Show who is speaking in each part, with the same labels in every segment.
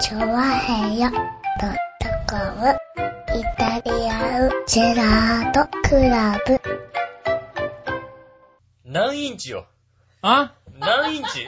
Speaker 1: チョワヘヨドットコムイタリアンジェラートクラブ。
Speaker 2: 何インチよ。
Speaker 3: あ
Speaker 2: 何インチ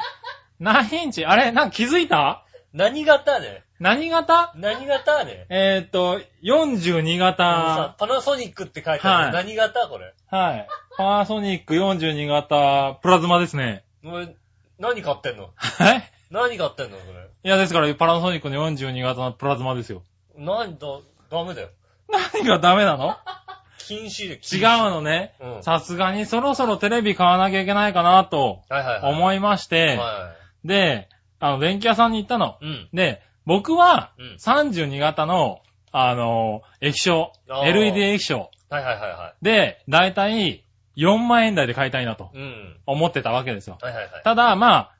Speaker 3: 何インチあれなんか気づいた
Speaker 2: 何型ね
Speaker 3: 何型
Speaker 2: 何型ね
Speaker 3: えーっと、42
Speaker 2: さ
Speaker 3: 型。
Speaker 2: パナソニックって書いてある。
Speaker 3: はい
Speaker 2: 何型これ。
Speaker 3: はい。パーソニック42型プラズマですね。
Speaker 2: もう、何買ってんの
Speaker 3: はい
Speaker 2: 何買ってんのこれ。
Speaker 3: いや、ですから、パナソニックの42型のプラズマですよ。
Speaker 2: 何だ、ダメだよ。
Speaker 3: 何がダメなの
Speaker 2: 禁止で、禁
Speaker 3: 違う
Speaker 2: 止。
Speaker 3: のね
Speaker 2: う。ん
Speaker 3: さすがにそろそろテレビ買わなきゃいけないかなと
Speaker 2: はいはいはい。
Speaker 3: 思いまして、
Speaker 2: は
Speaker 3: で、あの、電気屋さんに行ったの。
Speaker 2: い。うん。
Speaker 3: で、僕は
Speaker 2: うん
Speaker 3: 32型の、あの、液晶
Speaker 2: あ、ー
Speaker 3: LED 液晶
Speaker 2: はいはいはいは
Speaker 3: で、だいたい4万円台で買いたいなと
Speaker 2: い。うん。
Speaker 3: 思ってたわけですよ。
Speaker 2: はいはいはい。
Speaker 3: ただ、まあ、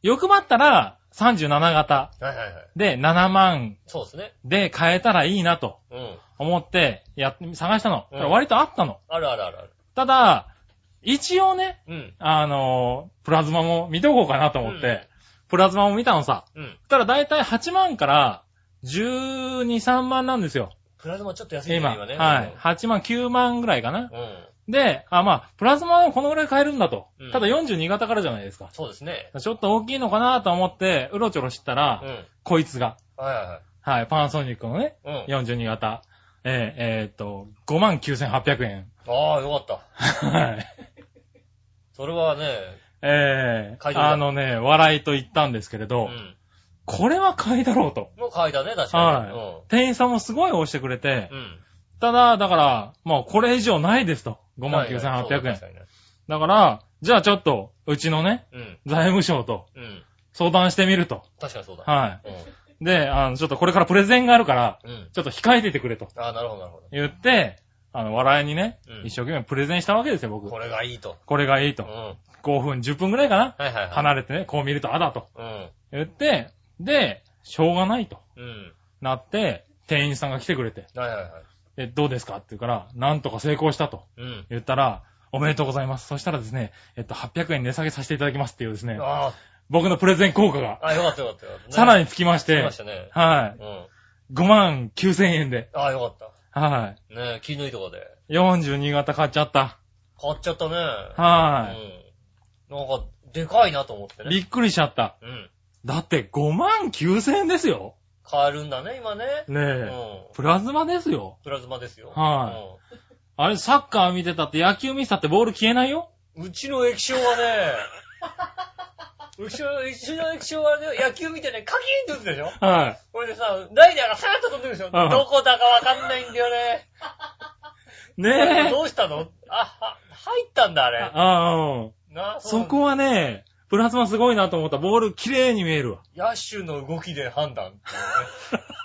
Speaker 3: 欲張ったら37型
Speaker 2: はいはいはい。
Speaker 3: で7万
Speaker 2: そうですね。
Speaker 3: で買えたらいいなと。
Speaker 2: うん。
Speaker 3: 思って、やっ、探したの。
Speaker 2: うん
Speaker 3: ただ割とあったの。
Speaker 2: あるあるあるある。
Speaker 3: ただ、一応ね、
Speaker 2: うん。
Speaker 3: あのープラズマも見とこうかなと思って、
Speaker 2: うん
Speaker 3: プラズマも見たのさ。
Speaker 2: うん。
Speaker 3: ただだいたい8万から12、3万なんですよ。
Speaker 2: プラズマちょっと安いね
Speaker 3: 今。
Speaker 2: 今ね。
Speaker 3: はい。8万、9万ぐらいかな。
Speaker 2: うん。うん。
Speaker 3: で、あ、まあ、プラズマはこのぐらい買えるんだと
Speaker 2: うん。
Speaker 3: ただ42型からじゃないですか。
Speaker 2: そうですね。
Speaker 3: ちょっと大きいのかなと思って、うろちょろしてた
Speaker 2: うん。
Speaker 3: ら、こいつが、
Speaker 2: はいは
Speaker 3: はい、パナソニックのね、
Speaker 2: いはい。うん。
Speaker 3: 42型、えー、えーっと、59,800円。
Speaker 2: ああ、よかった。
Speaker 3: はい。
Speaker 2: それはね、
Speaker 3: ええ
Speaker 2: 買いだ
Speaker 3: あのね、笑いと言ったんですけれ
Speaker 2: う
Speaker 3: ど、
Speaker 2: ん。
Speaker 3: これは買いだろうと。
Speaker 2: もう買いだね、確かに。
Speaker 3: はい。店員さんもすごい押してくれて
Speaker 2: う、ん。うん。
Speaker 3: ただ、だから、もうこれ以上ないですと。
Speaker 2: はいはい
Speaker 3: 59,800円
Speaker 2: そうだ確。かにね
Speaker 3: だから、じゃあちょっと、うちのね、
Speaker 2: うん。
Speaker 3: 財務省と
Speaker 2: うん。
Speaker 3: 相談してみると。
Speaker 2: 確かにそうだ。
Speaker 3: ははい。で、あの、ちょっとこれからプレゼンがあるから、
Speaker 2: うん。うん。
Speaker 3: ちょっと控えててくれと
Speaker 2: ああ、なるほど、なるほ
Speaker 3: 言って、あの、笑いにね、
Speaker 2: うん
Speaker 3: 一生懸命プレゼンしたわけですよ、
Speaker 2: ど。
Speaker 3: 僕
Speaker 2: こ。れがいいと。
Speaker 3: これがいい
Speaker 2: うん。
Speaker 3: と。
Speaker 2: は
Speaker 3: 5分、10分ぐらいかない
Speaker 2: はいはい。
Speaker 3: 離れてね、こう見るとあだと。
Speaker 2: うん。
Speaker 3: 言って、で、しょうがないと
Speaker 2: うん。
Speaker 3: なって、店員さんが来てくれて、
Speaker 2: はいはいはい。
Speaker 3: で、どうですかって言うから、なんとか成功したと
Speaker 2: うん。
Speaker 3: 言ったら、おめでとうございます。そしたらですね、えっと、800円値下げさせていただきますっていうですね、
Speaker 2: あ
Speaker 3: 僕のプレゼン効果が
Speaker 2: あ、、あよかったよかったよかったね。
Speaker 3: さらにつきまし
Speaker 2: 来
Speaker 3: て
Speaker 2: まし、たね。
Speaker 3: は
Speaker 2: うん。
Speaker 3: い、5万9000円で、
Speaker 2: ああ、よかっ
Speaker 3: は
Speaker 2: た。ねえ、気抜いとこで。
Speaker 3: い、42型買っちゃった。
Speaker 2: 買っちゃったね。
Speaker 3: は
Speaker 2: うん。なんか、でかいなと思って
Speaker 3: い、
Speaker 2: ね。
Speaker 3: びっくりしちゃった。
Speaker 2: うん。
Speaker 3: だって5万9000円ですよ。
Speaker 2: 買えるんだね、今ね。
Speaker 3: ね
Speaker 2: う
Speaker 3: え、
Speaker 2: ん。
Speaker 3: プラズマですよ。
Speaker 2: プラズマですよ。
Speaker 3: はあれ、サッカー見てたって野球見てたってボール消えないよ。
Speaker 2: うんうちの液晶はね、うちの、うちの液晶はね、野球見てね、カキーンって打つでしょ
Speaker 3: はい。
Speaker 2: これでさ、ライダーがさーっと飛んでるでしょ
Speaker 3: うん
Speaker 2: どこだかわかんないんだよね。
Speaker 3: ねえ。
Speaker 2: どうしたのあ、は、入ったんだ、あれ。
Speaker 3: あうん。
Speaker 2: なあ
Speaker 3: そこはね、プラズマすごいなと思った。ボール綺麗に見えるわ。
Speaker 2: 野手の動きで判断って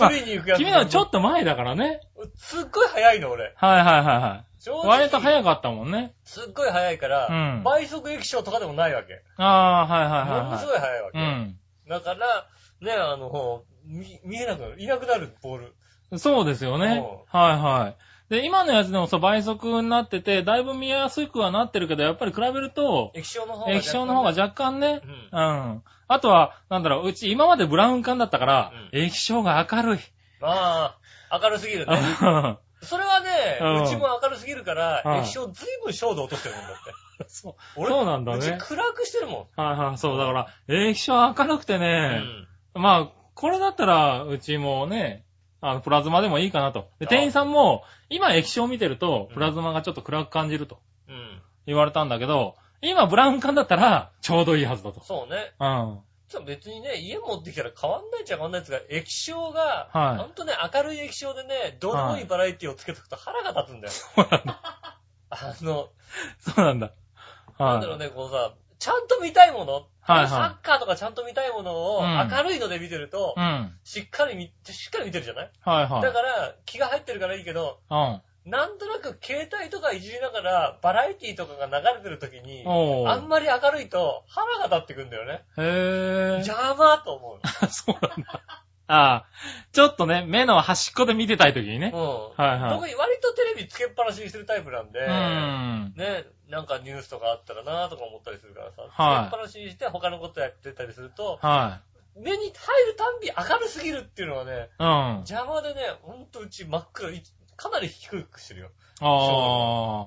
Speaker 3: まあ
Speaker 2: いうね。取りに行くやつ。
Speaker 3: 君のはちょっと前だからね。
Speaker 2: すっごい速いの、俺。
Speaker 3: はいはいはいは
Speaker 2: 正
Speaker 3: い。
Speaker 2: 直
Speaker 3: 割と早かったもんね。
Speaker 2: すっごい速いから、
Speaker 3: うん
Speaker 2: 倍速液晶とかでもないわけ。
Speaker 3: ああ、はい
Speaker 2: ものす
Speaker 3: は
Speaker 2: ごい速いわ
Speaker 3: いはいは
Speaker 2: け。
Speaker 3: い。
Speaker 2: だから、ね、あの、見見えなくなる。いなくなる、ボール。
Speaker 3: うん。そうですよね
Speaker 2: おう。
Speaker 3: はいはい。で、今のやつでもそう倍速になってて、だいぶ見やすくはなってるけど、やっぱり比べると、
Speaker 2: 液晶の方が。
Speaker 3: 液晶の方が
Speaker 2: ゃ、
Speaker 3: 若干ね
Speaker 2: う、ん
Speaker 3: う。ん。あとは、なんだろう、うち今までブラウン管だったから、液晶が明るい。
Speaker 2: まあ、明るすぎる ね。それは
Speaker 3: うん
Speaker 2: ね、うちも明るすぎるから、
Speaker 3: はい
Speaker 2: 液晶ずいぶん照度落としてるもんだって。
Speaker 3: そう
Speaker 2: 俺
Speaker 3: そうなんだね
Speaker 2: うち暗くしてるもん。
Speaker 3: はいはい、そう、だから、液晶明るくて
Speaker 2: う
Speaker 3: ね、
Speaker 2: ん。
Speaker 3: まあ、これだったら、うちもね、あの、プラズマでもいいかなと。で、
Speaker 2: あ
Speaker 3: 店員さんも、今液晶見てると
Speaker 2: うん、
Speaker 3: プラズマがちょっと暗く感じると
Speaker 2: うん。
Speaker 3: 言われたんだけど、今ブラウン管だったら、ちょうどいいはずだと。
Speaker 2: そうね。
Speaker 3: うん。は
Speaker 2: ちょ別にね、家持ってきたら変わんないっちゃ変わんないですが、液晶が、
Speaker 3: はい
Speaker 2: ほんとね、明るい液晶でね、どうでもいいバラエティをつけとくと腹が立つんだよ。
Speaker 3: い。そうなんだ。
Speaker 2: あの、
Speaker 3: そうな
Speaker 2: な
Speaker 3: んだ。
Speaker 2: んだろう
Speaker 3: はい。
Speaker 2: ね、こうさ、ちゃんと見たいもの、
Speaker 3: はいはい
Speaker 2: サッカーとかちゃんと見たいものを、
Speaker 3: うん
Speaker 2: 明るいので見てると、
Speaker 3: うん。はい
Speaker 2: しっかり見、しっかり見てるじゃないだ
Speaker 3: は
Speaker 2: から、気が入ってるからいいけど、
Speaker 3: い。
Speaker 2: なんとなく携帯とかいじりながら、バラエティとかが流れてる時に
Speaker 3: うん。、お
Speaker 2: あん
Speaker 3: ー。
Speaker 2: まり明るいと腹が立ってくんだよね。
Speaker 3: へー。
Speaker 2: 邪魔と思う。
Speaker 3: そうなんだ。ああ。ちょっとね、目の端っこで見てたい時にね。
Speaker 2: うん。
Speaker 3: はいはい
Speaker 2: 僕割とテレビつけっぱなしにするタイプなんで、
Speaker 3: うん。
Speaker 2: ね、なんかニュースとかあったらなとか思ったりするからさ、つけっ
Speaker 3: はい
Speaker 2: ぱなしにして他のことやってたりすると、
Speaker 3: は
Speaker 2: 目に入るたんび明るすぎるっていうのはね、
Speaker 3: うん。あ
Speaker 2: 邪魔でね、ほんとうち真っ暗、いかなり低くしてるよ。
Speaker 3: あ。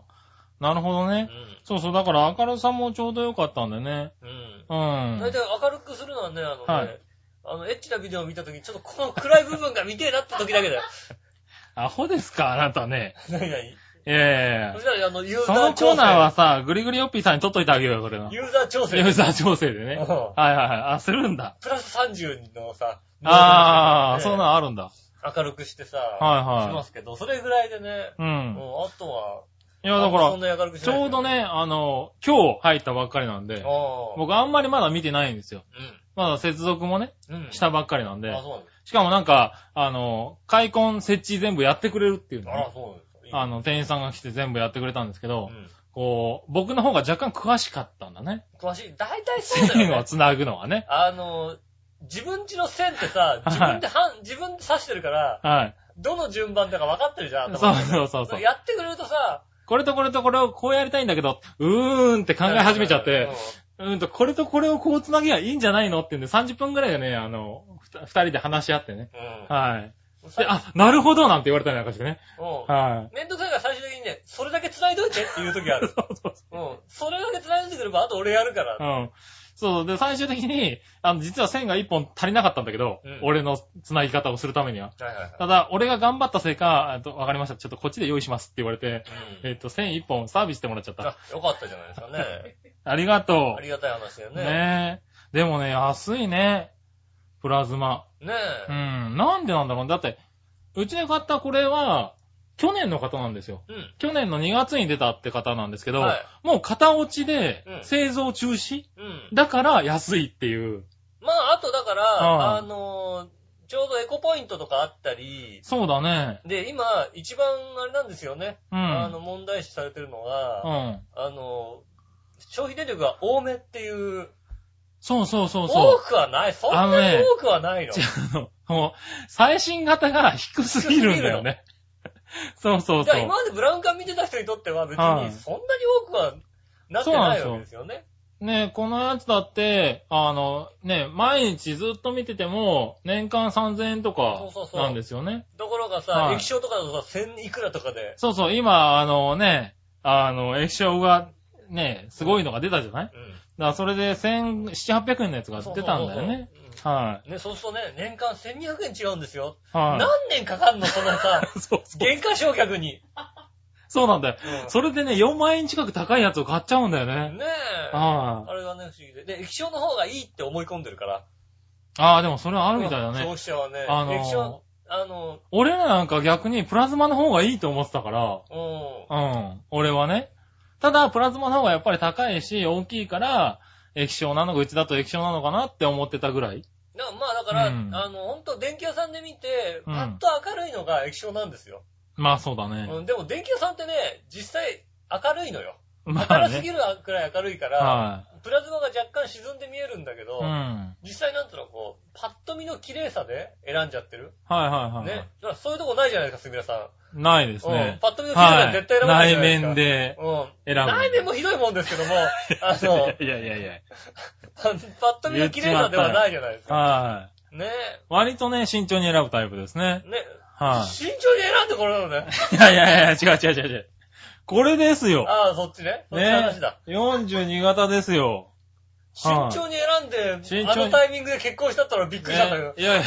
Speaker 3: なるほど
Speaker 2: う
Speaker 3: ね。
Speaker 2: ん。
Speaker 3: そうそう、だから明るさもちょうど良かったんでね。
Speaker 2: うん。
Speaker 3: う
Speaker 2: 大
Speaker 3: ん。
Speaker 2: 体明るくするのはね、あのね、
Speaker 3: はい
Speaker 2: あの、エッチなビデオを見たときに、ちょっとこの暗い部分が見てえなって時だけだ よ。
Speaker 3: アホですか、あなたね。
Speaker 2: 何々。
Speaker 3: え
Speaker 2: そ
Speaker 3: え
Speaker 2: したら、あの、ユー
Speaker 3: そ
Speaker 2: ザー
Speaker 3: のコ
Speaker 2: 調
Speaker 3: ーナーは
Speaker 2: 整。
Speaker 3: さ、グリグリヨッピーさんに取っといてあげようよ、これは。
Speaker 2: ユーザー調整。
Speaker 3: ユーザー調整でね。は
Speaker 2: う
Speaker 3: い
Speaker 2: ん
Speaker 3: はいはい。あ、するんだ。
Speaker 2: プラス30のさ、
Speaker 3: ああ、
Speaker 2: ね
Speaker 3: そうなんあるんだ。
Speaker 2: 明るくしてさ、
Speaker 3: はいはい
Speaker 2: しますけど、それぐらいでね、う
Speaker 3: う。
Speaker 2: んん、あとは、
Speaker 3: いや、だか
Speaker 2: そん
Speaker 3: ら、
Speaker 2: なに明るくし
Speaker 3: ち
Speaker 2: ない
Speaker 3: ょうど、ね、あの、今日入ったばっかりなんで
Speaker 2: あ、あ、
Speaker 3: 僕あんまりまだ見てないんですよ。
Speaker 2: う
Speaker 3: まだ接続もね、
Speaker 2: ん、うん。
Speaker 3: したばっかりなんで
Speaker 2: あ、。そうなんです。
Speaker 3: しかもなんか、あの、開墾設置全部やってくれるっていうの
Speaker 2: あら
Speaker 3: ね。、
Speaker 2: そうなんです。いい
Speaker 3: あ、の、店員さんが来て全部やってくれたんですけど
Speaker 2: う、ん。
Speaker 3: こう、僕の方が若干詳しかったんだね。
Speaker 2: 詳しい。大体そう だよ
Speaker 3: 線
Speaker 2: ね
Speaker 3: を。繋ぐのはね。
Speaker 2: あの、自分家の線ってさ、自分で半、自分で刺してるから、
Speaker 3: はい。
Speaker 2: どの順番だか分かってるじゃん。
Speaker 3: そう
Speaker 2: 頭の中で
Speaker 3: そうそうそう。
Speaker 2: やってくれるとさ、
Speaker 3: これとこれとこれをこうやりたいんだけど、うーんって考え始めちゃって、うーんと、これとこれをこう繋ぎゃいいんじゃないのってんで、30分ぐらいでね、あの、ふた二人で話し合ってね。
Speaker 2: うん。うん。
Speaker 3: はい。
Speaker 2: さ
Speaker 3: で、あ、なるほどなんて言われたりなんかしてね。
Speaker 2: う
Speaker 3: は
Speaker 2: ん。めんどくさいから最終的にね、それだけ繋いどいてっていう時あ
Speaker 3: い。
Speaker 2: る。
Speaker 3: そうそうそ
Speaker 2: うん。それだけ繋いでくれば、あと俺やるから
Speaker 3: う。。うん。そう、で、最終的に、あの、実は線が1本足りなかったんだけど、
Speaker 2: うん
Speaker 3: 俺の繋ぎ方をするためには。
Speaker 2: はいはいはい。
Speaker 3: ただ、俺が頑張ったせいか、えっとわかりました。ちょっとこっちで用意しますって言われて、
Speaker 2: うん。
Speaker 3: えっと、線1本サービスしてもらっちゃった。
Speaker 2: あ、よかったじゃないですか ね。
Speaker 3: ありがと
Speaker 2: あ
Speaker 3: う。
Speaker 2: りがたい話だよね。
Speaker 3: ねえ。でもね、安いね。プラズマ。
Speaker 2: ね
Speaker 3: う
Speaker 2: え。
Speaker 3: ん。なんでなんだろう。だって、うちで買ったこれは、去年の方なんですよ。
Speaker 2: うん。
Speaker 3: 去年の2月に出たって方なんですけど、
Speaker 2: はい
Speaker 3: もう型落ちで
Speaker 2: うん
Speaker 3: 製造中止、
Speaker 2: うん。
Speaker 3: だから安いっていう。
Speaker 2: まあ、あとだから、
Speaker 3: ああ
Speaker 2: あのー、ちょうどエコポイントとかあったり、
Speaker 3: そうだね。
Speaker 2: で、今、一番あれなんですよね。
Speaker 3: うん。
Speaker 2: あの、問題視されてるのが、
Speaker 3: うん。
Speaker 2: あの、消費電力が多めっていう、
Speaker 3: そうそうそう
Speaker 2: 多
Speaker 3: そう。
Speaker 2: くはない、そん
Speaker 3: あの
Speaker 2: なに
Speaker 3: ね
Speaker 2: 多くはないの。
Speaker 3: あの もう、最新型が低すぎるんだよね。そうそ う
Speaker 2: じゃ
Speaker 3: そ
Speaker 2: あ
Speaker 3: う。
Speaker 2: 今までブラウン管見てた人にとっては別にそんな
Speaker 3: は
Speaker 2: に
Speaker 3: い
Speaker 2: 多くはなってないわけですよね。
Speaker 3: ねこのやつだって、あの、ね毎日ずっと見てても、年間3000円とか
Speaker 2: そうそうそう
Speaker 3: なんですよね。
Speaker 2: ところがさ、
Speaker 3: はい
Speaker 2: 液晶とかだとさ、1000いくらとかで。
Speaker 3: そうそう、今、あのね、あの、液晶が、ね、すごいのが出たじゃないだか
Speaker 2: うん。
Speaker 3: らそれで1000、7、800円のやつが出たんだよね。
Speaker 2: そうそうそう。
Speaker 3: は
Speaker 2: うんね、そうするとね、年間1200円違うんですよ。
Speaker 3: い。はい。
Speaker 2: 何年かかんのそのさ、
Speaker 3: そうそう。
Speaker 2: 原価償却に。
Speaker 3: そうなんだよ。
Speaker 2: うん
Speaker 3: それでね、4万円近く高いやつを買っちゃうんだよね。
Speaker 2: ねえ。
Speaker 3: はい
Speaker 2: あれがね、不思議で。で、液晶の方がいいって思い込んでるから。
Speaker 3: ああ、でもそれはあるみたいだ
Speaker 2: 消
Speaker 3: ね。
Speaker 2: 費者はね、
Speaker 3: あのー
Speaker 2: 液晶、あの、
Speaker 3: 俺らなんか逆にプラズマの方がいいと思ってたから、
Speaker 2: うん。
Speaker 3: うん、俺はね。ただ、プラズマの方がやっぱり高いし、大きいから、液晶なのか、うちだと液晶なのかなって思ってたぐらい。
Speaker 2: だからまあだから、
Speaker 3: うん
Speaker 2: あの、ほんと電気屋さんで見て、
Speaker 3: う
Speaker 2: パ
Speaker 3: ん
Speaker 2: ッと明るいのが液晶なんですよ。
Speaker 3: まあそうだね。
Speaker 2: うん、でも電気屋さんってね、実際明るいのよ。
Speaker 3: ま
Speaker 2: 明
Speaker 3: あ
Speaker 2: るすぎ
Speaker 3: ね。
Speaker 2: るくらい明るいから、
Speaker 3: は
Speaker 2: プラズマが若干沈んで見えるんだけ
Speaker 3: い。
Speaker 2: ど、
Speaker 3: うん。はい
Speaker 2: 実際なんつうの、こう、パッと見の綺麗さで選んじゃってる。
Speaker 3: はいはい。
Speaker 2: ね。だからそういうとこないじゃないですか、すみれさ
Speaker 3: ないです
Speaker 2: ん。うん
Speaker 3: ね。
Speaker 2: パッと見の綺麗さで
Speaker 3: は
Speaker 2: 絶
Speaker 3: い
Speaker 2: 対選。ばないじ
Speaker 3: 内
Speaker 2: ゃないですか。
Speaker 3: 面。で
Speaker 2: うん。
Speaker 3: 選ぶ。
Speaker 2: 内面もひどいもんですけ ども、あの、
Speaker 3: いやいやいやい
Speaker 2: パッと見の綺麗さではないじゃないです
Speaker 3: や。
Speaker 2: か。
Speaker 3: はい。
Speaker 2: ね
Speaker 3: 割とね、慎重に選ぶタイプですね。
Speaker 2: ね、
Speaker 3: は
Speaker 2: 慎重に選んでこれなのね。
Speaker 3: い。いやいやいや、違う違う違う違う。これですよ。
Speaker 2: ああ、そっちね。そっちの話だ。
Speaker 3: 42型ですよ。
Speaker 2: 慎重に選んで、
Speaker 3: 慎
Speaker 2: あ
Speaker 3: 重に
Speaker 2: のタイミングで結婚したったらびっくりしたんだけど
Speaker 3: ね。いやいや、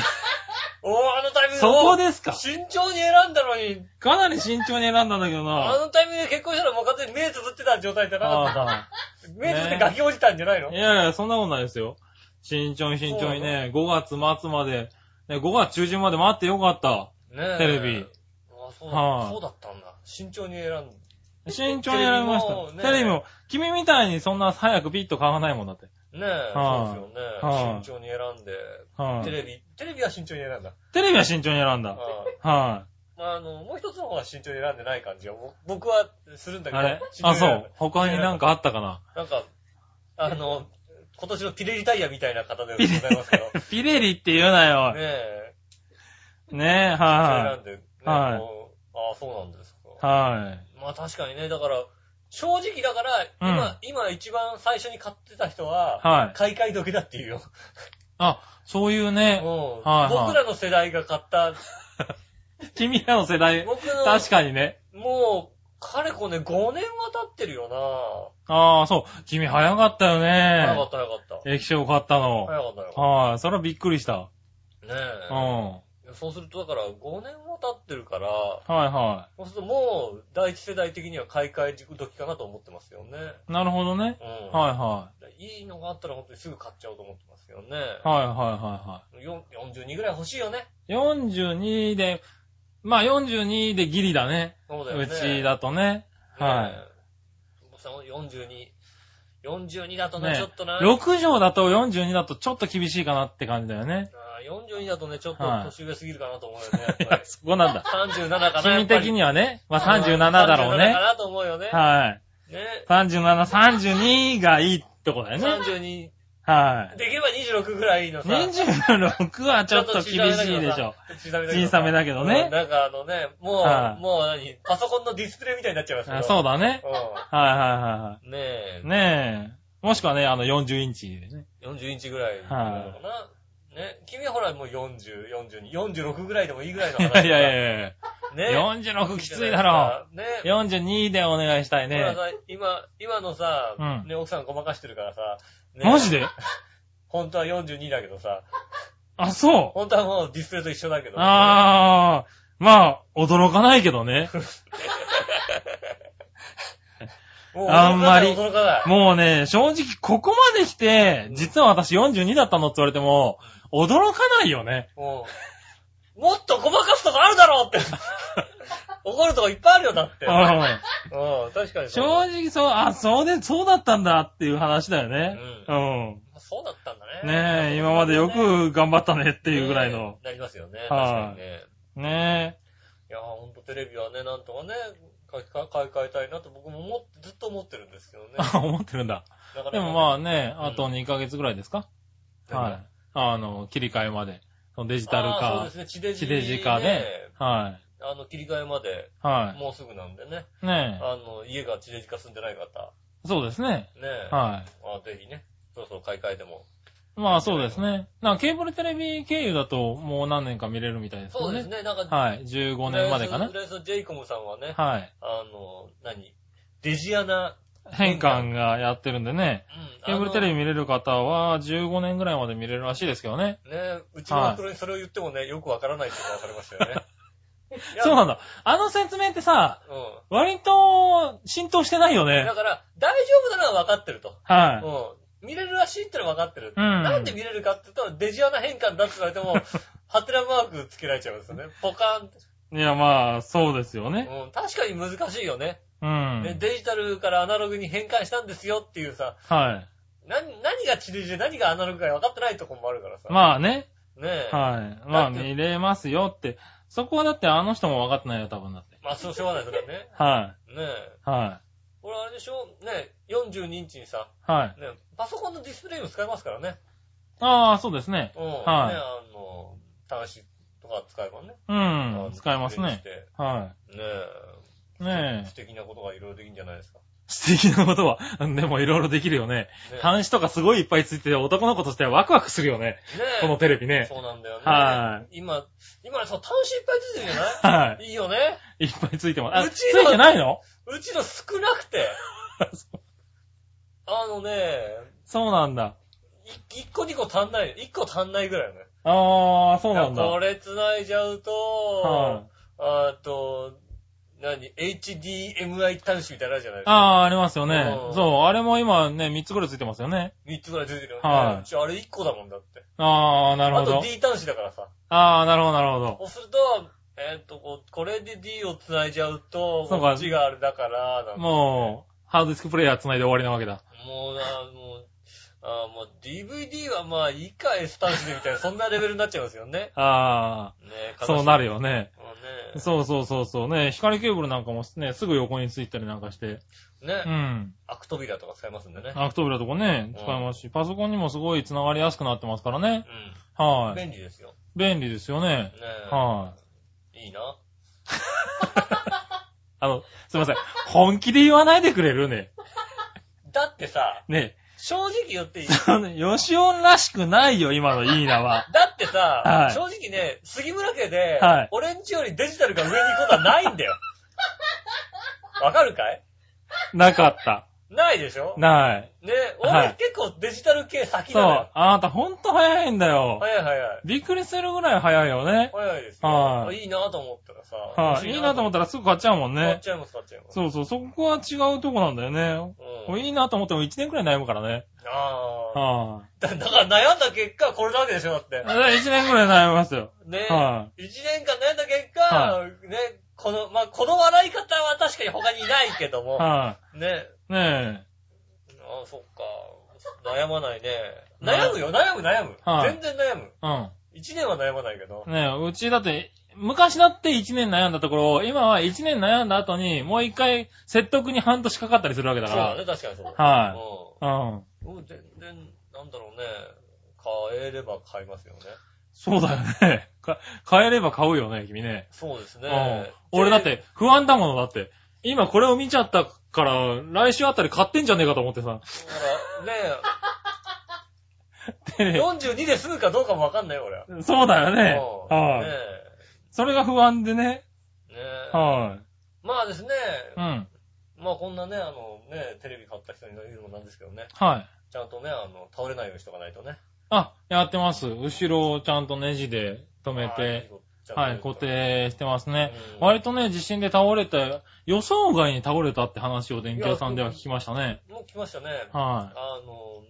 Speaker 2: おーあのタイミング
Speaker 3: そこですか
Speaker 2: 慎重に選んだのに、
Speaker 3: かなり慎重に選んだんだけど
Speaker 2: あ
Speaker 3: な。
Speaker 2: のタイミングで結婚したらもう完全に目つぶってた状態じゃなかったか
Speaker 3: あ
Speaker 2: 目つぶってガキ落ちたんじゃないの
Speaker 3: あいやいや、そんなことないですよ。慎重に慎重にね、5月末まで、ね、5月中旬まで待ってよかった。
Speaker 2: ねえ
Speaker 3: テレビ。
Speaker 2: あそう
Speaker 3: は
Speaker 2: だ
Speaker 3: い
Speaker 2: そうだったんだ。慎重に選んで。
Speaker 3: 慎重に選びまし
Speaker 2: テレビもね
Speaker 3: た。テレビも、君みたいにそんな早くピッと買わないもんだって。
Speaker 2: ねえ、
Speaker 3: は
Speaker 2: そ
Speaker 3: いう
Speaker 2: ですよ
Speaker 3: は
Speaker 2: ね。
Speaker 3: い
Speaker 2: 慎重に選んで。
Speaker 3: はい
Speaker 2: テレビ、テレビは慎重に選んだ。
Speaker 3: テレビは慎重に選んだ。
Speaker 2: あ
Speaker 3: は
Speaker 2: まあ、あの、もう一つの方は慎重に選んでない感じは、ぼ僕はするん
Speaker 3: い。
Speaker 2: だけど。
Speaker 3: あれ
Speaker 2: 慎重
Speaker 3: あ、
Speaker 2: に
Speaker 3: そ
Speaker 2: 選んだ
Speaker 3: う。他になんかあった かな。
Speaker 2: なんか、あの、今年のピレリタイヤみたいな方でございますけど、ね
Speaker 3: ピレリって言うなよ。
Speaker 2: え、
Speaker 3: ねえ、
Speaker 2: それな
Speaker 3: は
Speaker 2: んで、ね、
Speaker 3: はい
Speaker 2: こうああ、そうなんです
Speaker 3: い。
Speaker 2: か。
Speaker 3: は
Speaker 2: まあ確かにね、だから、正直だから、
Speaker 3: うん
Speaker 2: 今、今一番最初に買ってた人
Speaker 3: は
Speaker 2: は、
Speaker 3: い
Speaker 2: 買い替え時だっていうよ。
Speaker 3: い。ああ、そういう
Speaker 2: うん
Speaker 3: ね、はいはい
Speaker 2: 僕らの世代が買った、
Speaker 3: 君らの世代、
Speaker 2: 僕
Speaker 3: 確かにね。
Speaker 2: の、もう、かれこね、5年は経ってるよな
Speaker 3: ああ、そう。君早かったよ
Speaker 2: 早か
Speaker 3: ね
Speaker 2: っ。た早かった。
Speaker 3: 液晶買ったの。
Speaker 2: 早かった早かっ
Speaker 3: はい。それはびっくりした。
Speaker 2: た。ね
Speaker 3: うん。は
Speaker 2: え。そうすると、だから、5年は経ってるから、
Speaker 3: いは
Speaker 2: そうするともう、第一世代的には買い替え時かなと思ってますよね。
Speaker 3: い。なるほどね。
Speaker 2: うん。。
Speaker 3: はいはい
Speaker 2: いのがあったら本当にすぐ買っちゃおうと思ってますよね。
Speaker 3: い。はいは
Speaker 2: よん42ぐらい欲しいよね。
Speaker 3: いはいはい。42で、まあ42でギリだね。
Speaker 2: そうだよね。。
Speaker 3: うちだとね。はい
Speaker 2: 僕さん42、42だとね、
Speaker 3: ね
Speaker 2: ちょっとな。
Speaker 3: 6畳だと42だとちょっと厳しいかなって感じだよね。
Speaker 2: あー42だとね、ちょっと
Speaker 3: はい
Speaker 2: 年上すぎるかなと思うよね。
Speaker 3: い
Speaker 2: やっぱ
Speaker 3: や、
Speaker 2: り
Speaker 3: そこなんだ。
Speaker 2: 37かな。
Speaker 3: 君的
Speaker 2: に
Speaker 3: にはね、まあ37だろう
Speaker 2: 37
Speaker 3: ね
Speaker 2: か。なと思うよね。
Speaker 3: はい。
Speaker 2: ね。
Speaker 3: 37、32がいいってことだよね。
Speaker 2: 32、
Speaker 3: はい。
Speaker 2: できれば26ぐらいのさ。
Speaker 3: 26はちょっと厳しいでしょ。小さめだけどね
Speaker 2: うんなんかあのね、も
Speaker 3: は
Speaker 2: う、
Speaker 3: い
Speaker 2: もう何パソコンのディスプレイみたいになっちゃいますよ
Speaker 3: あそうだね。はいはいはいは
Speaker 2: うん。ねえ
Speaker 3: い。。ねえ。もしくはね、あの40インチでね。
Speaker 2: 40インチぐらいなのかな。ね。君はほらもう40、42、46ぐらいでもいいぐらいの
Speaker 3: い
Speaker 2: 話
Speaker 3: や
Speaker 2: だ。
Speaker 3: いやいやいや。
Speaker 2: ね。
Speaker 3: 46きついだろ。
Speaker 2: う。ね。
Speaker 3: 42でお願いしたい
Speaker 2: ほら
Speaker 3: ね。
Speaker 2: さ今、今のさ、
Speaker 3: うん
Speaker 2: ね、奥さんごまかしてるからさ、ね
Speaker 3: マジで
Speaker 2: 本当は42だけどさ、
Speaker 3: あ、そ
Speaker 2: 本当はもうディスプレイと一緒だけ
Speaker 3: う。
Speaker 2: ど。
Speaker 3: ああ。まあ、驚かないけどね。
Speaker 2: もう
Speaker 3: あんまり
Speaker 2: 驚かない。
Speaker 3: もうね、正直ここまで来て、実は私42だったのって言われても、驚かないよね。
Speaker 2: もう、もっとごまかすとこあるだろうって。怒るとこいっぱいあるよ、だって。
Speaker 3: うん
Speaker 2: うん、確かに
Speaker 3: 正
Speaker 2: そう。
Speaker 3: 直そう、あ、そうで、そうだったんだっていう話だよね。うん。
Speaker 2: そうだったんだね。
Speaker 3: ねえ、今までよく頑張ったねっていうぐらいの。。
Speaker 2: なりますよね。確か
Speaker 3: はい
Speaker 2: にね。
Speaker 3: ね
Speaker 2: いやー、ほんとテレビはね、なんとかね、買い替え買い替えたいなと僕も思って、ずっと思ってるんですけどね。
Speaker 3: え。あ、思ってるんだ。でも
Speaker 2: あ、
Speaker 3: まあね、
Speaker 2: うん
Speaker 3: あと2ヶ月ぐらいですか
Speaker 2: うん
Speaker 3: はい。あの、切り替えまで。そのデジタル
Speaker 2: あーそう
Speaker 3: 化
Speaker 2: で、すね、地デジ、
Speaker 3: 地デジ化で。は
Speaker 2: あの、切り替えまで、
Speaker 3: い。は
Speaker 2: もうすぐなんでね。
Speaker 3: い。ね
Speaker 2: あの、家が地デジ化住んでない方、
Speaker 3: え。そうですね。
Speaker 2: ねえ。
Speaker 3: は
Speaker 2: まあ、ぜひね、そろそろ買い替えても。
Speaker 3: い。まあそうですね。なんかケーブルテレビ経由だともう何年か見れるみたいですけ
Speaker 2: そ
Speaker 3: ど
Speaker 2: うです
Speaker 3: ね。
Speaker 2: ね、なんか、
Speaker 3: はい。15年までかな
Speaker 2: フ。レンスジェイコムさんはね、
Speaker 3: はい。
Speaker 2: あの、何デジアナ、
Speaker 3: 変換がやってるんでね。
Speaker 2: うん
Speaker 3: ケーブルテレビ見れる方は15年ぐらいまで見れるらしいですけどね。
Speaker 2: あのね、うちのアクロにそれを言ってもね、よくわからないっていうのがわかりました よね。いや
Speaker 3: そうなんだ。あの説明ってさ、
Speaker 2: う
Speaker 3: 割と浸透してないよ
Speaker 2: ん。だ
Speaker 3: ね。
Speaker 2: から、大丈夫なのはわかってると。
Speaker 3: は
Speaker 2: う
Speaker 3: い。
Speaker 2: ん。見れるらしいってのは分かってる。
Speaker 3: うん
Speaker 2: なんで見れるかって言ったら、デジアナ変換だって言われても、 ハテナマークつけられちゃうんですよね。ポカーンって。
Speaker 3: いや、まあ、そうですよね。
Speaker 2: うん、確かに難しいよね、
Speaker 3: う
Speaker 2: ね
Speaker 3: ん。
Speaker 2: デジタルからアナログに変換したんですよっていうさ、
Speaker 3: はい。
Speaker 2: 何、何が地デジで何がアナログか分かってないとこもあるからさ。
Speaker 3: まあね。
Speaker 2: ねえ。
Speaker 3: はい。ま
Speaker 2: だ
Speaker 3: あ、
Speaker 2: って
Speaker 3: 見れますよって。そこはだってあの人も分かってないよ、多分だって。
Speaker 2: まあ、そうしょうがないですからね。
Speaker 3: は
Speaker 2: ねえ。
Speaker 3: い。は
Speaker 2: これあれでしょねえ、42インチにさ、
Speaker 3: い。はい。
Speaker 2: ねえ、パソコンのディスプレイも使えますからね。
Speaker 3: ああ、そうですね。
Speaker 2: うん。
Speaker 3: はい
Speaker 2: ねえ、あの、端子とか使えばね。
Speaker 3: うん。使えますね
Speaker 2: デ。ィスプレイにして
Speaker 3: は
Speaker 2: ねえ。
Speaker 3: い。ねえ
Speaker 2: 素。敵なことがいろいろできるんじゃないですか。
Speaker 3: 素敵なことは、でもいろいろできるよね。
Speaker 2: ね
Speaker 3: 端子とかすごいいっぱいついてて男の子としてはワクワクするよね。
Speaker 2: ねえ
Speaker 3: このテレビね。
Speaker 2: そうなんだよね。。
Speaker 3: はい
Speaker 2: 今、今、そう、端子いっぱいついてるじゃない
Speaker 3: はい
Speaker 2: いいよね。
Speaker 3: い。いっぱいついてます。あ、
Speaker 2: う
Speaker 3: つ
Speaker 2: ちの
Speaker 3: いてないの
Speaker 2: うちの少なく て。あのね、
Speaker 3: そうなんだ。
Speaker 2: い一個二個足んない。一個足んないぐらいね。
Speaker 3: あー、そうなん
Speaker 2: いやこ
Speaker 3: だ。
Speaker 2: れ繋いじゃうと、
Speaker 3: はい
Speaker 2: あと、何 ?HDMI 端子みたいなのあるじゃないですか。
Speaker 3: あー、ありますよね
Speaker 2: う。ん
Speaker 3: そう、あれも今ね、3つぐらいついてますよね。
Speaker 2: 三つぐらいついてるよね。
Speaker 3: はいう
Speaker 2: ちあれ一個だもんだって。
Speaker 3: あー、なる
Speaker 2: あ
Speaker 3: ほ
Speaker 2: と
Speaker 3: ど。
Speaker 2: D 端子だからさ。
Speaker 3: あー、なるほど、なるほど。
Speaker 2: そうすると、えーっと、こうこれで D を繋いじゃうと、
Speaker 3: そう
Speaker 2: こ
Speaker 3: か
Speaker 2: っちがあれだから、なんか
Speaker 3: もう、ハードディスクプレイヤー繋いで終わりなわけだ。
Speaker 2: もうな、もう、あーもう DVD はまあいいか、S 端子でみたいな、そんなレベルになっちゃいますよね。
Speaker 3: あ
Speaker 2: ね
Speaker 3: ー、そうな
Speaker 2: る。
Speaker 3: るよね。
Speaker 2: もうね
Speaker 3: そうそうそうそう。ね、光ケーブルなんかもね、すぐ横についたりなんかして。
Speaker 2: ね、
Speaker 3: うん。
Speaker 2: アクトビラとか使えますんでね。
Speaker 3: アクトブラとかね、使えますし、パソコンにもすごい繋がりやすくなってますからね。
Speaker 2: う
Speaker 3: は
Speaker 2: ん。
Speaker 3: い。
Speaker 2: 便利ですよ。
Speaker 3: 便利ですよね
Speaker 2: ね。
Speaker 3: はい。
Speaker 2: いいな。
Speaker 3: あの、すいません。本気で言わないでくれるね。
Speaker 2: だってさ、
Speaker 3: ね。
Speaker 2: 正直言っていい。
Speaker 3: あのねヨシオンらしくないよ、今のいいなは。
Speaker 2: だってさ、
Speaker 3: はい
Speaker 2: 正直ね、杉村家で、
Speaker 3: はい
Speaker 2: 俺んちよりデジタルが上に行くことはないんだ よ。わかるかい
Speaker 3: なかった。
Speaker 2: ないでしょ
Speaker 3: ない。
Speaker 2: ね、
Speaker 3: は
Speaker 2: 俺
Speaker 3: い
Speaker 2: 結構デジタル系先
Speaker 3: そ
Speaker 2: な
Speaker 3: う
Speaker 2: のよ。。
Speaker 3: あなたほんと早いんだよ。
Speaker 2: 早い早い。
Speaker 3: びっくりするぐらい早いよね。
Speaker 2: 早いです
Speaker 3: は
Speaker 2: よ。
Speaker 3: い
Speaker 2: いいなと思ったらさ。
Speaker 3: はい。いいなと思った
Speaker 2: ら
Speaker 3: らすぐ買っちゃうもん
Speaker 2: 買っ
Speaker 3: ね。
Speaker 2: ちゃいます、買っちゃいます。
Speaker 3: そうそう、そこは違うとこなんだよね。
Speaker 2: うん。
Speaker 3: いいなと思っても1年くらい悩むからね。
Speaker 2: ああ。
Speaker 3: は
Speaker 2: だだから悩んだ結果、これなわけでしょ、だって
Speaker 3: い。。1年くらい悩みますよ。
Speaker 2: ね。
Speaker 3: は
Speaker 2: 一年間悩んだ結
Speaker 3: は
Speaker 2: 果、ね、この、まあ、この笑い方は確かに他にいないけど
Speaker 3: い。
Speaker 2: も、
Speaker 3: は
Speaker 2: ね。
Speaker 3: い。ね
Speaker 2: ああ、そっか。悩まないね。悩むよ、悩む、悩む。
Speaker 3: はい
Speaker 2: 全然悩む。
Speaker 3: え。うん。
Speaker 2: 一年は悩まないけど。
Speaker 3: ねえ、うちだって、昔だって1年悩んだところを、今は1年悩んだ後に、もう一回説得に半年かかったりするわけだ
Speaker 2: そう
Speaker 3: か
Speaker 2: だ
Speaker 3: ら。
Speaker 2: ね、確かにそうだね。うん。
Speaker 3: はい。うん。
Speaker 2: もう全然、なんだろうね。買えれば買いますよね。
Speaker 3: そうだよね。 か買えれば買うよね、君ね。
Speaker 2: そうです
Speaker 3: う
Speaker 2: ね
Speaker 3: ん。。俺だって、不安だものだって。今これを見ちゃったから、来週あたり買ってんじゃねえかと思って さ。
Speaker 2: で。だからね、
Speaker 3: で
Speaker 2: 42で済むかどうかもわかんないよ、俺は。
Speaker 3: そうだよね。
Speaker 2: うんね
Speaker 3: はい。それが不安でね。
Speaker 2: えねえ
Speaker 3: は
Speaker 2: まあですね、
Speaker 3: い。うん。
Speaker 2: まあこんなね、あのね、テレビ買った人に言うのもなんですけどね、
Speaker 3: はい。
Speaker 2: ちゃんとね、あの、倒れないようにしとかないとね。
Speaker 3: あ、やってます。後ろをちゃんとネジで止めて、はい、固。定してますね。
Speaker 2: うん
Speaker 3: 割とね、地震で倒れた、予想外に倒れたって話を電気屋さんでは聞きましたね。
Speaker 2: もう来ましたね。
Speaker 3: は
Speaker 2: あの、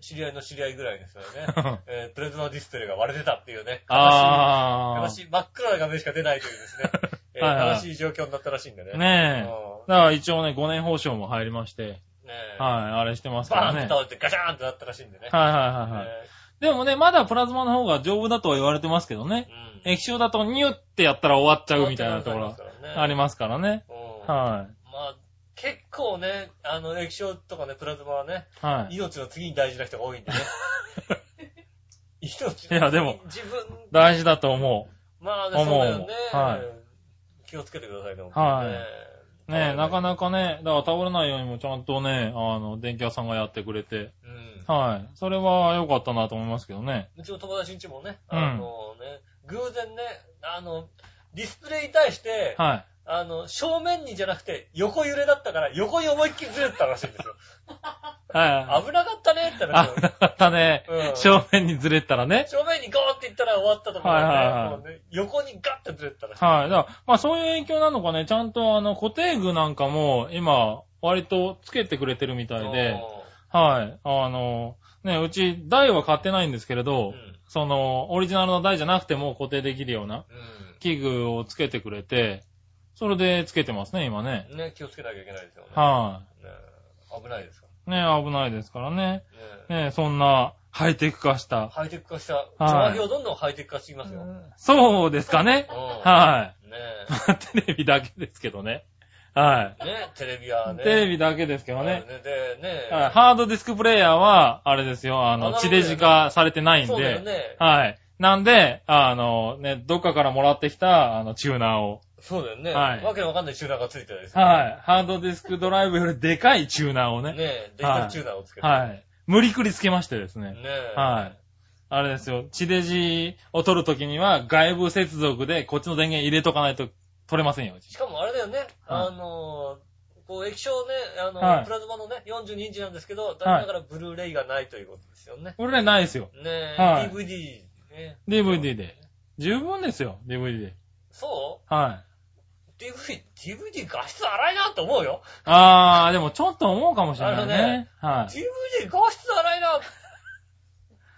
Speaker 2: 知り合いの知り合いぐらいですよね
Speaker 3: い。。
Speaker 2: えープレズマディスプレイが割れてたっていうね。
Speaker 3: あ
Speaker 2: 悲しい、真っ暗な画面しか出ないというです ね、えー
Speaker 3: はいはい
Speaker 2: 悲しい状況になったらしいんでね。
Speaker 3: あ。
Speaker 2: うん
Speaker 3: ねえ。
Speaker 2: ね
Speaker 3: だから一応ね、5年保証も入りまして、
Speaker 2: え
Speaker 3: はい、あれしてますか
Speaker 2: バー
Speaker 3: ら
Speaker 2: ンって
Speaker 3: ね。
Speaker 2: 倒れてガシャーンってなったらしいんでね。
Speaker 3: はいはいはいはい。
Speaker 2: え
Speaker 3: でもね、まだプラズマの方が丈夫だとは言われてますけどね。
Speaker 2: ーうん
Speaker 3: 液晶だとニュってやったら終わっちゃうみたいなところあり
Speaker 2: ま
Speaker 3: ますからね。
Speaker 2: すからね。
Speaker 3: は
Speaker 2: うんまあ、結構ね、あの、液晶とかね、プラズマはね、
Speaker 3: い。はい。
Speaker 2: 命の次に大事な人が多いんでね。 命の次
Speaker 3: いやでも。
Speaker 2: 自分、
Speaker 3: 大事だと思
Speaker 2: まあね、そうだよね。
Speaker 3: 思うはい
Speaker 2: 気をつけてくださいね、
Speaker 3: はい。
Speaker 2: いう
Speaker 3: ねえ、なかなかね、だから倒れないようにもちゃんとね、あの、電気屋さんがやってくれて、
Speaker 2: うん。
Speaker 3: はい。それは良かったなと思いますけどね。
Speaker 2: うちの友達ん家もね、
Speaker 3: うん
Speaker 2: あのね、偶然ね、あの、ディスプレイに対して、
Speaker 3: はい。
Speaker 2: あの、正面にじゃなくて横揺れだったから、横に思いっきりずれてたらしいんです よ。
Speaker 3: はい。
Speaker 2: 危なかったねってな
Speaker 3: あ
Speaker 2: っ、て
Speaker 3: なかったね。
Speaker 2: うん
Speaker 3: 正面にずれたらね。
Speaker 2: 正面にゴーって行ったら終わったところだね
Speaker 3: はいはいはい
Speaker 2: もうね横にガッてずれてたらしい。
Speaker 3: はい。だから、まあそういう影響なのかね、ちゃんとあの、固定具なんかも今、割とつけてくれてるみたいで、はい。あの、ね、うち台は買ってないんですけれ
Speaker 2: う
Speaker 3: ど、
Speaker 2: ん。
Speaker 3: その、オリジナルの台じゃなくても固定できるような
Speaker 2: う
Speaker 3: 器具をつけてくれて、それでつけてますね、今ね。
Speaker 2: ん。ね、気をつけなきゃいけないですよね。
Speaker 3: は
Speaker 2: ね危ないですか
Speaker 3: い。ね、危ないですからね。
Speaker 2: らね。
Speaker 3: ね、そんな、ハイテク化した。
Speaker 2: ハイテク化した。上着をどんどんハイテク化していきますよ。
Speaker 3: そうですかね。は
Speaker 2: うんね
Speaker 3: い。 まあテレビだけですけどね。は。
Speaker 2: え。ねテレビはいね。
Speaker 3: テレビだけですけどね。
Speaker 2: で、ね
Speaker 3: はいハードディスクプレイヤーは、あれですよ、あ
Speaker 2: ア
Speaker 3: の、
Speaker 2: ナロ
Speaker 3: 地
Speaker 2: グだよね
Speaker 3: デジ化されてないん
Speaker 2: そうだよ
Speaker 3: で。
Speaker 2: ね。
Speaker 3: はい。なんで、あの、ね、どっかからもらってきた、あの、チューナーを。
Speaker 2: そうだよね。
Speaker 3: はい
Speaker 2: わけのわかんないチューナーがついてたですよね。
Speaker 3: はい。ハードディスクドライブよりでかいチューナーをね。
Speaker 2: ねえ、デジタルチューナーをつけて。
Speaker 3: はい。無理くりつけましてですね。
Speaker 2: ねえ。
Speaker 3: はい。あれですよ、地デジを取るときには、外部接続でこっちの電源入れとかないと取れませんよ、うち
Speaker 2: しかもあれだよね、あのー、こう液晶ね、あのー、
Speaker 3: はい
Speaker 2: プラズマのね、42インチなんですけど、だ
Speaker 3: はい
Speaker 2: からブルーレイがないということですよね。
Speaker 3: 俺らないですよ。
Speaker 2: ねえ、
Speaker 3: はい
Speaker 2: DVD、ね。
Speaker 3: DVD で。十分ですよ、DVD で。
Speaker 2: そ
Speaker 3: はい。
Speaker 2: う ?DVD、DVD 画質荒いなって思うよ。
Speaker 3: あー、でもちょっと思うかもしれな
Speaker 2: あ
Speaker 3: い
Speaker 2: の
Speaker 3: ね
Speaker 2: ね。
Speaker 3: はい。
Speaker 2: DVD 画質荒いな。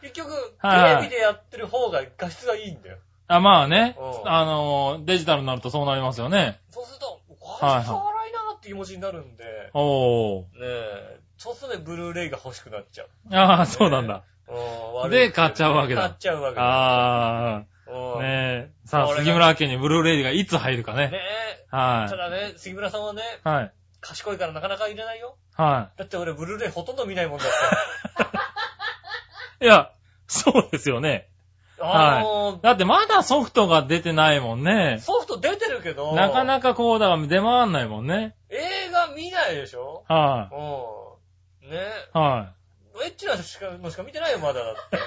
Speaker 2: 結局、テ
Speaker 3: は
Speaker 2: レ
Speaker 3: い
Speaker 2: ビでやってる方が画質がいいんだよ。
Speaker 3: あ、まあね
Speaker 2: う。ん
Speaker 3: あのー、デジタルになるとそうなりますよね。
Speaker 2: そうすると、
Speaker 3: いはい
Speaker 2: 画質荒いなって気持ちになるんで、
Speaker 3: おー。
Speaker 2: ねえ、そうするとね、ブルーレイが欲しくなっちゃう。
Speaker 3: あー、そうなんだ。
Speaker 2: うん悪い
Speaker 3: で買っちゃうわけだ
Speaker 2: 買っちゃうわけだ。
Speaker 3: あ
Speaker 2: う
Speaker 3: ー。
Speaker 2: ん
Speaker 3: ねえ。さあ、
Speaker 2: 俺が
Speaker 3: 杉村家にブルーレイがいつ入るかね。
Speaker 2: ねえ、た
Speaker 3: は
Speaker 2: だね、杉村さんはね、
Speaker 3: い。はい。
Speaker 2: 賢いからなかなか入れないよ。
Speaker 3: は
Speaker 2: だって俺、ブルーレイほとんど見ないもんだって。
Speaker 3: い。いや、そうですよね。
Speaker 2: あの
Speaker 3: だってまだソフトが出てないもん
Speaker 2: ー、
Speaker 3: ね。
Speaker 2: ソフト出てるけど、
Speaker 3: なかなかこう、だから出回んないもんね。
Speaker 2: 映画見ないでしょ
Speaker 3: は
Speaker 2: うん。ね
Speaker 3: い。は
Speaker 2: エッチなのしかのしか見てないよ、まだだって。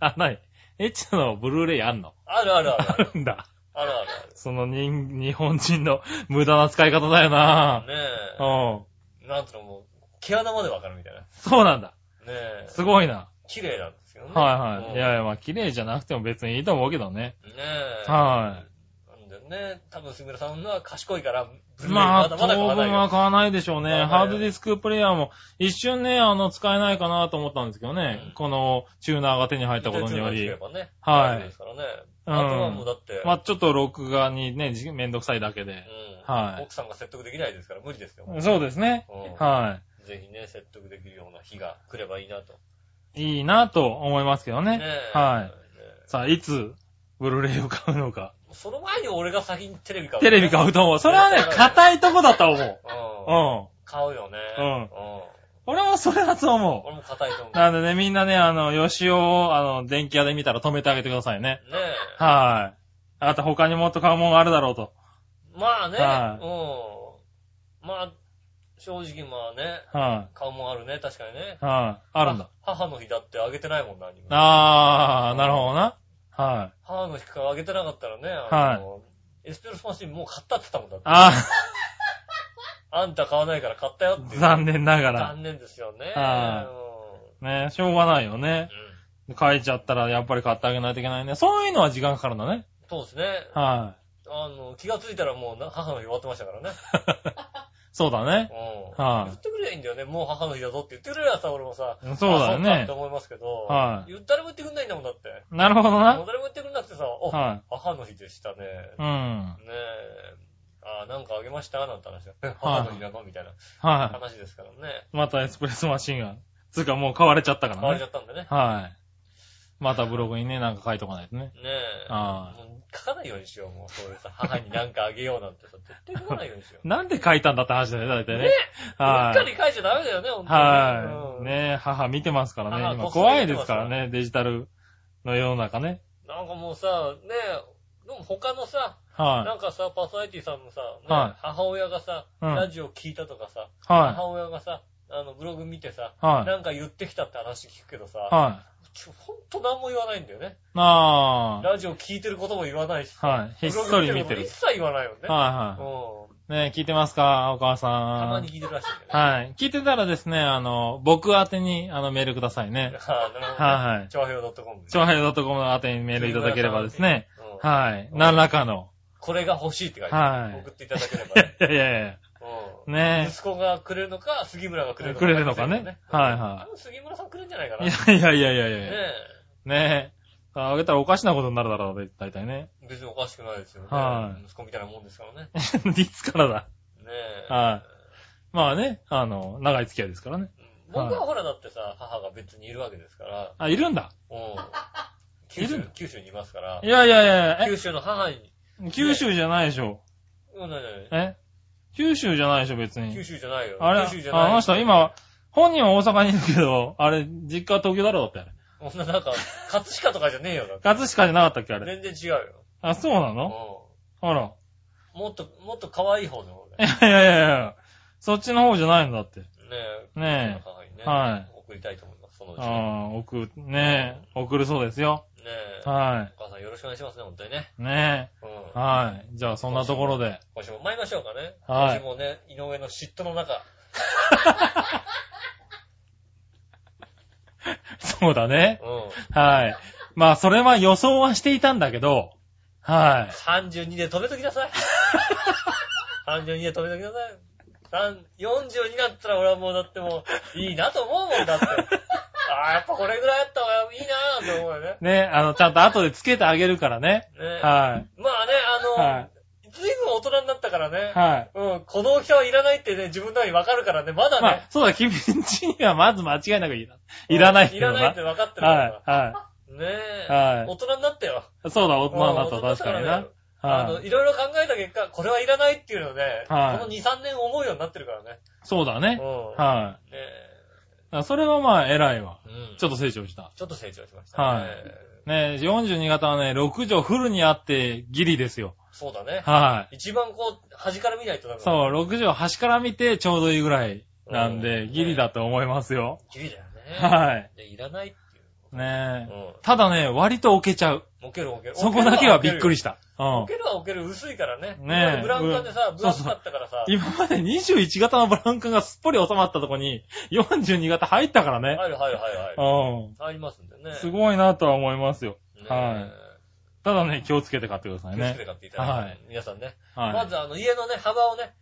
Speaker 3: あ、ない。エッチなのブルーレイあんの
Speaker 2: あるあるあ
Speaker 3: あ
Speaker 2: る。
Speaker 3: るんだ。
Speaker 2: あるある
Speaker 3: その人、日本人の無駄な使い方だよ
Speaker 2: あ
Speaker 3: な
Speaker 2: る。ね
Speaker 3: うん。
Speaker 2: え。なんつうのもう、毛穴までわかるみたいな。ね
Speaker 3: そうなんだ。
Speaker 2: え。
Speaker 3: すごいな。
Speaker 2: 綺麗なんですけどね。
Speaker 3: はいは
Speaker 2: う
Speaker 3: い。
Speaker 2: ん
Speaker 3: いやいや、まあ綺麗じゃなくても別にいいと思うけどね。
Speaker 2: ねえ。。
Speaker 3: はい
Speaker 2: なんだよね。多分、杉村さんのは賢いから、ブルーレイ
Speaker 3: まあ、
Speaker 2: まだまだ
Speaker 3: 当
Speaker 2: 買わない
Speaker 3: 分は
Speaker 2: よ。
Speaker 3: 買わないでしょう
Speaker 2: 買わな
Speaker 3: ね。
Speaker 2: い
Speaker 3: ハードディスクプレイヤーも一瞬ね、あの、使えないかなと思ったんですけど
Speaker 2: う
Speaker 3: ね
Speaker 2: ん。
Speaker 3: このチューナーが手に入ったことによ
Speaker 2: 一
Speaker 3: り
Speaker 2: 応。一応ね
Speaker 3: はい
Speaker 2: 大丈夫ですからね。
Speaker 3: うん
Speaker 2: あとはもうだって、
Speaker 3: まあちょっと録画にね、じめんどくさいだけで。
Speaker 2: うん
Speaker 3: はい
Speaker 2: 奥さんが説得できないですから無理ですよ。
Speaker 3: そうですね。
Speaker 2: うん
Speaker 3: は
Speaker 2: ぜひね、説得できるような日が来ればいいなと。
Speaker 3: い。いいなと思いますけどね。
Speaker 2: え
Speaker 3: はい。
Speaker 2: ねえ
Speaker 3: さあ、いつ、ブルーレイを買うのか。
Speaker 2: その前に俺が先にテレビ買う、
Speaker 3: テレビ買うと思う。それはね、硬いとこだと思う。
Speaker 2: うん。
Speaker 3: うん。
Speaker 2: 買うよね。
Speaker 3: うん
Speaker 2: うん。
Speaker 3: 俺もそれだと思
Speaker 2: 俺も硬いと思
Speaker 3: う。
Speaker 2: う。ね
Speaker 3: なんでね、みんなね、あの、吉尾を、あの、電気屋で見たら止めてあげてくださいね。
Speaker 2: え。
Speaker 3: はい。あと他にもっと買うもんがあるだろうと。
Speaker 2: まあね、
Speaker 3: は
Speaker 2: うん。まあ、正直まあね、
Speaker 3: は
Speaker 2: 買うもんあるね、確かにね。
Speaker 3: い。はい。あるんだ。
Speaker 2: 母の日だってあげてないもんな、何も
Speaker 3: あー、なるほどな。はい。
Speaker 2: 母の日からあげてなかったらね、あの、エスプレッソマシンもう買ったって言ったもんだって。
Speaker 3: あ
Speaker 2: あんた買わないから買ったよってい
Speaker 3: ー、
Speaker 2: う。
Speaker 3: 残念ながら。
Speaker 2: 残念ですよね。
Speaker 3: はいね、しょうがないよね
Speaker 2: うん。。うん
Speaker 3: 書いちゃったらやっぱり買ってあげないといけないね。そういうのは時間かかるんだね。
Speaker 2: そうですね。
Speaker 3: は
Speaker 2: あの、気がついたらもうな母の日終わってましたからね。
Speaker 3: い。そうだね。
Speaker 2: うん。
Speaker 3: はい
Speaker 2: 言ってくれりゃいいんだよね。もう母の日だぞって言ってくれりゃさ、俺もさ。
Speaker 3: そうだよ
Speaker 2: あかっ
Speaker 3: ね
Speaker 2: て。思いますけど。
Speaker 3: はい
Speaker 2: 言ったらも言ってくんないんだもんだって。
Speaker 3: なるほど
Speaker 2: もう
Speaker 3: な。
Speaker 2: 誰も言ってくんなくてさ、お、
Speaker 3: は
Speaker 2: 母の日でしたね。ね
Speaker 3: い。うん。
Speaker 2: え。あなんかあげましたなんて話だ。
Speaker 3: はい
Speaker 2: 母の日なのみたいな
Speaker 3: は
Speaker 2: 話ですからね。
Speaker 3: い。またエスプレッソマシンが。つうかもう買われちゃったか
Speaker 2: 変われ
Speaker 3: ら
Speaker 2: ちゃ
Speaker 3: ね。
Speaker 2: ったんでね。
Speaker 3: はい。またブログにね、なんか書いとかないとね。
Speaker 2: ねえ。
Speaker 3: あ
Speaker 2: もう書かないようにしよう、もう。そういうさ、母に何かあげようなんてさ、絶対書かないようにしよう。
Speaker 3: なんで書いたんだって話だよね、だいたいね。
Speaker 2: う
Speaker 3: は
Speaker 2: っ
Speaker 3: い
Speaker 2: か。り書いちゃダメだよね、ほんとに。
Speaker 3: はい。
Speaker 2: うん
Speaker 3: ね母見てますからね。
Speaker 2: 母
Speaker 3: 今
Speaker 2: こっそり
Speaker 3: 怖いですからね、デジタルの世の中ね。
Speaker 2: なんかもうさ、ねえ、でも他のさ、
Speaker 3: は
Speaker 2: なんかさ、パーソナリティさんもさ、ね
Speaker 3: はい
Speaker 2: 母親がさ、
Speaker 3: うん
Speaker 2: ラジオ聞いたとかさ、
Speaker 3: い。は
Speaker 2: 母親がさ、あの、ブログ見てさ、
Speaker 3: い。はい。
Speaker 2: なんか言ってきたって話聞くけどさ、
Speaker 3: はい。
Speaker 2: ちょほんと何も言わないんだよね。
Speaker 3: なあ
Speaker 2: ラジオ聞いてることも言わないし、
Speaker 3: ー。はい。ひっそり見
Speaker 2: ブ
Speaker 3: て
Speaker 2: ログ
Speaker 3: る
Speaker 2: 一。切言わないよね。う
Speaker 3: はい
Speaker 2: ん
Speaker 3: はい。ね聞いてますかお母さん。
Speaker 2: たまに聞いてるらしいんだよね。
Speaker 3: はい。聞いてたらですね、あの、僕宛てに、あの、メールくださいね。
Speaker 2: ああ、なるほど、ね。
Speaker 3: はいはい
Speaker 2: 長平を .com で。
Speaker 3: 超平洋 .com の宛てにメールいただければですね。
Speaker 2: うん
Speaker 3: はい。
Speaker 2: うん
Speaker 3: 何らかの。
Speaker 2: これが欲しいって書いて、
Speaker 3: はい
Speaker 2: 送っていただければ
Speaker 3: い
Speaker 2: ね、
Speaker 3: やいやいや。
Speaker 2: うん
Speaker 3: ね
Speaker 2: 息子がくれるのか、杉村がくれるのか。。
Speaker 3: くれるのかねはいはい
Speaker 2: 多分杉村さんくれるんじゃないかな。ね
Speaker 3: いやいやいやいやいや。
Speaker 2: え。
Speaker 3: ねえ。あげたらおかしなことになるだろうね、大体ね。
Speaker 2: 別におかしくないですよね。
Speaker 3: はい
Speaker 2: 息子みたいなもんですからね。
Speaker 3: いつからだ。
Speaker 2: ねえ。
Speaker 3: はい。まあね、あの、長い付き合いですからね。
Speaker 2: うん僕はほらだってさ、母が別にいるわけですから、
Speaker 3: あ、いるんだ。
Speaker 2: うん九
Speaker 3: い
Speaker 2: 州
Speaker 3: る、
Speaker 2: 九州にいますから
Speaker 3: い、やいやいやいや
Speaker 2: 九州の母に、
Speaker 3: え、九州じゃないでしょ。
Speaker 2: うん何々
Speaker 3: え九州じゃないでしょ、別
Speaker 2: 九
Speaker 3: に。
Speaker 2: 州じゃないよ。
Speaker 3: あれ、
Speaker 2: 九州じゃない
Speaker 3: あの人、 今、本人は大阪にいるけど、あれ、実家は東京だろ、だってあれ。
Speaker 2: そんななんか、葛飾とかじゃねえよ。だって
Speaker 3: 葛飾じゃなかったっけ、あれ。
Speaker 2: 全然違うよ。
Speaker 3: あ、そうな
Speaker 2: うん
Speaker 3: のあら。
Speaker 2: もっと、もっと可愛い方の方ね。
Speaker 3: いやいやいやいやそっちの方じゃないんだって。
Speaker 2: ねえ。
Speaker 3: ねえ
Speaker 2: 母にね。
Speaker 3: は
Speaker 2: 送りたいと思います、そのうちね。
Speaker 3: ああ、送、ねえ、送るそうですよ。
Speaker 2: ねえ。
Speaker 3: は
Speaker 2: お母さんよろしくお願いしますね、本当にね。
Speaker 3: い。ね
Speaker 2: うん。
Speaker 3: え、はい。じゃあ、そんなところで。
Speaker 2: 今週も参りましょうかね。
Speaker 3: はい
Speaker 2: 今週もね、井上の嫉妬の中。
Speaker 3: そうだね。
Speaker 2: うん。
Speaker 3: はい。まあ、それは予想はしていたんだけど、は
Speaker 2: 32で止めときなさい。32で止めときなさい。三40になったら俺はもうだってもう、いいなと思うもんだって。ああ、やっぱこれぐらいやった方がいいなぁと思うよね。
Speaker 3: い。ね、あの、ちゃんと後でつけてあげるからね。
Speaker 2: ね
Speaker 3: は
Speaker 2: まあね、
Speaker 3: い。
Speaker 2: あ
Speaker 3: は
Speaker 2: の、ずいぶん大人になったから
Speaker 3: い。
Speaker 2: ね。
Speaker 3: はい。
Speaker 2: うん、この大きさはいらないってね、自分の中にわかるからね、まだ
Speaker 3: ま
Speaker 2: ね
Speaker 3: あ。、そうだ、君んちにはまず間違いなくいらいらない
Speaker 2: うん
Speaker 3: け
Speaker 2: い
Speaker 3: ど
Speaker 2: ら
Speaker 3: な。
Speaker 2: ないって分かってるか
Speaker 3: はい。は
Speaker 2: ら。ねえ。
Speaker 3: はい
Speaker 2: 大人になったよ。
Speaker 3: い。そうだ、大人になっ
Speaker 2: うん
Speaker 3: た、確かにな。。
Speaker 2: あの、
Speaker 3: はい。
Speaker 2: いろいろ考えた結果、これはいらないっていうので、
Speaker 3: はい
Speaker 2: この2、3年思うようになってるからね。
Speaker 3: そうだ
Speaker 2: うん
Speaker 3: ね。。は
Speaker 2: ねえ
Speaker 3: い。それはまあ、偉いわ。
Speaker 2: うん
Speaker 3: ちょっと成長した。
Speaker 2: ちょっと成長しましたね。
Speaker 3: はいね、42型はね、6畳フルにあってギリですよ。
Speaker 2: そうだね。
Speaker 3: は
Speaker 2: 一番こう、端から見ないとダメだ
Speaker 3: い。そう、6畳端から見てちょうどいいぐらいなん
Speaker 2: う
Speaker 3: で、
Speaker 2: ん
Speaker 3: ギリだと思いますよ。
Speaker 2: きりだよね。ね。
Speaker 3: はい。
Speaker 2: で、いらないっていう。う
Speaker 3: ねえ。
Speaker 2: ん。
Speaker 3: ただね、割と置けちゃう。
Speaker 2: 置ける置ける。
Speaker 3: そこだけはびっくり
Speaker 2: し
Speaker 3: した。
Speaker 2: た。
Speaker 3: うん
Speaker 2: 置。けるは置ける、薄いからね。
Speaker 3: ねえ
Speaker 2: ブラウン管でさ、
Speaker 3: うん
Speaker 2: 分厚かったからさ、
Speaker 3: 今まで21型のブランカがすっぽり収まったとこに、42型入ったからね。
Speaker 2: 入る入る入る入る。
Speaker 3: う
Speaker 2: 入りますんでね。
Speaker 3: ん。す
Speaker 2: い。
Speaker 3: ごいなとは思いますよ。
Speaker 2: ね
Speaker 3: はいただね、気をつけて買ってくださ
Speaker 2: え。
Speaker 3: い
Speaker 2: 気をつけ
Speaker 3: ね
Speaker 2: て。買っていただいて、皆さんね。ま
Speaker 3: は
Speaker 2: ずあの、家のね、幅をね、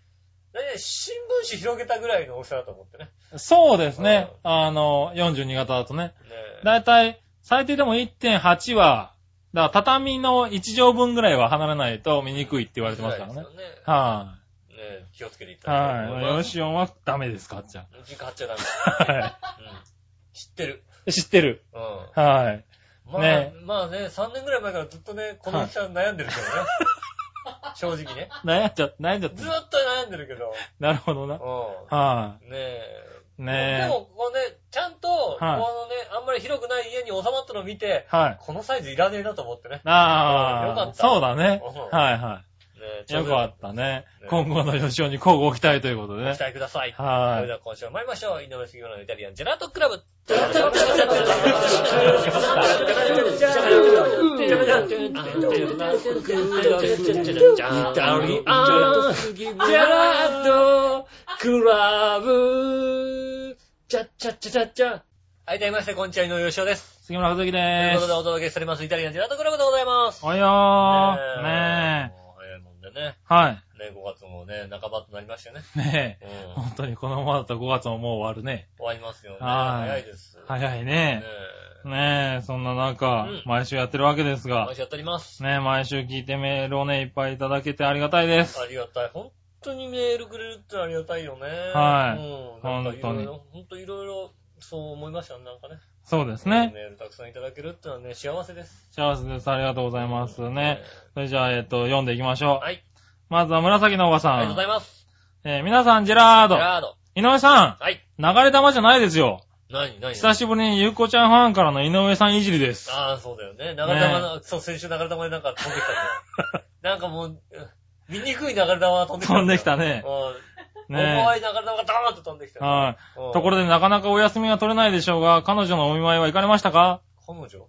Speaker 2: 大体新聞紙広げたぐらいの大きさだと思ってね。
Speaker 3: い。そうですね。あの、42型だとね。
Speaker 2: ねえ
Speaker 3: だいたい、最低でも1.8は、だから畳の1畳分ぐらいは離れないと見にくいって言われてますからね。
Speaker 2: 見づ
Speaker 3: はい
Speaker 2: らいですよ、ねえ気をつけていただきたいと思
Speaker 3: はいい。
Speaker 2: ます。
Speaker 3: ヨシオンはダメです、買っちゃ
Speaker 2: うち買っちゃダメ。
Speaker 3: う。は
Speaker 2: うん 知ってる。
Speaker 3: い。知ってる。
Speaker 2: うん。
Speaker 3: はい。
Speaker 2: まあ、
Speaker 3: ね
Speaker 2: まあね、3年ぐらい前からずっとね、この人は悩んでるけどね。 正直ね。
Speaker 3: 悩んじゃ、悩んじゃっ
Speaker 2: ず
Speaker 3: た。
Speaker 2: ーっと悩んでるけど。
Speaker 3: なるほどな。
Speaker 2: う
Speaker 3: は
Speaker 2: ん。ねえ。
Speaker 3: い。ね
Speaker 2: で
Speaker 3: え。
Speaker 2: も、こうね、ちゃんと、このね、あんまり広くない家に収まったのを見て、
Speaker 3: はい。
Speaker 2: このサイズいらねえなと思ってね。
Speaker 3: ああ、
Speaker 2: よかった
Speaker 3: そうだね。
Speaker 2: うん
Speaker 3: はいは
Speaker 2: ね
Speaker 3: い。よかっ
Speaker 2: った
Speaker 3: ね。
Speaker 2: ね
Speaker 3: 今後の吉尾に交互期待ということで
Speaker 2: ご
Speaker 3: ね
Speaker 2: 期。待ください。
Speaker 3: はい
Speaker 2: それでは今週も参りましょう。井上杉村のイタリアンジェラートクラブ。はい、どうもみなさん、こんにちは、井上芳雄です。
Speaker 3: 杉村和樹で
Speaker 2: という
Speaker 3: ー。
Speaker 2: ことですお届けしております、イタリアンジェラートクラブでございます。
Speaker 3: およー。
Speaker 2: ねえ
Speaker 3: ね
Speaker 2: もう早いもんでね。
Speaker 3: え。は
Speaker 2: ね、5月もね、半ばとなりましたよね。
Speaker 3: い。ねえ。
Speaker 2: うん。
Speaker 3: 本当にこのままだと5月ももう終わるね。
Speaker 2: 終わりますよね。
Speaker 3: はい
Speaker 2: 早いです。
Speaker 3: 早い
Speaker 2: ね
Speaker 3: ね。
Speaker 2: え
Speaker 3: ねえ、そんな中
Speaker 2: うん、
Speaker 3: 毎週やってるわけですが
Speaker 2: 毎、週やっております。
Speaker 3: ねえ、毎週聞いてメールをね、いっぱいいただけてありがたいです。
Speaker 2: ありがたい。本当にメールくれるってありがたいよね。
Speaker 3: はい
Speaker 2: うん。なんかいろい
Speaker 3: 本当に
Speaker 2: ろ、本当いろいろ、そう思いましたね、なんかね。
Speaker 3: そうですね。
Speaker 2: メールたくさんいただけるってのはね、幸せです。
Speaker 3: 幸せです。ありがとうございますね。それじゃあ、えっと、読んでいきましょう。
Speaker 2: はい。
Speaker 3: まずは紫のおばさ
Speaker 2: ありがとうござ
Speaker 3: ん。
Speaker 2: います。
Speaker 3: えー皆さん、ジェラー
Speaker 2: ジ
Speaker 3: ド
Speaker 2: ェ。ラード。
Speaker 3: 井上さん
Speaker 2: はい。
Speaker 3: 流れ玉じゃないですよ。
Speaker 2: 何何
Speaker 3: 久しぶりにゆうこちゃんファンからの井上さんいじりです。
Speaker 2: ああ、そうだよね。流れ玉な、そう、先週流れ玉でなんか飛んできたんだよ なんかもう、見にくい流れ玉が飛んできた。
Speaker 3: 飛んできたね。
Speaker 2: うん。
Speaker 3: ね
Speaker 2: 重い流れ玉がダーンと飛んできたよ。
Speaker 3: はい。
Speaker 2: うん
Speaker 3: ところでなかなかお休みが取れないでしょうが、彼女のお見舞いは行かれましたか
Speaker 2: 彼女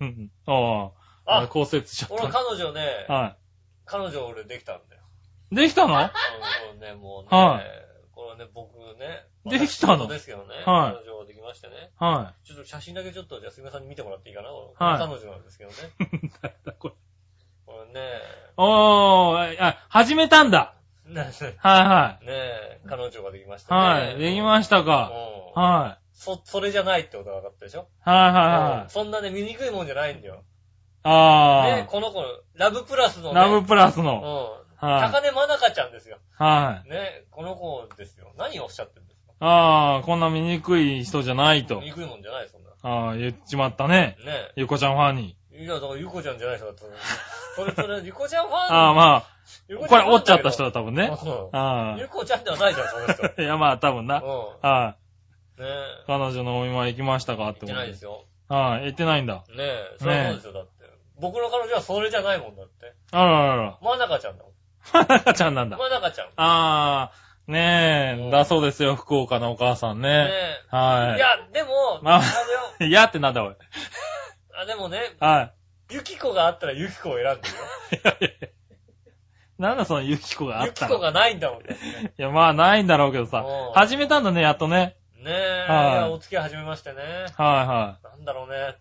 Speaker 3: うん。ああ。あ、
Speaker 2: あ、
Speaker 3: 骨折しちゃっ
Speaker 2: 俺彼女ね
Speaker 3: た。、は
Speaker 2: 彼女俺できたんだよ。
Speaker 3: い。できたのはい。
Speaker 2: うんね、もう
Speaker 3: は
Speaker 2: ね、これね、僕ね、
Speaker 3: できたの
Speaker 2: 私事ですけどね、
Speaker 3: はい
Speaker 2: 彼女できましてね。
Speaker 3: は
Speaker 2: ちょっと写真だけちょっと、じゃあ杉村さんに見てもらっていいかなこ
Speaker 3: はい
Speaker 2: れ彼女なんですけどね。
Speaker 3: い。これ
Speaker 2: これね、
Speaker 3: おー、あ、始めたんだ。
Speaker 2: なんせね
Speaker 3: はいは
Speaker 2: え、彼女ができまし
Speaker 3: い。
Speaker 2: たね。
Speaker 3: はい。できました
Speaker 2: た
Speaker 3: か。は
Speaker 2: そ、それじゃないってことが分かったでしょ
Speaker 3: い。はいはいは
Speaker 2: うん
Speaker 3: い。
Speaker 2: そんなね、醜いもんじゃないんだよ。ね
Speaker 3: あ
Speaker 2: この子、ラブプラスの
Speaker 3: あ。
Speaker 2: ね、
Speaker 3: ラブプラス
Speaker 2: うん
Speaker 3: の。。は
Speaker 2: 高根まなかちゃんですよ。
Speaker 3: い。はい。
Speaker 2: ね、この子ですよ。何をおっしゃってるんですか
Speaker 3: ああ、こんな醜い人じゃないと。
Speaker 2: 憎いもんじゃない、そんな。
Speaker 3: ああ、言っちまったね。
Speaker 2: ね
Speaker 3: ゆうこちゃんファンに。
Speaker 2: え。いや、だから、ゆこちゃんじゃない人だ ったのそれ、それ、ゆこちゃんファン
Speaker 3: ああ、ま
Speaker 2: ゆ
Speaker 3: あ、
Speaker 2: こ
Speaker 3: こ
Speaker 2: ゃ
Speaker 3: れ
Speaker 2: んフ
Speaker 3: 折
Speaker 2: ァン
Speaker 3: っちゃ
Speaker 2: だけ
Speaker 3: った
Speaker 2: ど
Speaker 3: 人だ、多分ね。
Speaker 2: う
Speaker 3: あ
Speaker 2: ん。ゆこちゃんではないじゃん、その人。
Speaker 3: あ。いや、まあ、多分な。
Speaker 2: う
Speaker 3: ああ。
Speaker 2: ん。ねえ。
Speaker 3: 彼女のお見舞い行きましたかって
Speaker 2: 言っ
Speaker 3: こと
Speaker 2: てないですよ。
Speaker 3: ああ、行ってないんだ。
Speaker 2: ねえ。それはそうですよ、だって。僕の彼女はそれじゃないもんだって。
Speaker 3: あららら
Speaker 2: まなかちゃんだもん。
Speaker 3: ら。なかちゃんなんだ。
Speaker 2: まなかちゃん。ね
Speaker 3: ああ、ね
Speaker 2: うん
Speaker 3: え、だそうですよ、福岡のお母さんね。
Speaker 2: え。
Speaker 3: はいい。
Speaker 2: や、でも、
Speaker 3: ま
Speaker 2: あ
Speaker 3: あ
Speaker 2: れよ。
Speaker 3: いやってなんだ、おい。
Speaker 2: あ、でもね、
Speaker 3: は
Speaker 2: ゆきこがあったらゆきこを選んでるよ。
Speaker 3: いいやいや いや。なんだそのゆきこがあ
Speaker 2: ゆ
Speaker 3: っ
Speaker 2: き
Speaker 3: た
Speaker 2: こ
Speaker 3: のい
Speaker 2: がないんだもんね。ね
Speaker 3: や、まあ、ないんだろうけどさ
Speaker 2: うん。
Speaker 3: 始めたんだね、やっとね。
Speaker 2: え。いやお付き合い始めましてね。
Speaker 3: はいは
Speaker 2: なんだろうね。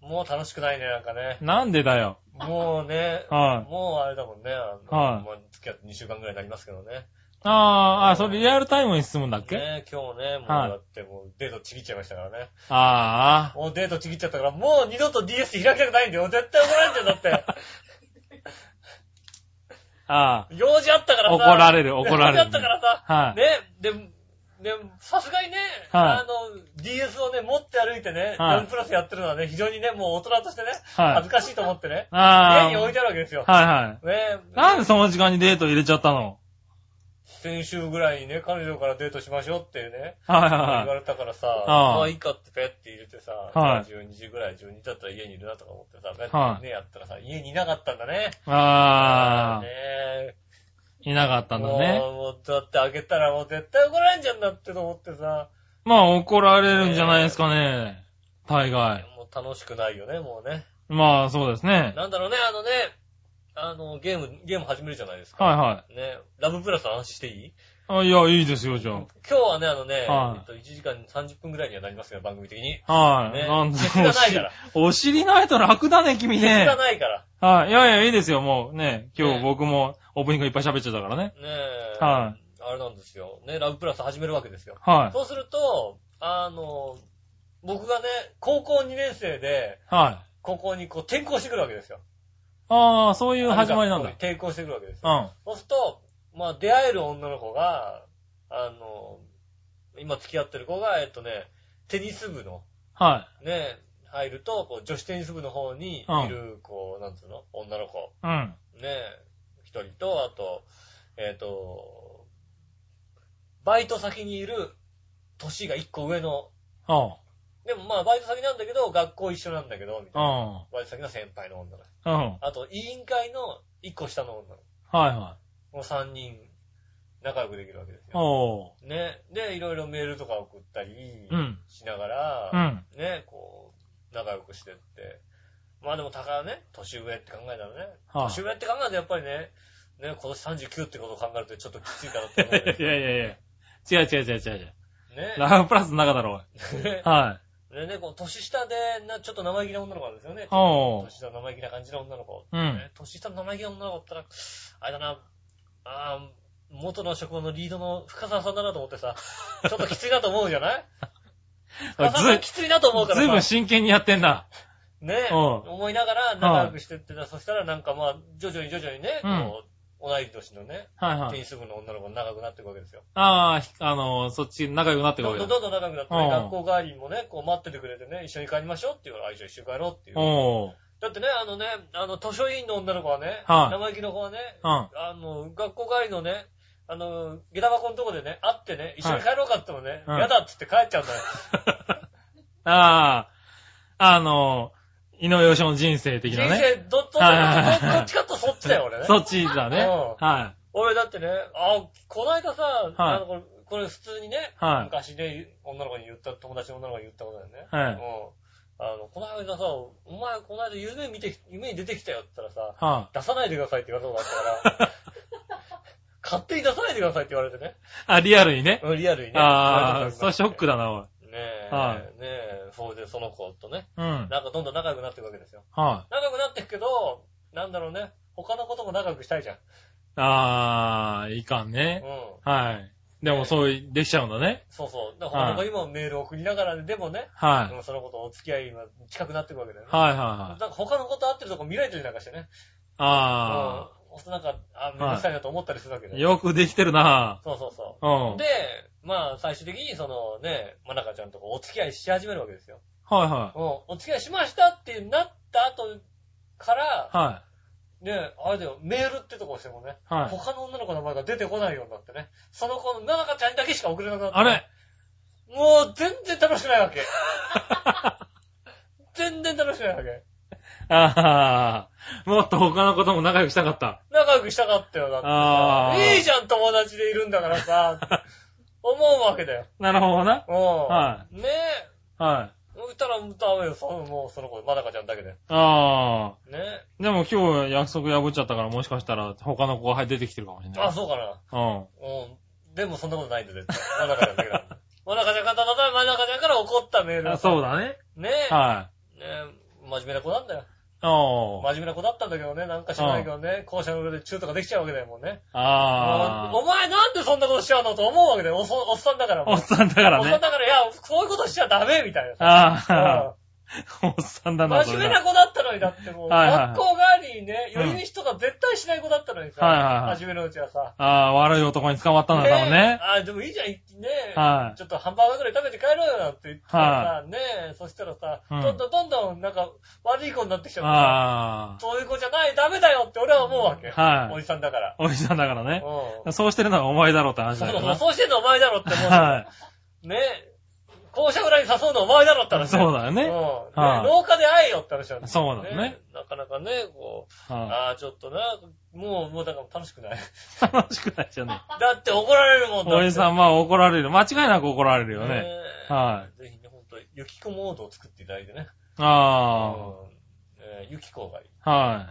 Speaker 2: もう楽しくないね、なんかね
Speaker 3: い。。なんでだよ。
Speaker 2: もうね、
Speaker 3: は
Speaker 2: もうあれだもんね。あの
Speaker 3: はい
Speaker 2: まあ付き合って2週間ぐらいになりますけどね。
Speaker 3: ああ、あそれリアルタイムに進むんだっけ、
Speaker 2: ね今日ね、もう
Speaker 3: はい
Speaker 2: だってもうデートちぎっちゃいましたからね。
Speaker 3: あ
Speaker 2: もうデートちぎっちゃったから、もう二度と DS 開きたくないんだよ。絶対怒られるんだよ、だって。
Speaker 3: あ、あ
Speaker 2: 用事あったからさ。
Speaker 3: 怒られる怒られる
Speaker 2: 用事あったからさ。
Speaker 3: あ、はい。
Speaker 2: ね、で、で、さすがにね、あ
Speaker 3: はい
Speaker 2: の、DS をね、持って歩いてね、
Speaker 3: はい
Speaker 2: ランプラスやってるのはね、非常にね、もう大人としてね、
Speaker 3: はい
Speaker 2: 恥ずかしいと思ってね、
Speaker 3: ああ、
Speaker 2: 家に置いてあるわけですよ。
Speaker 3: はいは
Speaker 2: ね
Speaker 3: い。なんでその時間にデート入れちゃったの
Speaker 2: 先週ぐらいにね、彼女からデートしましょうってね、
Speaker 3: はいはい
Speaker 2: 言わ
Speaker 3: はい。
Speaker 2: れたからさ、
Speaker 3: ああ
Speaker 2: まあいいかってペッて入れてさ、
Speaker 3: はい
Speaker 2: 12時ぐらい、12だったら家にいるなとか思ってさ、
Speaker 3: はい
Speaker 2: ね、やったらさ、家にいなかったんだね。
Speaker 3: ああ
Speaker 2: ね、え
Speaker 3: いなかったんだね。
Speaker 2: もう、もうだって開けたらもう絶対怒られんじゃんだってと思ってさ、
Speaker 3: まあ怒られるんじゃないですかね。大概。
Speaker 2: もう楽しくないよね、もうね。
Speaker 3: まあそうですね。
Speaker 2: なんだろうね、あのね、あの、ゲーム、ゲーム始めるじゃないですか。
Speaker 3: はいは
Speaker 2: ね、ラブプラスの話していい
Speaker 3: い。あいや、いいですよ、じゃ
Speaker 2: 今日はね、あのね、
Speaker 3: はい
Speaker 2: えっと、1時間30分くらいにはなりますけど、番組的に。
Speaker 3: あ。はい。
Speaker 2: ね
Speaker 3: なんで
Speaker 2: 時間ないから
Speaker 3: お尻ないと楽だね、君
Speaker 2: 時
Speaker 3: ね
Speaker 2: 間。ないから。
Speaker 3: はい。いやいや、いいですよ、もうね。今
Speaker 2: ね
Speaker 3: 日僕もオープニングいっぱい喋っちゃったからね。
Speaker 2: ねえ。
Speaker 3: は
Speaker 2: あれなんですよ。ね、ラブプラス始めるわけですよ。
Speaker 3: はい。
Speaker 2: そうすると、あの、僕がね、高校2年生で、
Speaker 3: はい。
Speaker 2: ここにこう転校してくるわけですよ。
Speaker 3: ああ、そういう始まりなんだ。
Speaker 2: 転校してくるわけですよ。
Speaker 3: うん。
Speaker 2: そうすると、まあ出会える女の子が、あの、今付き合ってる子が、えっとね、テニス部の、
Speaker 3: はい。
Speaker 2: ね、入ると、こう女子テニス部の方に
Speaker 3: うん
Speaker 2: いる、こう、なんつうの女の子。
Speaker 3: うん。
Speaker 2: ね、一人と、あと、えっ、と、バイト先にいる、年が一個上の、
Speaker 3: うん。
Speaker 2: でもまあバイト先なんだけど、学校一緒なんだけど、みた
Speaker 3: う
Speaker 2: いな。
Speaker 3: ん。
Speaker 2: バイト先の先輩の女の子。
Speaker 3: うん。はい
Speaker 2: あと、委員会の一個下の女の子。
Speaker 3: は
Speaker 2: もう3人、仲良くできるわけです
Speaker 3: い。
Speaker 2: よ。
Speaker 3: お
Speaker 2: ね。で、いろいろメールとか送ったり
Speaker 3: ー。うん。
Speaker 2: しなが
Speaker 3: う
Speaker 2: ら、
Speaker 3: ん。
Speaker 2: ね、こう、仲良くしてって。まあでも、たかね、年上って考えたらね、
Speaker 3: は
Speaker 2: 年上って考えたらやっぱりね、ね、今年39ってことを考えるとちょっときついかなって思うよね
Speaker 3: い。やいやいや。違う違う違う違う違う。
Speaker 2: ね。
Speaker 3: ラブプラスの中だ ろ、
Speaker 2: ね
Speaker 3: おい。は
Speaker 2: でね、こう、年下で、な、ちょっと生意気な女の子なんですよね
Speaker 3: い。。おー
Speaker 2: 年。下の生意気な感じの女の子。
Speaker 3: うん。
Speaker 2: ね年下の生意気な女の子だったら、あれだな、あー元の職場のリードの深澤さんだなと思 ってさ、ちょっときついなと思うじゃない深澤さん
Speaker 3: ず、
Speaker 2: きついなと思うか
Speaker 3: ずいぶ
Speaker 2: ら
Speaker 3: ん
Speaker 2: さ、
Speaker 3: 真剣にやってんな。
Speaker 2: ね
Speaker 3: うん
Speaker 2: 思いながら仲良くしてってな、そしたらなんかまあ、徐々に徐々にね、
Speaker 3: うん
Speaker 2: こう、同い年のね、
Speaker 3: はいは
Speaker 2: テ
Speaker 3: い。
Speaker 2: ニス部の女の子長くなっていくわけですよ。
Speaker 3: ああ、ひあのー、そっち仲良くなってく
Speaker 2: どんど
Speaker 3: わけ
Speaker 2: ん
Speaker 3: だ。
Speaker 2: どんどん長くなって
Speaker 3: う
Speaker 2: ね、
Speaker 3: ん
Speaker 2: 学校帰りもね、こう待っててくれてね、一緒に帰りましょうっていうから、あ一緒に一緒に帰ろうっていう。
Speaker 3: おー。
Speaker 2: だってね、あのね、あの、図書委員の女の子はね、
Speaker 3: はい
Speaker 2: 生意気の子はね、
Speaker 3: うん。
Speaker 2: あの、学校帰りのね、あの、下駄箱のとこでね、会ってね、一緒に帰ろうかってもね、
Speaker 3: はい
Speaker 2: 嫌だっつって帰っちゃうんだよ。
Speaker 3: ああ、あのー、井上義雄の人生的
Speaker 2: 人
Speaker 3: なね。
Speaker 2: 生、ど、ど、ど
Speaker 3: はいはいはいはい
Speaker 2: どっちかってそっちだよ、 俺ね。
Speaker 3: そっちだね。
Speaker 2: う
Speaker 3: は
Speaker 2: 俺だってね、あ、こないださ、あのこれ、これ普通にね、
Speaker 3: はい
Speaker 2: 昔ね、女の子に言った、友達の女の子に言ったことだよね。
Speaker 3: い。
Speaker 2: う
Speaker 3: は
Speaker 2: ん
Speaker 3: い。。
Speaker 2: あの、この間さ、お前、この間夢見て、夢に出てきたよって言ったらさ、
Speaker 3: は
Speaker 2: 出さないでくださいって言われたことあった から、勝手に出さないでくださいって言われてね。
Speaker 3: い。あ、リアルにね。
Speaker 2: うんリアルにね。
Speaker 3: ああ、それショックだな、おい。
Speaker 2: ねえ、
Speaker 3: はい
Speaker 2: ねえ、そうで、その子とね、
Speaker 3: うん。
Speaker 2: なんかどんどん仲良くなっていくわけですよ。
Speaker 3: はい。
Speaker 2: 仲良くなっていくけど、なんだろうね、他のことも仲良くしたいじゃん。
Speaker 3: あー、いかん
Speaker 2: うん
Speaker 3: ね。。はい。でも、そうい、できちゃうんだね。
Speaker 2: そうそう。だから他の子にもメールを送りながら、でもね、
Speaker 3: はい。
Speaker 2: うんその子とお付き合いが近くなっていくわけだよね。
Speaker 3: はいはい
Speaker 2: な
Speaker 3: は
Speaker 2: ん
Speaker 3: い。
Speaker 2: か他の子と会ってるとこ見られてるなんかしてね。
Speaker 3: あ
Speaker 2: うん。そうなんか、あ、めんどくさいなと思ったりするわけだ
Speaker 3: ー、
Speaker 2: よ。
Speaker 3: よくできてるな
Speaker 2: そうそうそう。
Speaker 3: うん。はい
Speaker 2: で、まあ、最終的に、そのね、まなかちゃんとこうお付き合いし始めるわけですよ。
Speaker 3: は
Speaker 2: うん。お付き合いしましたってなった後から
Speaker 3: い。、は
Speaker 2: ねえ、あれだよ、メールってとこ押してもね、
Speaker 3: い。はい。
Speaker 2: 他の女の子の名前が出てこないようになってね、その子のななかちゃんにだけしか送れなくなって、
Speaker 3: あれ
Speaker 2: もう全然楽しくない わけ。全然楽しくないわけ。
Speaker 3: あー、もっと他のことも仲良くしたかった。
Speaker 2: 仲良くしたかったよ、だって
Speaker 3: あ
Speaker 2: さ。
Speaker 3: ー
Speaker 2: いいじゃん、友達でいるんだからさ、思うわけだよ。
Speaker 3: なるほどな。
Speaker 2: うん。
Speaker 3: は
Speaker 2: ねえ、
Speaker 3: はい。
Speaker 2: 歌ら歌うよ、そのもうその子、まなかちゃんだけで。
Speaker 3: あ
Speaker 2: ねえ。
Speaker 3: ー、でも今日約束破っちゃったから、もしかしたら他の子が出てきてるかもしれない。
Speaker 2: あ、そうかな。
Speaker 3: うん。
Speaker 2: うん。でもそんなことないんだ、絶対。まなかちゃんだけだ。 まなかちゃんから、ただまなかちゃんから怒ったメール。
Speaker 3: あそう。だね。
Speaker 2: ねえ。
Speaker 3: はい。
Speaker 2: ねえ、真面目な子なんだよ。
Speaker 3: おー。
Speaker 2: 真面目な子だったんだけどね、なんか知らないけどね、校舎の上でチューとかできちゃうわけだよ、もうね。
Speaker 3: あ
Speaker 2: お前なんでそんなことしちゃうのと思うわけだよ、おっおっさんだから。
Speaker 3: ー。お
Speaker 2: もう
Speaker 3: っさんだから
Speaker 2: おっさ
Speaker 3: ね
Speaker 2: ん。だから、いや、こういうことしちゃダメ、みたいな。
Speaker 3: あー、おっさんだ
Speaker 2: うん
Speaker 3: な、
Speaker 2: 真
Speaker 3: それ
Speaker 2: 面目
Speaker 3: な。
Speaker 2: な子だったのに、だってもう、
Speaker 3: はいはい
Speaker 2: 学校帰りにね、寄り道とか絶対しない子だったのにさ、
Speaker 3: はいはいはい
Speaker 2: 初めのうちはさ。
Speaker 3: ああ、悪い男に捕まったんだ、多分ね。
Speaker 2: あ、でもいいじゃん、一気にね。
Speaker 3: は
Speaker 2: ちょっとハンバーガーぐらい食べて帰ろうよなんて言ったらさ、ねえ、そしたらさ、
Speaker 3: うん
Speaker 2: どんどんどんどんなんか悪い子になってきち
Speaker 3: い。
Speaker 2: ゃってさ、
Speaker 3: あ
Speaker 2: そういう子じゃない、ダメだよって俺は思うわけ。
Speaker 3: はい
Speaker 2: おじさんだから。
Speaker 3: あ、おじさんだからね。
Speaker 2: うん。
Speaker 3: そうしてるのがお前だろうって話
Speaker 2: そう
Speaker 3: だよ
Speaker 2: そう
Speaker 3: な。
Speaker 2: そうしてんのお前だろって思う。
Speaker 3: はい。
Speaker 2: ね。校舎ぐらいに誘うのお前だろって話
Speaker 3: そうだよ
Speaker 2: だ
Speaker 3: ね。
Speaker 2: うん。
Speaker 3: はい
Speaker 2: 廊下で会えよって話なん
Speaker 3: そうだね。
Speaker 2: なかなかね、こう、
Speaker 3: は
Speaker 2: ああ、ちょっとな、もう、もうだから楽しくない。
Speaker 3: い楽しくないじゃね
Speaker 2: だって怒られるもんだって。
Speaker 3: おじさん、まあ怒られる。間違いなく怒られる
Speaker 2: だ。
Speaker 3: よね。。はい
Speaker 2: ぜひね、ほんと、ゆきこモードを作っていただいてね。
Speaker 3: あ
Speaker 2: うんえーゆきこがいい。
Speaker 3: あ。は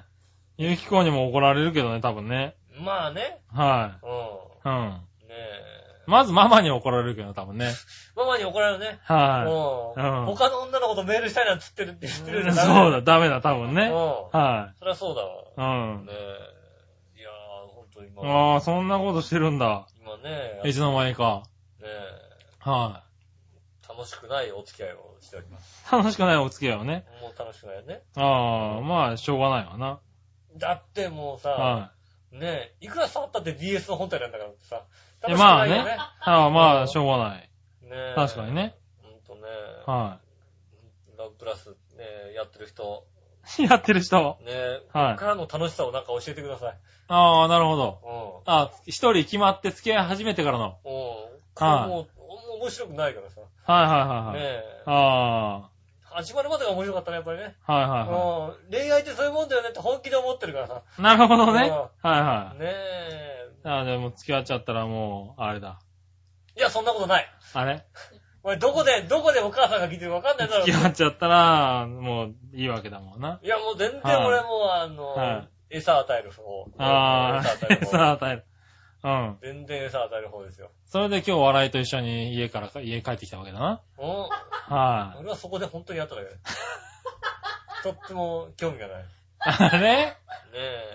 Speaker 3: い。ゆきこにも怒られるけどね、多分ね。
Speaker 2: まあね。
Speaker 3: は
Speaker 2: う
Speaker 3: い。うん。
Speaker 2: ん。ねえ。
Speaker 3: まずママに怒られるけど、多分ね。
Speaker 2: ママに怒られるね。
Speaker 3: は
Speaker 2: うん。
Speaker 3: うん
Speaker 2: 他の女のことメールしたいなんつってるって言ってる
Speaker 3: い。
Speaker 2: よ
Speaker 3: そうだ、ダメだ、多分
Speaker 2: ね。う
Speaker 3: ね。
Speaker 2: ん。
Speaker 3: は
Speaker 2: そりゃそうだわ。
Speaker 3: い。うん
Speaker 2: ね。え。いやー、ほんと今、
Speaker 3: ああ、そんなことしてるんだ。
Speaker 2: 今ね、
Speaker 3: い
Speaker 2: ね
Speaker 3: つの間にか。
Speaker 2: え、
Speaker 3: は
Speaker 2: 楽しくないお付き合いをしております。
Speaker 3: い。楽しくないお付き合いをね。
Speaker 2: もう楽しくないよね。
Speaker 3: ああ、まあ、しょうがないわな。
Speaker 2: だってもうさ、
Speaker 3: は
Speaker 2: ねえ、いくら触ったって DS の本体なんだからってさ。
Speaker 3: い。いやまあね。
Speaker 2: 楽しくないよ
Speaker 3: はあまあ、しょうがない。
Speaker 2: ね。ねえ
Speaker 3: 確かに。ね。
Speaker 2: ほんとね。
Speaker 3: は
Speaker 2: ラブプラスね、やってる人、
Speaker 3: い。 やってる人。
Speaker 2: ねえ、
Speaker 3: はい
Speaker 2: からの楽しさをなんか教えてください。
Speaker 3: ああ、なるほど。
Speaker 2: うん。うん。
Speaker 3: あ、一人決まって付き合い始めてからの。はい
Speaker 2: もう、面白くないからさ。ね
Speaker 3: はいはいはいはい。
Speaker 2: え。
Speaker 3: あ
Speaker 2: 始まるまでが面白かったね、やっぱりね。
Speaker 3: あ、はいはいは
Speaker 2: うん。恋愛ってそういうもんだよねって本気で思ってるからさ。
Speaker 3: い。なるほどね。はい
Speaker 2: うん
Speaker 3: は
Speaker 2: ねえ。
Speaker 3: い。ああ、でも付き合っちゃったらもう、あれだ。
Speaker 2: いや、そんなことない。
Speaker 3: あれ
Speaker 2: お前、どこで、どこでお母さんが聞いてるかわかんないだろ。
Speaker 3: 付き合っちゃったら、もう、いいわけだもんな。
Speaker 2: いや、もう全然
Speaker 3: はい
Speaker 2: 俺も、あの、
Speaker 3: はい
Speaker 2: 餌与える方。
Speaker 3: あ
Speaker 2: 餌与え
Speaker 3: あ、
Speaker 2: る
Speaker 3: 餌
Speaker 2: 方。
Speaker 3: 与える。うん。
Speaker 2: 全然餌与える方ですよ。
Speaker 3: それで今日笑いと一緒に家から、家帰ってきたわけだな。
Speaker 2: うん。
Speaker 3: はい。
Speaker 2: 俺はそこで本当にやっただ けだよ。とっても興味がない。ね
Speaker 3: あれ
Speaker 2: え。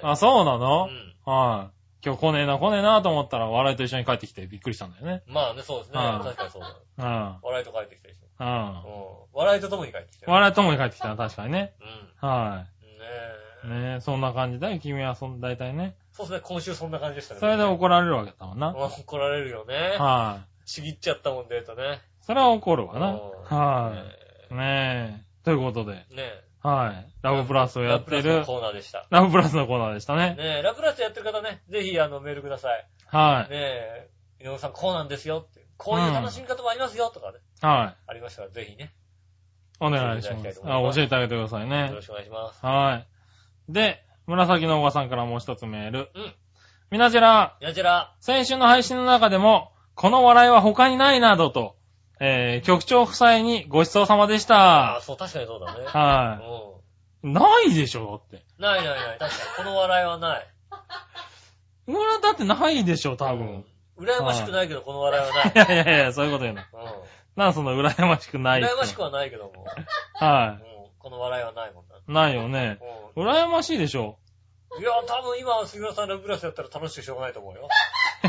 Speaker 3: あ、そうな
Speaker 2: う
Speaker 3: の
Speaker 2: ん。
Speaker 3: はい。今日来ねえな、来ねえなと思ったら、笑いと一緒に帰ってきてびっくりしたんだよね。
Speaker 2: まあね、そうですね。
Speaker 3: はい
Speaker 2: 確かにそうだ。
Speaker 3: うん。
Speaker 2: 笑いと帰ってきたでし
Speaker 3: うん。
Speaker 2: ょ。うん。笑いと共に帰ってきたよ。
Speaker 3: 笑いともに帰ってきたな、確かにね。
Speaker 2: うん。
Speaker 3: は
Speaker 2: ねえ。
Speaker 3: い。ねえ、そんな感じだよ、君は、そん、大体ね。
Speaker 2: そうですね、今週そんな感じでしたね。
Speaker 3: それで怒られるわけだもん
Speaker 2: うん
Speaker 3: な。
Speaker 2: 怒られるよね。
Speaker 3: は
Speaker 2: ちぎっちゃったもんでとね。
Speaker 3: い。それは怒るわな。
Speaker 2: うん
Speaker 3: は
Speaker 2: ね
Speaker 3: い。ねえ。ということで、
Speaker 2: えねえ。
Speaker 3: はい。ラブプラスをやって
Speaker 2: ラブプラス
Speaker 3: る
Speaker 2: の、コーナーでした。
Speaker 3: ラブプラスのコーナーでしたね。
Speaker 2: ねえ、ラブプラスやってる方ね、ぜひあのメールください。ね
Speaker 3: は
Speaker 2: え、井上さんこうなんですよって。こういう楽しみ方もありますよとかね、
Speaker 3: い。は
Speaker 2: ありましたらぜひね、
Speaker 3: い。お願いします。あ、教えてあげてくださいね。
Speaker 2: よろしくお願いします。
Speaker 3: はい。で、紫のおばさんからもう一つメール。
Speaker 2: うん。
Speaker 3: みなじら、
Speaker 2: やちら、
Speaker 3: 先週の配信の中でも、この笑いは他にないなどと、えー、局長夫妻にごちそうさまでし
Speaker 2: ああ、
Speaker 3: た。
Speaker 2: そう、確かにそうだね。
Speaker 3: は
Speaker 2: う
Speaker 3: い。ないでしょ、だって。
Speaker 2: ん。ないないない、確かに。この笑いはない。
Speaker 3: これはだってないでしょ、多分。
Speaker 2: うん。羨ましくないけど、この笑いはない
Speaker 3: い。やいやいや、そういうこと言うな。
Speaker 2: う
Speaker 3: なんその羨ましくない
Speaker 2: ん。
Speaker 3: って
Speaker 2: 羨ましくはないけども、
Speaker 3: は
Speaker 2: うんこの笑いはないもんな。
Speaker 3: い。ないよね。
Speaker 2: う
Speaker 3: 羨ましいでしょ。
Speaker 2: ん。いや、多分今、杉村さんラブプラスやったら楽しくしょうがないと思うよ。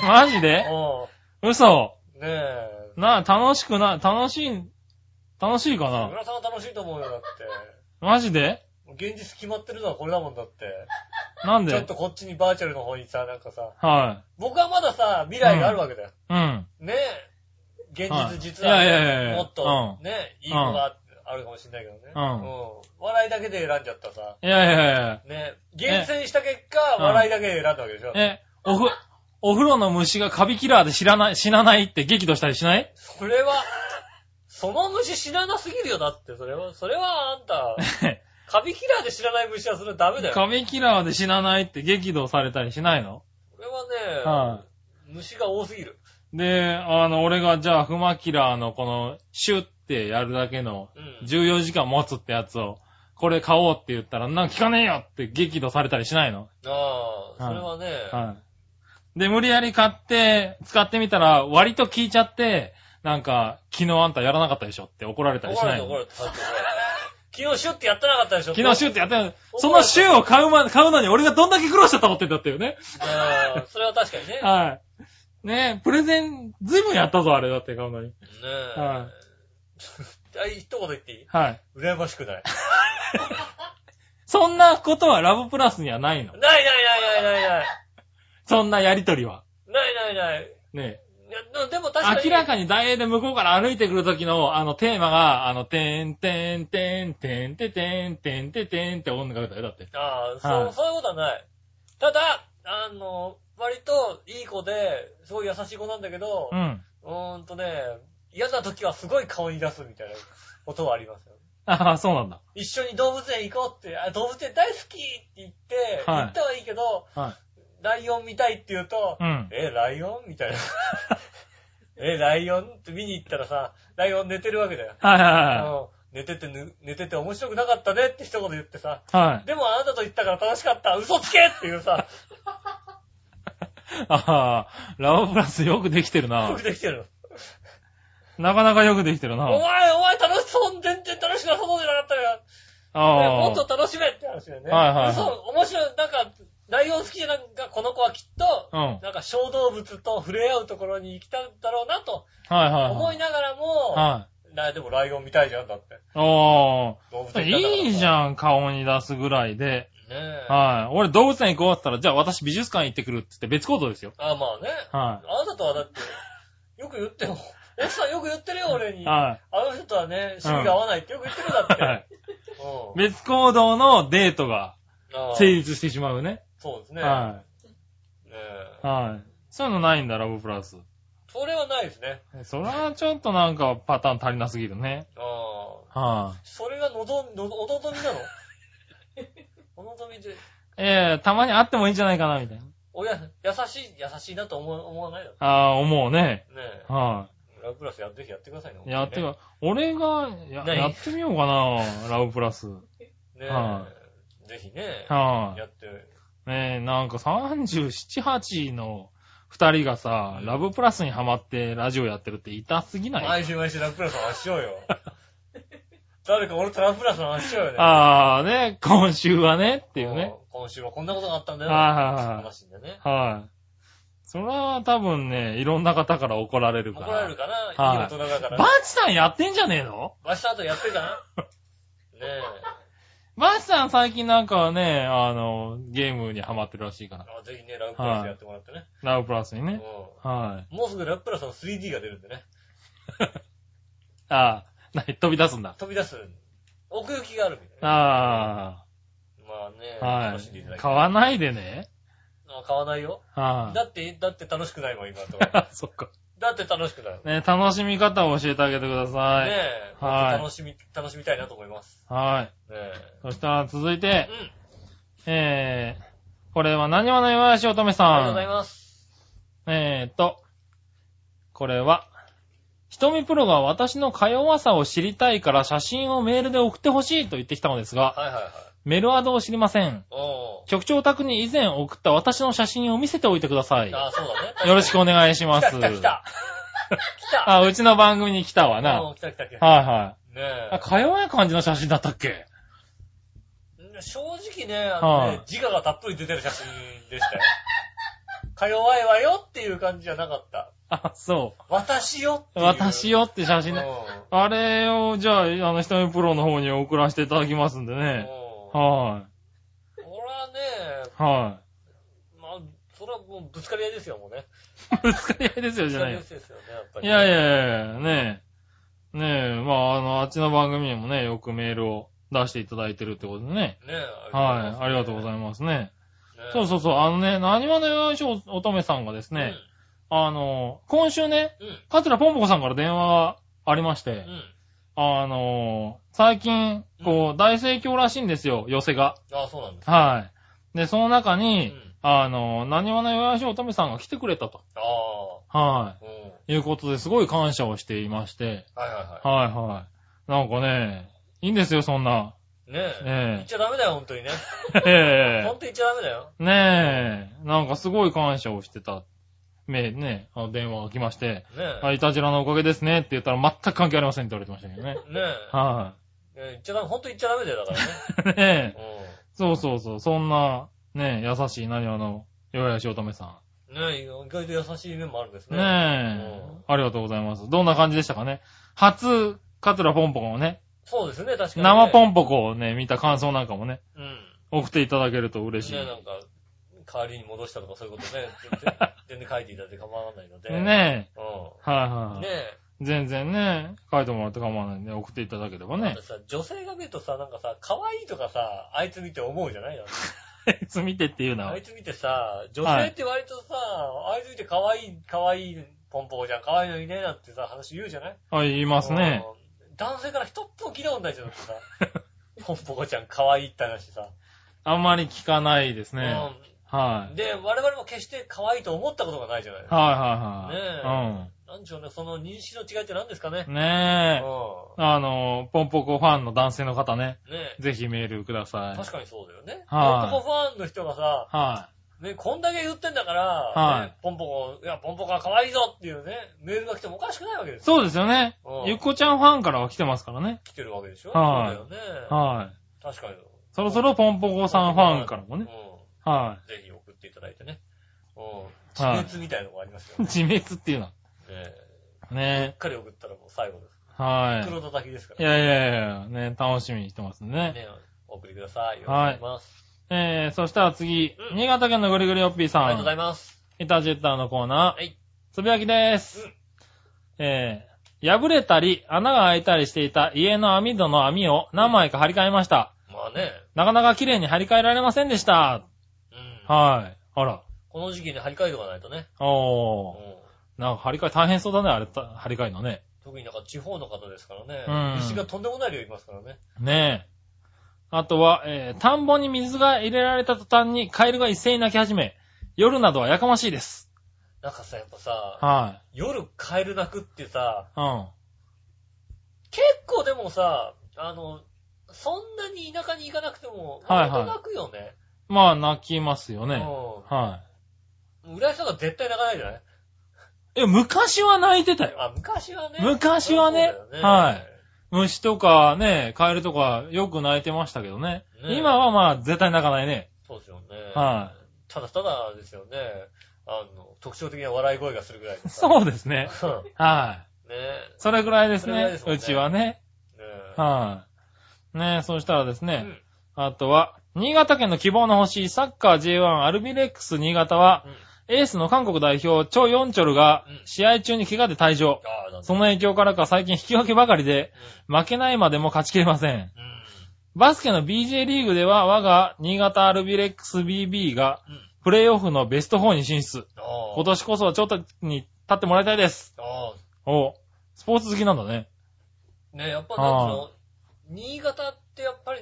Speaker 3: マジで嘘。
Speaker 2: うん。ねえ。
Speaker 3: な、楽しくな、楽しい、楽しいか
Speaker 2: 杉
Speaker 3: な
Speaker 2: 村さんは楽しいと思うよ、だって。
Speaker 3: マジで
Speaker 2: 現実決まってるのはこれだもんだって。
Speaker 3: なん
Speaker 2: ちょっ
Speaker 3: で
Speaker 2: とこっちにバーチャルの方にさ、なんかさ、
Speaker 3: はい。
Speaker 2: 僕はまださ、未来があるわけだよ。
Speaker 3: うん。
Speaker 2: ねえ。現
Speaker 3: はい
Speaker 2: 実、実はね、
Speaker 3: いやいやいやいや
Speaker 2: もっと、
Speaker 3: うん
Speaker 2: ねいい子があるかもしれないけどね。
Speaker 3: うん
Speaker 2: 笑いだけで選んじゃったさ、
Speaker 3: いやいやいや
Speaker 2: ね厳選した結果、
Speaker 3: うん
Speaker 2: 笑いだけで選んだわけでしょ。
Speaker 3: え、おふ、お風呂の虫がカビキラーで知らない、死なないって激怒したりしない
Speaker 2: それは、その虫知らなすぎるよ、だって。それは、それはあんた、カビキラーで知らない虫はそれはダメだよ。
Speaker 3: カビキラーで死なないって激怒されたりしないの
Speaker 2: これはね、
Speaker 3: は
Speaker 2: 虫が多すぎる。
Speaker 3: い。で、あの、俺がじゃあ、フマキラーのこの、シュってやるだけの
Speaker 2: うん。
Speaker 3: 14時間持つってやつを、これ買おうって言ったら、なんか聞かねえよって激怒されたりしないの
Speaker 2: ああ、それはね、
Speaker 3: はい。で、無理やり買って、使ってみたら、割と効いちゃって、なんか、昨日あんたやらなかったでしょって怒られたりし
Speaker 2: 怒ら
Speaker 3: な
Speaker 2: れ
Speaker 3: い
Speaker 2: た
Speaker 3: の
Speaker 2: 怒られた。昨日シュッてやってなかったでしょ
Speaker 3: 昨日シューってやったよ。そのシューを買うま、買うのに俺がどんだけ苦労しちゃったのってんだったよね。
Speaker 2: あ あそれは確かにね。ね
Speaker 3: はい。ねえ、プレゼン、ずいぶんやったぞ、あれだって買うのに。
Speaker 2: え。
Speaker 3: は
Speaker 2: あ一言言っていい
Speaker 3: はい。
Speaker 2: 羨ましくない。
Speaker 3: そんなことはラブプラスにはないの
Speaker 2: な。いないないないないない。
Speaker 3: そんなやりとりは。
Speaker 2: ないないない。
Speaker 3: ね
Speaker 2: いやでも確かに。
Speaker 3: え。明らかに大英で向こうから歩いてくる時の、あの、テーマが、あの、てんてんてんてんてんてんてんてんてんって音楽だよ、だって。
Speaker 2: ああ、そう、
Speaker 3: はい
Speaker 2: そういうことはない。ただ、あの、割といい子で、すごい優しい子なんだけど
Speaker 3: う、ん。
Speaker 2: うーんとね、嫌な時はすごい顔に出すみたいなことはありますよ。
Speaker 3: ああ、そうなんだ。
Speaker 2: 一緒に動物園行こうって、あ動物園大好きって言って、
Speaker 3: はい
Speaker 2: 行ったはいいけど、
Speaker 3: は
Speaker 2: ライオン見たいって言うと、
Speaker 3: い。うん。
Speaker 2: え、ライオンみたいな。 え、ライオンって見に行ったらさ、ライオン寝てるわけだよ。
Speaker 3: はいは
Speaker 2: うん寝ててぬ、寝てて面白くなかったねって一言言ってさ、
Speaker 3: いはい。はい。
Speaker 2: でもあなたと言ったから楽しかった、嘘つけっていうさ、
Speaker 3: ああ、ラオプラスよくできてるな
Speaker 2: 僕。できてるの。
Speaker 3: なかなかよくできてるな。
Speaker 2: お前、お前楽しそう、全然楽しくなさそうじゃなかったよ。ね
Speaker 3: あ
Speaker 2: もっと楽しめって話だよね。
Speaker 3: はいはいはい
Speaker 2: そう、面白い、なんか、ライオン好きじゃなんか、この子はきっと、
Speaker 3: あ。
Speaker 2: なんか小動物と触れ合うところに行きたんだろうなと
Speaker 3: うん。はいはい
Speaker 2: 思
Speaker 3: はいい。
Speaker 2: ながらも、
Speaker 3: は
Speaker 2: なでもライオン見たいじゃん、だって。
Speaker 3: い。お
Speaker 2: 動物園行ったんだか
Speaker 3: ー。
Speaker 2: ら
Speaker 3: いいじゃん、顔に出すぐらいで。
Speaker 2: ねえ。
Speaker 3: はい。俺動物園行こうって言ったら、じゃあ私美術館行ってくるって言って別行動ですよ。
Speaker 2: あ、まあね。
Speaker 3: は
Speaker 2: あなたとはだって、よく言っても、奥さんよく言ってるよ、俺
Speaker 3: い。
Speaker 2: に。あ
Speaker 3: は
Speaker 2: の人とはね、趣味が合わないってよく言ってるだって。
Speaker 3: はい
Speaker 2: うん
Speaker 3: い。別行動のデートが
Speaker 2: ああ
Speaker 3: 成立してしまうね。
Speaker 2: そうですね。
Speaker 3: は
Speaker 2: ねえ
Speaker 3: い。はい。そういうのないんだ、ラブプラス。
Speaker 2: それはないですね。
Speaker 3: それはちょっとなんかパターン足りなすぎるね。
Speaker 2: ああ。
Speaker 3: は
Speaker 2: それがのど、のど、お望みなの お望みで、
Speaker 3: い。ええたまに会ってもいいんじゃないかな、みたいな。
Speaker 2: おや、優しい、優しいなと思わ思わないのね
Speaker 3: ああ、思うね。
Speaker 2: え。
Speaker 3: は
Speaker 2: ラブプラスや、ぜひやってくださいね。
Speaker 3: い。やって
Speaker 2: ね
Speaker 3: か、俺がや
Speaker 2: 何
Speaker 3: やってみようかな、ラブプラス。
Speaker 2: ね
Speaker 3: は
Speaker 2: え。ぜひね、
Speaker 3: は
Speaker 2: やって。
Speaker 3: い。ねえ、なんか37、8の二人がさ、ラブプラスにハマってラジオやってるって痛すぎない
Speaker 2: 毎週毎週ラブプラスの話しようよ。 誰か俺とラブプラスの話しようよね。
Speaker 3: ああ、ね、今週はね、っていうね。
Speaker 2: もう。今週はこんなことがあったんだよ。
Speaker 3: はいはいはい
Speaker 2: 話でね。
Speaker 3: はい。それは多分ね、いろんな方から怒られるか
Speaker 2: 怒
Speaker 3: ら。
Speaker 2: られるかな、
Speaker 3: はい
Speaker 2: いい大人だから。
Speaker 3: バチさんやってんじゃねえの
Speaker 2: バシタートやってるかなねえ。
Speaker 3: バチさん最近なんかはね、あの、ゲームにハマってるらしいから。
Speaker 2: あぜひね、ラブプラスやってもらってね。
Speaker 3: ラブプラスに
Speaker 2: うん
Speaker 3: ね。はい。
Speaker 2: もうすぐラブプラスの 3D が出るんでね。
Speaker 3: ああ、なに飛び出すんだ。
Speaker 2: 飛び出す。奥行きがあるみたいな。
Speaker 3: あ
Speaker 2: まあね、
Speaker 3: あ、は
Speaker 2: 楽しんでいただ
Speaker 3: い。
Speaker 2: き
Speaker 3: 買
Speaker 2: たい。
Speaker 3: わないでね。
Speaker 2: あ買わないよ。
Speaker 3: は
Speaker 2: だって、だって楽しくないもん、今と。
Speaker 3: い。 そっか。
Speaker 2: だって楽しくないもん。ね
Speaker 3: ね、楽しみ方を教えてあげてください。
Speaker 2: え、
Speaker 3: は
Speaker 2: もっと
Speaker 3: い
Speaker 2: 楽しみ、楽しみたいなと思います。
Speaker 3: はい。
Speaker 2: ねえ。
Speaker 3: そしたら続いうて
Speaker 2: ん、。
Speaker 3: えー、これは何話の岩橋乙女さん。
Speaker 2: ありがとうございます。
Speaker 3: えーと、これは、瞳プロが私のか弱さを知りたいから写真をメールで送ってほしいと言ってきたのです
Speaker 2: は
Speaker 3: が、
Speaker 2: いはいはい。
Speaker 3: メルアドを知りません。
Speaker 2: お
Speaker 3: 局長宅に以前送った私の写真を見せておいてください。
Speaker 2: ー。あ
Speaker 3: よ
Speaker 2: あ、そうだね。
Speaker 3: ろしくお願いしま
Speaker 2: 来た
Speaker 3: す。
Speaker 2: 来た来た。来た。
Speaker 3: あ、うちの番組に来たわな。
Speaker 2: う
Speaker 3: は
Speaker 2: ん来た来た来
Speaker 3: い
Speaker 2: た。
Speaker 3: は
Speaker 2: ね
Speaker 3: い。あ、か弱い感じの写真だったっけ
Speaker 2: え。正直ね、あのね
Speaker 3: はい、
Speaker 2: 自我がたっぷり出てる写真でしたよ。か弱いわよっていう感じじゃなかった。
Speaker 3: あ、そ
Speaker 2: 私よって
Speaker 3: う。
Speaker 2: いう。
Speaker 3: 私よって写真
Speaker 2: うん。
Speaker 3: だ。あれを、じゃあ、あの、瞳プロの方に送らせていただきますんで
Speaker 2: うん
Speaker 3: ね。は
Speaker 2: 俺はね、
Speaker 3: い。は
Speaker 2: まあ、それはもうぶつかり合いですよ、もうね。
Speaker 3: い。ぶつかり合いですよ、
Speaker 2: ぶ
Speaker 3: じ
Speaker 2: つ
Speaker 3: ゃ
Speaker 2: か
Speaker 3: な
Speaker 2: り
Speaker 3: い
Speaker 2: 合
Speaker 3: よ
Speaker 2: いですよね、やっぱり。
Speaker 3: いやい。やいや、ねえ。ねえ、まあ、あの、あっちの番組にもね、よくメールを出していただいてるってことでね。
Speaker 2: ね
Speaker 3: はい、ありがとうご
Speaker 2: い
Speaker 3: ざいますね。
Speaker 2: ますね。
Speaker 3: そうそうそう、あのね、何話のよいしょ乙女さんがです
Speaker 2: う
Speaker 3: ね、あの、今週ね、
Speaker 2: ん。うん。
Speaker 3: かつらぽんぽこさんから電話がありまして
Speaker 2: う、ん。
Speaker 3: あの、最近、こう、大盛況らしいんですよ、寄せが。
Speaker 2: ああ、そうなんです。
Speaker 3: はい。で、その中
Speaker 2: う
Speaker 3: に、
Speaker 2: ん。
Speaker 3: あの、何話のよいしょ乙女さんが来てくれたと。
Speaker 2: ああ。
Speaker 3: は
Speaker 2: うん。はい
Speaker 3: い。いうことですごい感謝をしていまして、
Speaker 2: はいは
Speaker 3: はいはい。なんかね、いいんですよ、そんな。
Speaker 2: い。ねえ。言っ
Speaker 3: え
Speaker 2: ちゃダメだよ、ほんとにね。
Speaker 3: え。え
Speaker 2: ほんと言っちゃダメだよ。
Speaker 3: え。ねえ。なんかすごい感謝をしてた。め、ねあの、電話が来まして、
Speaker 2: ねえ。
Speaker 3: あ、いたじらのおかげですねって言ったら全く関係ありませんって言われてましたけどね。
Speaker 2: ねえ。
Speaker 3: は
Speaker 2: ねえ言っちゃダメ、ほんと言っちゃダメだよ、だからね。
Speaker 3: い。ねえ。
Speaker 2: う
Speaker 3: そうそうそう。そんな、ねえ、優しい何話の、よやしおとめさ
Speaker 2: ん。ねえ、意外と優しい面もあるんです
Speaker 3: ん。
Speaker 2: ね。
Speaker 3: ねえ。ありがとうございます。どんな感じでしたかね。初、カツラポンポコをね、
Speaker 2: そうですね、確かにね。
Speaker 3: 生ポ
Speaker 2: ン。
Speaker 3: ンポコをね、見た感想なんかもね、
Speaker 2: うん。
Speaker 3: 送っていただけると嬉しい。
Speaker 2: ね、なんか、代わりに戻したとかそういうこと ね、全然全然書いていただいて構わないので。
Speaker 3: ね
Speaker 2: う
Speaker 3: え。はい
Speaker 2: ん。
Speaker 3: はい。
Speaker 2: ねえ。
Speaker 3: 全然ね、書いてもらって構わないんで、送っていただければ
Speaker 2: だっ
Speaker 3: ね
Speaker 2: て。さ、女性が見るとさ、なんかさ、可愛いとかさ、あいつ見て思うじゃないの
Speaker 3: あ いつ見てっていうの
Speaker 2: あ。
Speaker 3: はい
Speaker 2: つ見てさ、女性って割とさ、あいつ見て可愛い、可愛いポンポコちゃん可愛いのいねえなんてさ、話言うじゃない
Speaker 3: はい、言いますね。
Speaker 2: うん。男性から一つも聞いたことないじゃんだってさ。 ポンポコちゃん可愛いって話さ。
Speaker 3: あんまり聞かないですね。
Speaker 2: うん
Speaker 3: はい。
Speaker 2: で、我々も決して可愛いと思ったことがないじゃない
Speaker 3: はいはいは
Speaker 2: ねなんでしょうね、その認識の違いって何ですかね
Speaker 3: い。。うん。ねえ。
Speaker 2: う
Speaker 3: あの、ポンポコファンの男性の方ね、
Speaker 2: ん。ね
Speaker 3: ぜひメールください。
Speaker 2: 確かにそうだよね。
Speaker 3: はい
Speaker 2: ポンポコファンの人がさ、
Speaker 3: は
Speaker 2: ね、こんだけ言ってんだから、
Speaker 3: はい
Speaker 2: ねポンポコ、いや、ポンポコは可愛いぞっていうね、メールが来てもおかしくないわけで
Speaker 3: い。
Speaker 2: すよ。
Speaker 3: そうですよね
Speaker 2: うん。
Speaker 3: ゆっこちゃんファンからは来てますからね。
Speaker 2: 来てるわけでしょ、
Speaker 3: はい
Speaker 2: そうだよね。
Speaker 3: はい。
Speaker 2: 確かに。
Speaker 3: そろそろポンポコさんファンからも
Speaker 2: うん
Speaker 3: ね。。は
Speaker 2: ぜひ送っていただいてね。うん。
Speaker 3: はい
Speaker 2: 地熱みたいなのがありますよ
Speaker 3: い。
Speaker 2: ね。
Speaker 3: 自滅っていうのは。
Speaker 2: ね
Speaker 3: ね
Speaker 2: しっかり送ったらもう最後です。
Speaker 3: え。は
Speaker 2: 黒叩きですか
Speaker 3: い。い
Speaker 2: ら。
Speaker 3: やいやいや、ね、楽しみにしてますね。
Speaker 2: ねお送りください。よろしくお願いします。
Speaker 3: えー、そしたら次、
Speaker 2: うん
Speaker 3: 新潟県のぐりぐりおっぴーさ
Speaker 2: ありがとうござ
Speaker 3: ん、
Speaker 2: います。
Speaker 3: イタジェッターのコーナー、
Speaker 2: はい
Speaker 3: つぶやきです。えー、破れたり、穴が開いたりしていた家の網戸の網を何枚か張り替えました。
Speaker 2: まあね。
Speaker 3: なかなか綺麗に張り替えられませんでした。
Speaker 2: うん。
Speaker 3: はい。あら。
Speaker 2: この時期に張り替えとかないとね。う
Speaker 3: おー。
Speaker 2: ん。
Speaker 3: なんか張り替え大変そうだね、あれ、た張り替えのね。
Speaker 2: 特になんか地方の方ですから
Speaker 3: うん
Speaker 2: ね。虫がとんでもない量いますからね。
Speaker 3: ねえ。あとは、えー、田んぼに水が入れられた途端にカエルが一斉に鳴き始め、夜などはやかましいです。
Speaker 2: なんかさ、やっぱさ、
Speaker 3: は
Speaker 2: 夜カエル鳴くってさ、
Speaker 3: い。うん。
Speaker 2: 結構でもさ、あの、そんなに田舎に行かなくても、
Speaker 3: はいはい
Speaker 2: 割と鳴くよね。
Speaker 3: まあ、泣きますよね。
Speaker 2: う
Speaker 3: は
Speaker 2: ん。浦安とか絶対鳴かないじゃない
Speaker 3: い。え、昔は泣いてたよ。
Speaker 2: あ、昔はね。
Speaker 3: 昔はね
Speaker 2: そうだよ
Speaker 3: はい虫とかね、カエルとかよく泣いてましたけどね。
Speaker 2: ね
Speaker 3: 今はまあ、絶対泣かないね。
Speaker 2: そうですよね。
Speaker 3: は
Speaker 2: ただただですよね。あの、特徴的な笑い声がするぐらい
Speaker 3: い。
Speaker 2: でさ。
Speaker 3: そうですね。
Speaker 2: う。
Speaker 3: は
Speaker 2: ね
Speaker 3: い。それぐらいです
Speaker 2: それぐらい
Speaker 3: ね
Speaker 2: で。すもん
Speaker 3: う
Speaker 2: ね
Speaker 3: ちはね。
Speaker 2: え。ねえ。
Speaker 3: はい。ねそうしたらです
Speaker 2: う
Speaker 3: ね、
Speaker 2: ん。
Speaker 3: あとは、新潟県の希望の星、サッカー J1 アルビレックス新潟は、
Speaker 2: うん
Speaker 3: エースの韓国代表、チョ・ヨンチョルが
Speaker 2: うん、
Speaker 3: 試合中に怪我で退場。
Speaker 2: ああ、なんだ
Speaker 3: その影響からか最近引き分けばかりで、負けないまでも勝ちきれません。
Speaker 2: うん。
Speaker 3: バスケの BJ リーグでは、我が新潟アルビレックス BB が、
Speaker 2: うん。うん。
Speaker 3: プレイオフのベスト4に進出。
Speaker 2: ああ。
Speaker 3: 今年こそはちょっとに立ってもらいたいです。
Speaker 2: あ
Speaker 3: おスポーツ好きなんだね。
Speaker 2: あ。ねえ、やっぱなんつうの、新潟ってやっぱり、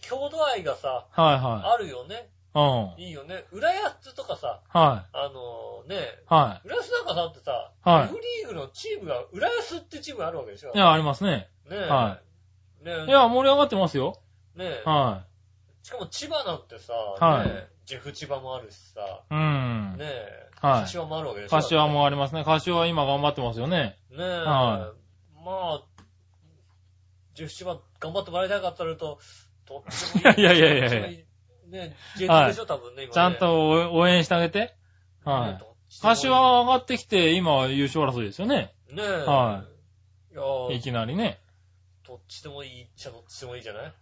Speaker 2: 郷土愛がさ、
Speaker 3: はいは
Speaker 2: あるよね。
Speaker 3: い。うん。
Speaker 2: いいよね。浦安とかさ、
Speaker 3: は
Speaker 2: あのねえ、
Speaker 3: い。は
Speaker 2: 浦安なんかだってさ、
Speaker 3: はい
Speaker 2: ルリーグのチームが、浦安ってチームがあるわけでしょ
Speaker 3: い。いや、ありますね。
Speaker 2: ねえ。。
Speaker 3: はい
Speaker 2: ねえ。
Speaker 3: いや、盛り上がってますよ。
Speaker 2: ねえ。
Speaker 3: は
Speaker 2: しかも千葉なんてさ、
Speaker 3: はい
Speaker 2: ねえジェフ千葉もあるしさ、
Speaker 3: い。うん
Speaker 2: ね。え、
Speaker 3: はい
Speaker 2: 柏もあるわけでしょ。
Speaker 3: 柏。もありますね。柏は今頑張ってますよね。
Speaker 2: ねえ、
Speaker 3: は
Speaker 2: まあ、ジェフ千葉頑張ってもらいたかったらと、とっても
Speaker 3: いやいやいやいや
Speaker 2: どっちもいねえ、J2 でしょ、多分ね、今ね。
Speaker 3: ちゃんと応応援してあげて。は
Speaker 2: ね
Speaker 3: い。
Speaker 2: え。
Speaker 3: 柏は上がってきて、今優勝争いですよね。
Speaker 2: ねえ。。
Speaker 3: はい
Speaker 2: いやー
Speaker 3: いきなりね。
Speaker 2: どっちでもいいっちゃどっちでもいいじゃない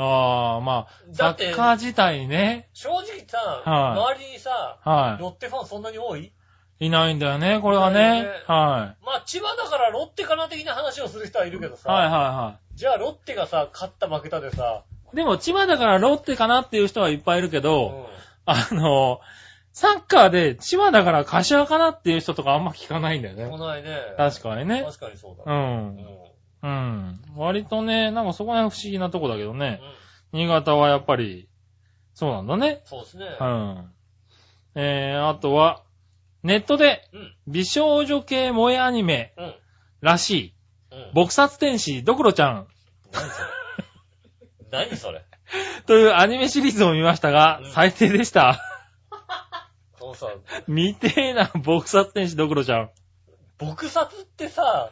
Speaker 3: ああ、まあ、
Speaker 2: だ
Speaker 3: サ
Speaker 2: って
Speaker 3: ッカー自体ね。
Speaker 2: 正直さ、
Speaker 3: は
Speaker 2: 周りにさ、
Speaker 3: は
Speaker 2: ロッテファンそんなに多い
Speaker 3: い。いないんだよね、これはい
Speaker 2: ない
Speaker 3: ね
Speaker 2: ね。
Speaker 3: は
Speaker 2: まあ、千葉だからロッテかな的な話をする人はいるけど
Speaker 3: い。
Speaker 2: さ、
Speaker 3: はいはいはい。
Speaker 2: じゃあロッテがさ、勝った負けたでさ、
Speaker 3: でも、千葉だからロッテかなっていう人はいっぱいいるけ
Speaker 2: うん
Speaker 3: ど、あの、サッカーで千葉だから柏かなっていう人とかあんま聞かないんだよ
Speaker 2: 来
Speaker 3: ね。
Speaker 2: ないね。
Speaker 3: 確かにね。
Speaker 2: 確かにそう
Speaker 3: う
Speaker 2: だ。うん
Speaker 3: ん。うん。割とね、なんかそこら辺不思議なとこだけどね。
Speaker 2: うん
Speaker 3: 新潟はやっぱり、そうなんだね。
Speaker 2: そうですね。
Speaker 3: うん。えー、あとは、ネットで、
Speaker 2: うん。
Speaker 3: 美少女系萌えアニメ
Speaker 2: うん。
Speaker 3: らし
Speaker 2: うん
Speaker 3: い、。撲殺天使ドクロちゃん
Speaker 2: 何それ何それ
Speaker 3: というアニメシリーズを見ましたが
Speaker 2: う、ん
Speaker 3: 最低でした。
Speaker 2: そのさ、
Speaker 3: 見てえな、撲殺天使ドクロちゃん。
Speaker 2: 撲殺ってさ、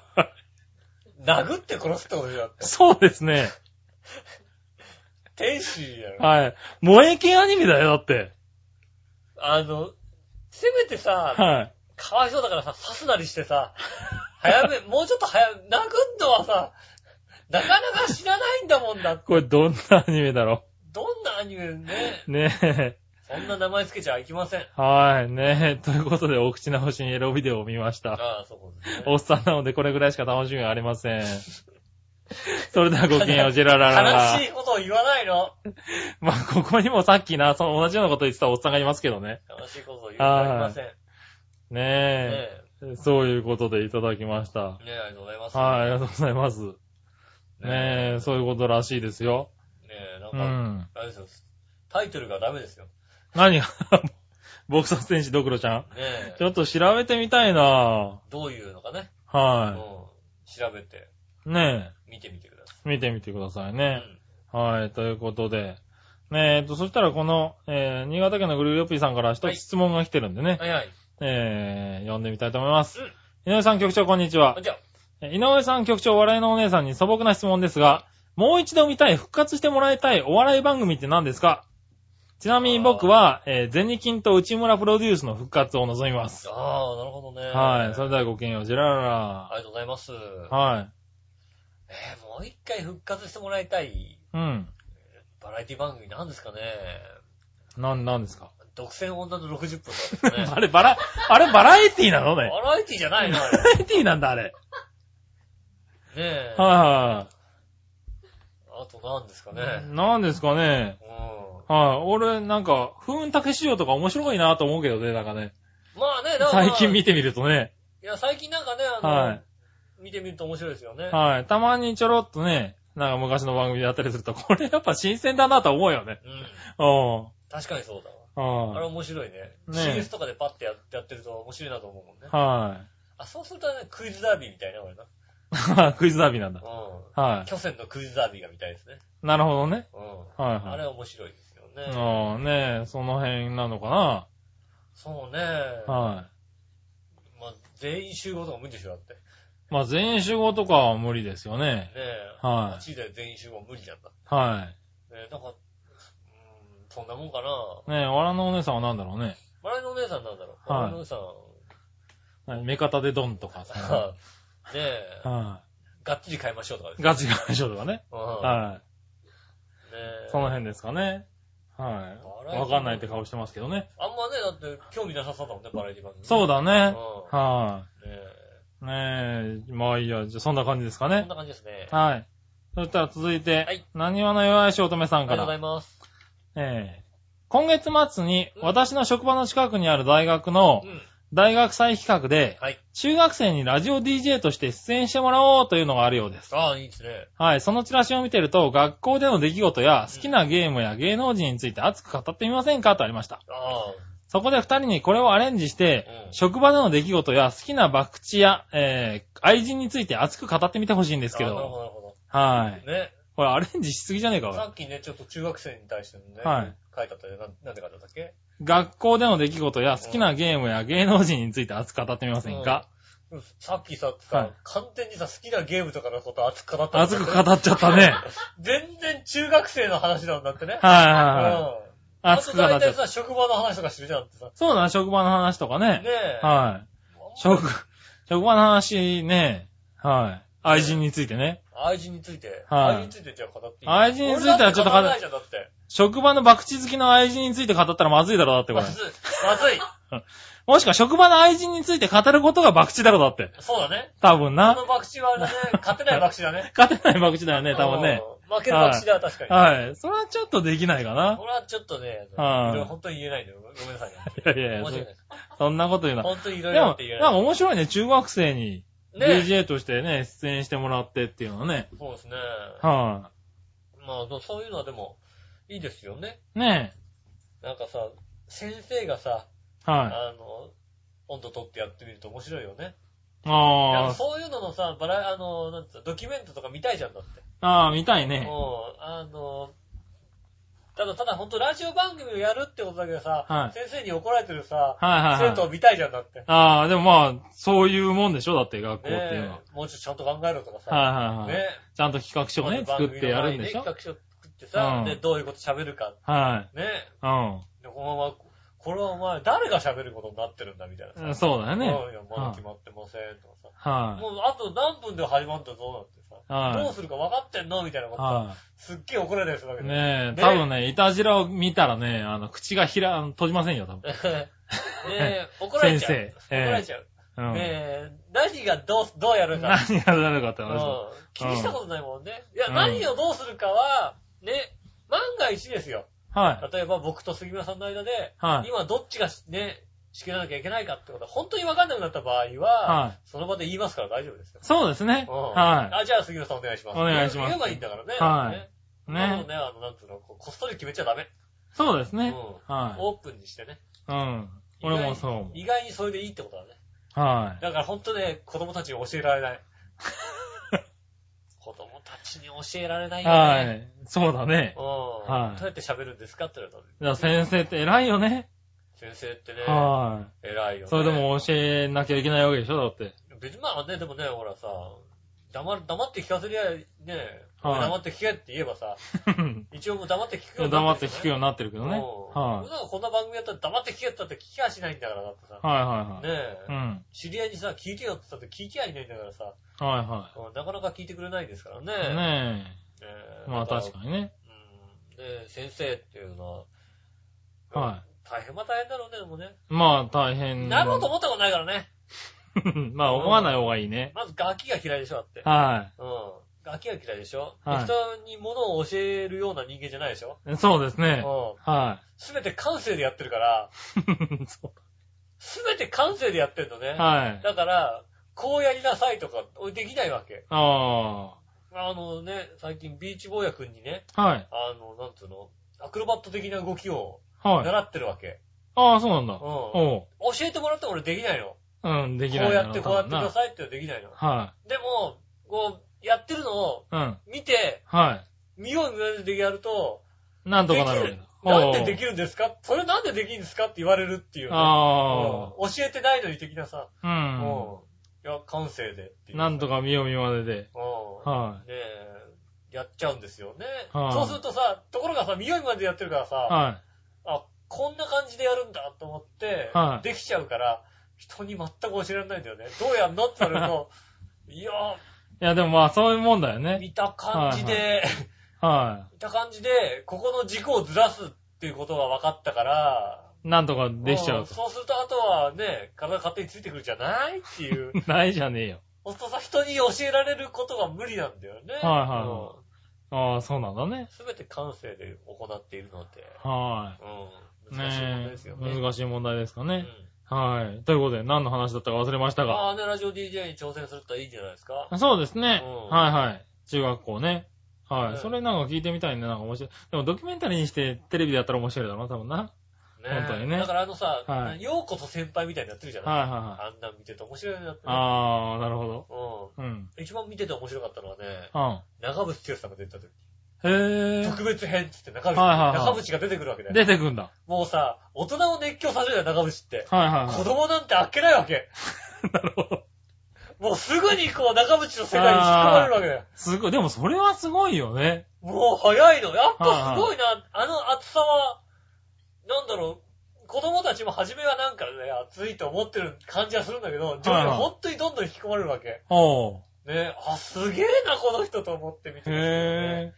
Speaker 2: 殴って殺すってことじゃなくて、
Speaker 3: そうですね。
Speaker 2: 天使やろ。
Speaker 3: はい。萌え系アニメだよ、だって。
Speaker 2: あの、せめてさ、
Speaker 3: はい。
Speaker 2: かわいそうだからさ、刺すなりしてさ、早 め、もうちょっと早め、殴んのはさ、なかなか知らないんだもんだ。
Speaker 3: これどんなアニメだろ
Speaker 2: どんなアニメね、
Speaker 3: う。ねえ。
Speaker 2: そんな名前つけちゃいけません。
Speaker 3: はい、ねえ。ということで、お口直しにエロビデオを見ました。
Speaker 2: ああ、そうですね。
Speaker 3: おっさんなのでこれぐらいしか楽しみがありません。それではごきげんよう、ジェララララ
Speaker 2: 悲し。いことを言わないの。
Speaker 3: まあ、ここにもさっきな、その同じようなこと言ってたおっさんがいますけどね。
Speaker 2: 悲しいことを言われません。ね
Speaker 3: ねえ。
Speaker 2: え
Speaker 3: そういうことでいただきました。
Speaker 2: ねえ、ありがとうございます。
Speaker 3: はい、ありがとうございます。
Speaker 2: ね
Speaker 3: ねえ、そういうことらしいですよ。
Speaker 2: ねえ、
Speaker 3: う
Speaker 2: なんか、
Speaker 3: ん。
Speaker 2: あれですよ。タイトルがダメですよ。
Speaker 3: 何が、 ボクサー戦士ドクロちゃん
Speaker 2: ねえ
Speaker 3: ち、ょっと調べてみたいな
Speaker 2: どういうのかね。
Speaker 3: ぁ
Speaker 2: うん
Speaker 3: は。
Speaker 2: 調べて、
Speaker 3: い。ね
Speaker 2: 見てみてくださ
Speaker 3: え、見てみてください
Speaker 2: い。
Speaker 3: ね。はい、ということで。ねえ、えっと、そしたらこの、えー、新潟県のグルーヨピーさんから一
Speaker 2: はい
Speaker 3: つ質問が来てるんでね、
Speaker 2: うん。はいはい。
Speaker 3: えー、読んでみたいと思います。
Speaker 2: うん
Speaker 3: 井上さん局長、こんにちは
Speaker 2: あ、。じゃあ、
Speaker 3: え井上さん局長、笑いのお姉さんに素朴な質問ですが、もう一度見たい、復活してもらいたいお笑い番組って何ですかちなみに僕は、えー、全日金と内村プロデュースの復活を望みます。
Speaker 2: ああ、なるほどね。
Speaker 3: はい。それ
Speaker 2: あ
Speaker 3: ではごきげんよう、ジェララ
Speaker 2: りがとうございます。
Speaker 3: ラ。はい。
Speaker 2: えー、もう一回復活してもらいたい
Speaker 3: うん。
Speaker 2: バラエティ番組なんですかね。
Speaker 3: なん、なんですか
Speaker 2: 独占女の60分とかです
Speaker 3: あ
Speaker 2: ね。
Speaker 3: れ、 バラ、あれ、バラエティなの
Speaker 2: バ
Speaker 3: ね。
Speaker 2: ラエティじゃ ないな、あれ。
Speaker 3: バ
Speaker 2: ね
Speaker 3: ラエティなんだ、あれ。
Speaker 2: え。
Speaker 3: は
Speaker 2: あと何ですか
Speaker 3: いはいはい
Speaker 2: ね。。
Speaker 3: なんですかね。
Speaker 2: うん。
Speaker 3: はい。俺、なんか、ふーんたけしようとか面白いなと思うけどね、なんかね。
Speaker 2: まあね、なんか、
Speaker 3: 最近
Speaker 2: い
Speaker 3: 見てみるとね。
Speaker 2: や、最近なんかね、あの、
Speaker 3: はい。
Speaker 2: 見てみると面白いですよね。
Speaker 3: はい。たまにちょろっとね、なんか昔の番組でやったりすると、これやっぱ新鮮だなと思うよね。
Speaker 2: うん。
Speaker 3: う
Speaker 2: 確かにそうだわ。
Speaker 3: ん。
Speaker 2: あれ
Speaker 3: うん。
Speaker 2: 面白いね。
Speaker 3: ねえ
Speaker 2: CS とかでパッてやってやってると面白いなと思うもんね。
Speaker 3: は
Speaker 2: あ、そうするとね、クイズダービーみたいな、これな。
Speaker 3: い。 クイズダービーなんだ。
Speaker 2: う
Speaker 3: は
Speaker 2: ん。巨船のクイズダービーが見たいですね。
Speaker 3: い。なるほどね。
Speaker 2: うん。
Speaker 3: はいはい。
Speaker 2: あれ面白いですよね。
Speaker 3: ああ、ねえ、その辺なのか
Speaker 2: そうね。
Speaker 3: な。は
Speaker 2: まあ、全員集合とか無理でしょ、だって。ね
Speaker 3: い。まあ、全員集合とかは無理ですよね。
Speaker 2: え。
Speaker 3: は
Speaker 2: 街で全員集合無理じゃんだ。
Speaker 3: い。は
Speaker 2: ねえ、なんか、うーん、そんなもんかな。
Speaker 3: い。ねえ、わらのお姉さんは何だろうね。
Speaker 2: 笑いのお姉さんなんだろう。
Speaker 3: はい
Speaker 2: 笑いのお姉さん。
Speaker 3: はい目方でドンとかさ。
Speaker 2: ねえ、
Speaker 3: は
Speaker 2: がっちり買いましょうとかです
Speaker 3: い。
Speaker 2: ね。
Speaker 3: ガチガチとかね。
Speaker 2: うん。
Speaker 3: は
Speaker 2: ね
Speaker 3: い。
Speaker 2: え。
Speaker 3: その辺ですかね。は
Speaker 2: バラエ
Speaker 3: い。
Speaker 2: ティ
Speaker 3: わかんないって顔してますけどね。
Speaker 2: あんまね、だって興味なさそうだもんね、バラエティ番組。
Speaker 3: そうだ
Speaker 2: うん。
Speaker 3: ね。
Speaker 2: ね
Speaker 3: はい。
Speaker 2: え
Speaker 3: ねえ、まあいいや、じゃあそんな感じですか
Speaker 2: こん
Speaker 3: ね。
Speaker 2: な感じですね。あ
Speaker 3: はい。そしたら続い
Speaker 2: は
Speaker 3: て
Speaker 2: い、
Speaker 3: 何話の弱いし乙女さん
Speaker 2: り
Speaker 3: か
Speaker 2: がとうござ
Speaker 3: ら、
Speaker 2: います。
Speaker 3: えー今月末に
Speaker 2: うん
Speaker 3: 私の職場の近くにある大学の
Speaker 2: うん。
Speaker 3: 大学祭企画で、
Speaker 2: はい。
Speaker 3: 中学生にラジオ DJ として出演してもらおうというのがあるようです。
Speaker 2: ああ、いいですね。
Speaker 3: はい、そのチラシを見てると、学校での出来事や
Speaker 2: うん
Speaker 3: 好きなゲームや芸能人について熱く語ってみませんかとありました。
Speaker 2: あ
Speaker 3: そこで二人にこれをアレンジして、
Speaker 2: うん
Speaker 3: 職場での出来事や好きな博打や、えー愛人について熱く語ってみてほしいんで
Speaker 2: です
Speaker 3: け
Speaker 2: なるほ
Speaker 3: ど。
Speaker 2: ど、なるほ
Speaker 3: はい。
Speaker 2: ど。ね。
Speaker 3: これアレンジしすぎじゃねえか、おい
Speaker 2: さっきね、ちょっと中学生に対してね、
Speaker 3: はい
Speaker 2: 書いてあったよ。なんなんて書いてあったっけ
Speaker 3: 学校での出来事や好きなゲームや芸能人について熱く語ってみませんか、
Speaker 2: うんさっきさ、
Speaker 3: はい
Speaker 2: さ、完全にさ、好きなゲームとかのこと熱く語ったんだ
Speaker 3: 熱
Speaker 2: よね。
Speaker 3: く語っちゃったね。
Speaker 2: 全然中学生の話なんだってね。
Speaker 3: はい
Speaker 2: い
Speaker 3: はいはい。
Speaker 2: うん。あ
Speaker 3: 熱
Speaker 2: と
Speaker 3: く語っ
Speaker 2: 大
Speaker 3: ちゃっ
Speaker 2: 体さ、
Speaker 3: た。
Speaker 2: 職場の話とかしてるじゃんってさ。
Speaker 3: そうだな、職場の話とか
Speaker 2: ね
Speaker 3: ね。
Speaker 2: え。
Speaker 3: はい。職、職場の話ね。はい。愛人についてね。
Speaker 2: 愛人について。
Speaker 3: は
Speaker 2: 愛
Speaker 3: い
Speaker 2: 人についてじゃあ語っていい
Speaker 3: 愛人についてはちょっと語
Speaker 2: 語ら
Speaker 3: っ
Speaker 2: ないじゃん、だって。
Speaker 3: 職場の博打好きの愛人について語ったらまずいだろ、だってこ
Speaker 2: ま
Speaker 3: れ。
Speaker 2: ずい。まずい。
Speaker 3: もしくは職場の愛人について語ることが博打だろ、だって。
Speaker 2: そうだ ね。
Speaker 3: 多分
Speaker 2: こ
Speaker 3: な。
Speaker 2: の爆打はあれ だね、勝てない爆打だね。
Speaker 3: 勝てない博打だよね、多分ね。
Speaker 2: うん。負ける爆打は確かに。
Speaker 3: はい。それはちょっとできないかな。
Speaker 2: 俺はちょっとね、い
Speaker 3: はい
Speaker 2: ろいろ本当に言えないのよ。ごめんなさいね。
Speaker 3: いやいやいや
Speaker 2: 面白い
Speaker 3: そ
Speaker 2: ね。
Speaker 3: そんなこと言うな。
Speaker 2: 本当にいろい
Speaker 3: で
Speaker 2: ろ
Speaker 3: も
Speaker 2: って言え、
Speaker 3: なんか
Speaker 2: ない。
Speaker 3: 面白いね、中学生に
Speaker 2: ね
Speaker 3: DJ としてね、出演してもらってっていうのはね。
Speaker 2: そうですね。
Speaker 3: は
Speaker 2: まあ、そういうのはでも、いいですよね。
Speaker 3: い。ね
Speaker 2: なんかさ、先生がさ、
Speaker 3: え。はい。
Speaker 2: あの、温度取ってやってみると面白いよね。なん
Speaker 3: あ
Speaker 2: かそういうののさ、バラ、あの、なんつうのドキュメントとか見たいじゃんだって。
Speaker 3: あ、ああ、見たいね。
Speaker 2: もう、あの、ただただ本当ラジオ番組をやるってことだけどさ、
Speaker 3: はい
Speaker 2: 先生に怒られてるさ、
Speaker 3: はいはい
Speaker 2: 生徒
Speaker 3: は
Speaker 2: を
Speaker 3: い。
Speaker 2: 見たいじゃんだって。ね
Speaker 3: ああ、でもまあ、そういうもんでしょだって学校っていうの
Speaker 2: えもうちょっとちゃんと考えろとかさ、
Speaker 3: は。はいはいはい。
Speaker 2: ね
Speaker 3: ちゃんと企画書をね、
Speaker 2: こう
Speaker 3: 作
Speaker 2: いう番組の
Speaker 3: ってやるんでし
Speaker 2: 前
Speaker 3: ょ
Speaker 2: にね企画書作ってさ、
Speaker 3: うん
Speaker 2: で、どういうこと喋るか。
Speaker 3: は
Speaker 2: ね
Speaker 3: い。
Speaker 2: で、このまま、これはお前、誰が喋ることになってるんだみたいなさ。
Speaker 3: うん。そうだよね。
Speaker 2: うんいやまだ決まってませんとかさ。
Speaker 3: は
Speaker 2: もうあと何分で始まったらどうなってさ、
Speaker 3: はい
Speaker 2: どうするか分かってんのみたいなこ
Speaker 3: い。
Speaker 2: とさ、
Speaker 3: は
Speaker 2: すっげえ怒られたりするわけ
Speaker 3: い。
Speaker 2: だよ
Speaker 3: ねえ、
Speaker 2: で
Speaker 3: 多分ね、いたじらを見たらね、あの、口がひら、閉じませんよ、多分。
Speaker 2: ね え、怒られちゃう。
Speaker 3: 先生ええ
Speaker 2: 怒られちゃう。
Speaker 3: うん。
Speaker 2: ねえ、何がどう、どうやるか。
Speaker 3: 何が なるかって
Speaker 2: うん
Speaker 3: 話。
Speaker 2: 気にしたことないもんね。いや、
Speaker 3: うん
Speaker 2: 何をどうするかは、ね、万が一ですよ。
Speaker 3: はい。
Speaker 2: 例えば僕と杉村さんの間で、
Speaker 3: はい
Speaker 2: 今どっちがね、仕切らなきゃいけないかってことは、本当にわかんなくなった場合は、
Speaker 3: はい。
Speaker 2: その場で言いますから大丈夫ですよ。
Speaker 3: そうですね。
Speaker 2: うん
Speaker 3: は
Speaker 2: あ、じゃあ杉野さんお願いします。
Speaker 3: お願いします
Speaker 2: 言えばいいんだからね。
Speaker 3: はい
Speaker 2: ね
Speaker 3: い。
Speaker 2: なの
Speaker 3: ね
Speaker 2: で。ね、あの、なんつうの、こうこっそり決めちゃダメ。
Speaker 3: そうです
Speaker 2: うん
Speaker 3: ね。。は
Speaker 2: オープンにしてね。
Speaker 3: い。うん。俺もそう思
Speaker 2: 意外にそれでいいってことだね。
Speaker 3: う。はい。
Speaker 2: だから本当ね、子供たちに教えられない。子供たちに教えられないよね。
Speaker 3: はい。そうだね。
Speaker 2: うん。
Speaker 3: はい
Speaker 2: どうやって喋るんですかって言われたら、
Speaker 3: いや先生って偉いよね。
Speaker 2: 先生ってね、
Speaker 3: は
Speaker 2: 偉いよ
Speaker 3: い。
Speaker 2: ね。
Speaker 3: それでも教えなきゃいけないわけでしょ、だ って。
Speaker 2: 別にまあね、でもね、ほらさ、黙る黙って聞かせりゃ、ね、
Speaker 3: はい
Speaker 2: 黙って聞けって言えばさ、一応もう黙って聞くようにな
Speaker 3: 黙
Speaker 2: る
Speaker 3: って
Speaker 2: よね
Speaker 3: 聞くようになってるけどね。は
Speaker 2: う
Speaker 3: い。
Speaker 2: ん。なんかこんな番組やったら黙って聞けって言ったって聞きゃしないんだからだってさ。
Speaker 3: はいはい
Speaker 2: ね
Speaker 3: はい。
Speaker 2: え、
Speaker 3: うん。
Speaker 2: 知り合いにさ、聞いてよって言ったって聞きゃいないんだからさ、
Speaker 3: はいは
Speaker 2: うんなかなか聞いてくれないですからね。
Speaker 3: い。ね
Speaker 2: ね
Speaker 3: え。まあ確
Speaker 2: に。
Speaker 3: かにね。
Speaker 2: うん。で、先生っていうのは、。
Speaker 3: はい
Speaker 2: 大変は大変だろうね、でもね。
Speaker 3: い。まあ大変。
Speaker 2: なろうと思ったことないからね。
Speaker 3: まあ思わない方がいいね。
Speaker 2: まずガキが嫌いでしょ、だって。
Speaker 3: は
Speaker 2: うん。ガキが嫌いでしょ、
Speaker 3: はい
Speaker 2: 人に物を教えるような人間じゃないでしょ
Speaker 3: い。そうです
Speaker 2: うん
Speaker 3: ね。。は
Speaker 2: すべて感性でやってるから、
Speaker 3: い。そ
Speaker 2: すべて感性でやってんのね。
Speaker 3: う はい。
Speaker 2: だから、こうやりなさいとか、できないわけ。
Speaker 3: あ
Speaker 2: あのね、最近ビーチ坊やくんにね、
Speaker 3: あ。はい。
Speaker 2: あの、なんつうの、アクロバット的な動きを
Speaker 3: はい。
Speaker 2: 習ってるわけ。
Speaker 3: ああ、そうなんだ。
Speaker 2: うん
Speaker 3: おう。
Speaker 2: 教えてもらっても俺できないの。
Speaker 3: うん、できない
Speaker 2: こう
Speaker 3: な
Speaker 2: やってこうやってくださいってできないの。
Speaker 3: は
Speaker 2: でも、こう、やってるのを
Speaker 3: い。うん。
Speaker 2: 見て、
Speaker 3: は
Speaker 2: 見よう見まねでやると、
Speaker 3: い。なんと
Speaker 2: で
Speaker 3: か
Speaker 2: き
Speaker 3: なるわけ
Speaker 2: る
Speaker 3: だ。。
Speaker 2: なんでで
Speaker 3: る
Speaker 2: きるんですかそれなんでできるんですかって言われるっていうね、
Speaker 3: あ
Speaker 2: うん教えてないのに的なさ、
Speaker 3: あ。
Speaker 2: う
Speaker 3: う
Speaker 2: ん
Speaker 3: ん。
Speaker 2: いや、感性でっていう。
Speaker 3: なんとか見よう見まねで。
Speaker 2: うん
Speaker 3: は
Speaker 2: ねえ、やっちゃうんですよね。
Speaker 3: はい
Speaker 2: そうするとさ、ところがさ、見よいまでやってるからさ、
Speaker 3: い。は
Speaker 2: あ、こんな感じでやるんだと思って、
Speaker 3: はい
Speaker 2: できちゃうから、人に全く教えられないんだよね。どうやんのって言われる と、いや
Speaker 3: い。いや、でもまあ、そういうもんだよ
Speaker 2: ー、
Speaker 3: ね。
Speaker 2: 見た感じで、
Speaker 3: はは
Speaker 2: 見た感じで、ここの軸をずらすっていうことが分かったから、
Speaker 3: い。なんとかできちゃ
Speaker 2: ん
Speaker 3: うと。
Speaker 2: そうすると、あとはね、体勝手についてくるじゃないって いう。
Speaker 3: ないじゃねえよ。
Speaker 2: ほんとさ、人に教えられることが無理なんだよね。
Speaker 3: はいはいはいああ、そうなんだね。
Speaker 2: すべて感性で行っているので、
Speaker 3: は
Speaker 2: うん。
Speaker 3: い。
Speaker 2: 難しい問題
Speaker 3: ね
Speaker 2: です
Speaker 3: え
Speaker 2: よ。ね。
Speaker 3: 難しい問題ですかね。
Speaker 2: うん
Speaker 3: はい。ということで、何の話だったか忘れましたが。
Speaker 2: まあね、ラジオ DJ に挑戦するといいんじゃないですか。
Speaker 3: そうですね。
Speaker 2: うん
Speaker 3: はいはい。中学校ね。は
Speaker 2: ね
Speaker 3: い。それなんか聞いてみたいね。なんか面白い。でもドキュメンタリーにしてテレビでやったら面白いだろうな、多分な。
Speaker 2: ね
Speaker 3: 本当にね
Speaker 2: だからあのさ、
Speaker 3: はい
Speaker 2: ようこそ先輩みたいになってるじゃない、
Speaker 3: はいはいはい。
Speaker 2: あんなん見てて面白いなって。
Speaker 3: ああ、なるほど。
Speaker 2: う
Speaker 3: うん。
Speaker 2: ん。一番見てて面白かったのはね、
Speaker 3: うん。
Speaker 2: 長渕剛さんが出た時。
Speaker 3: へえ。
Speaker 2: 特別編っつって中渕、
Speaker 3: はいはいはい
Speaker 2: 中渕が出てくるわけだよ。
Speaker 3: 出てくんだ。
Speaker 2: もうさ、大人を熱狂させるじゃん、中渕って。
Speaker 3: はいはい
Speaker 2: 子
Speaker 3: は
Speaker 2: 供なんてあっけないわけ。
Speaker 3: い。なるほど。
Speaker 2: もうすぐにこう中渕の世界に引っ込まれるわけだよ。
Speaker 3: すごい。でもそれはすごいよね。
Speaker 2: もう早いの。やっぱすごいな。あの暑さは、なんだろう、子供たちも初めはなんかね、暑いと思ってる感じはするんだけど、徐々に本当にどんどん引き込まれるわけ。
Speaker 3: おう。
Speaker 2: ねあ、すげえな、この人と思って見てますよね。
Speaker 3: へえ。
Speaker 2: ね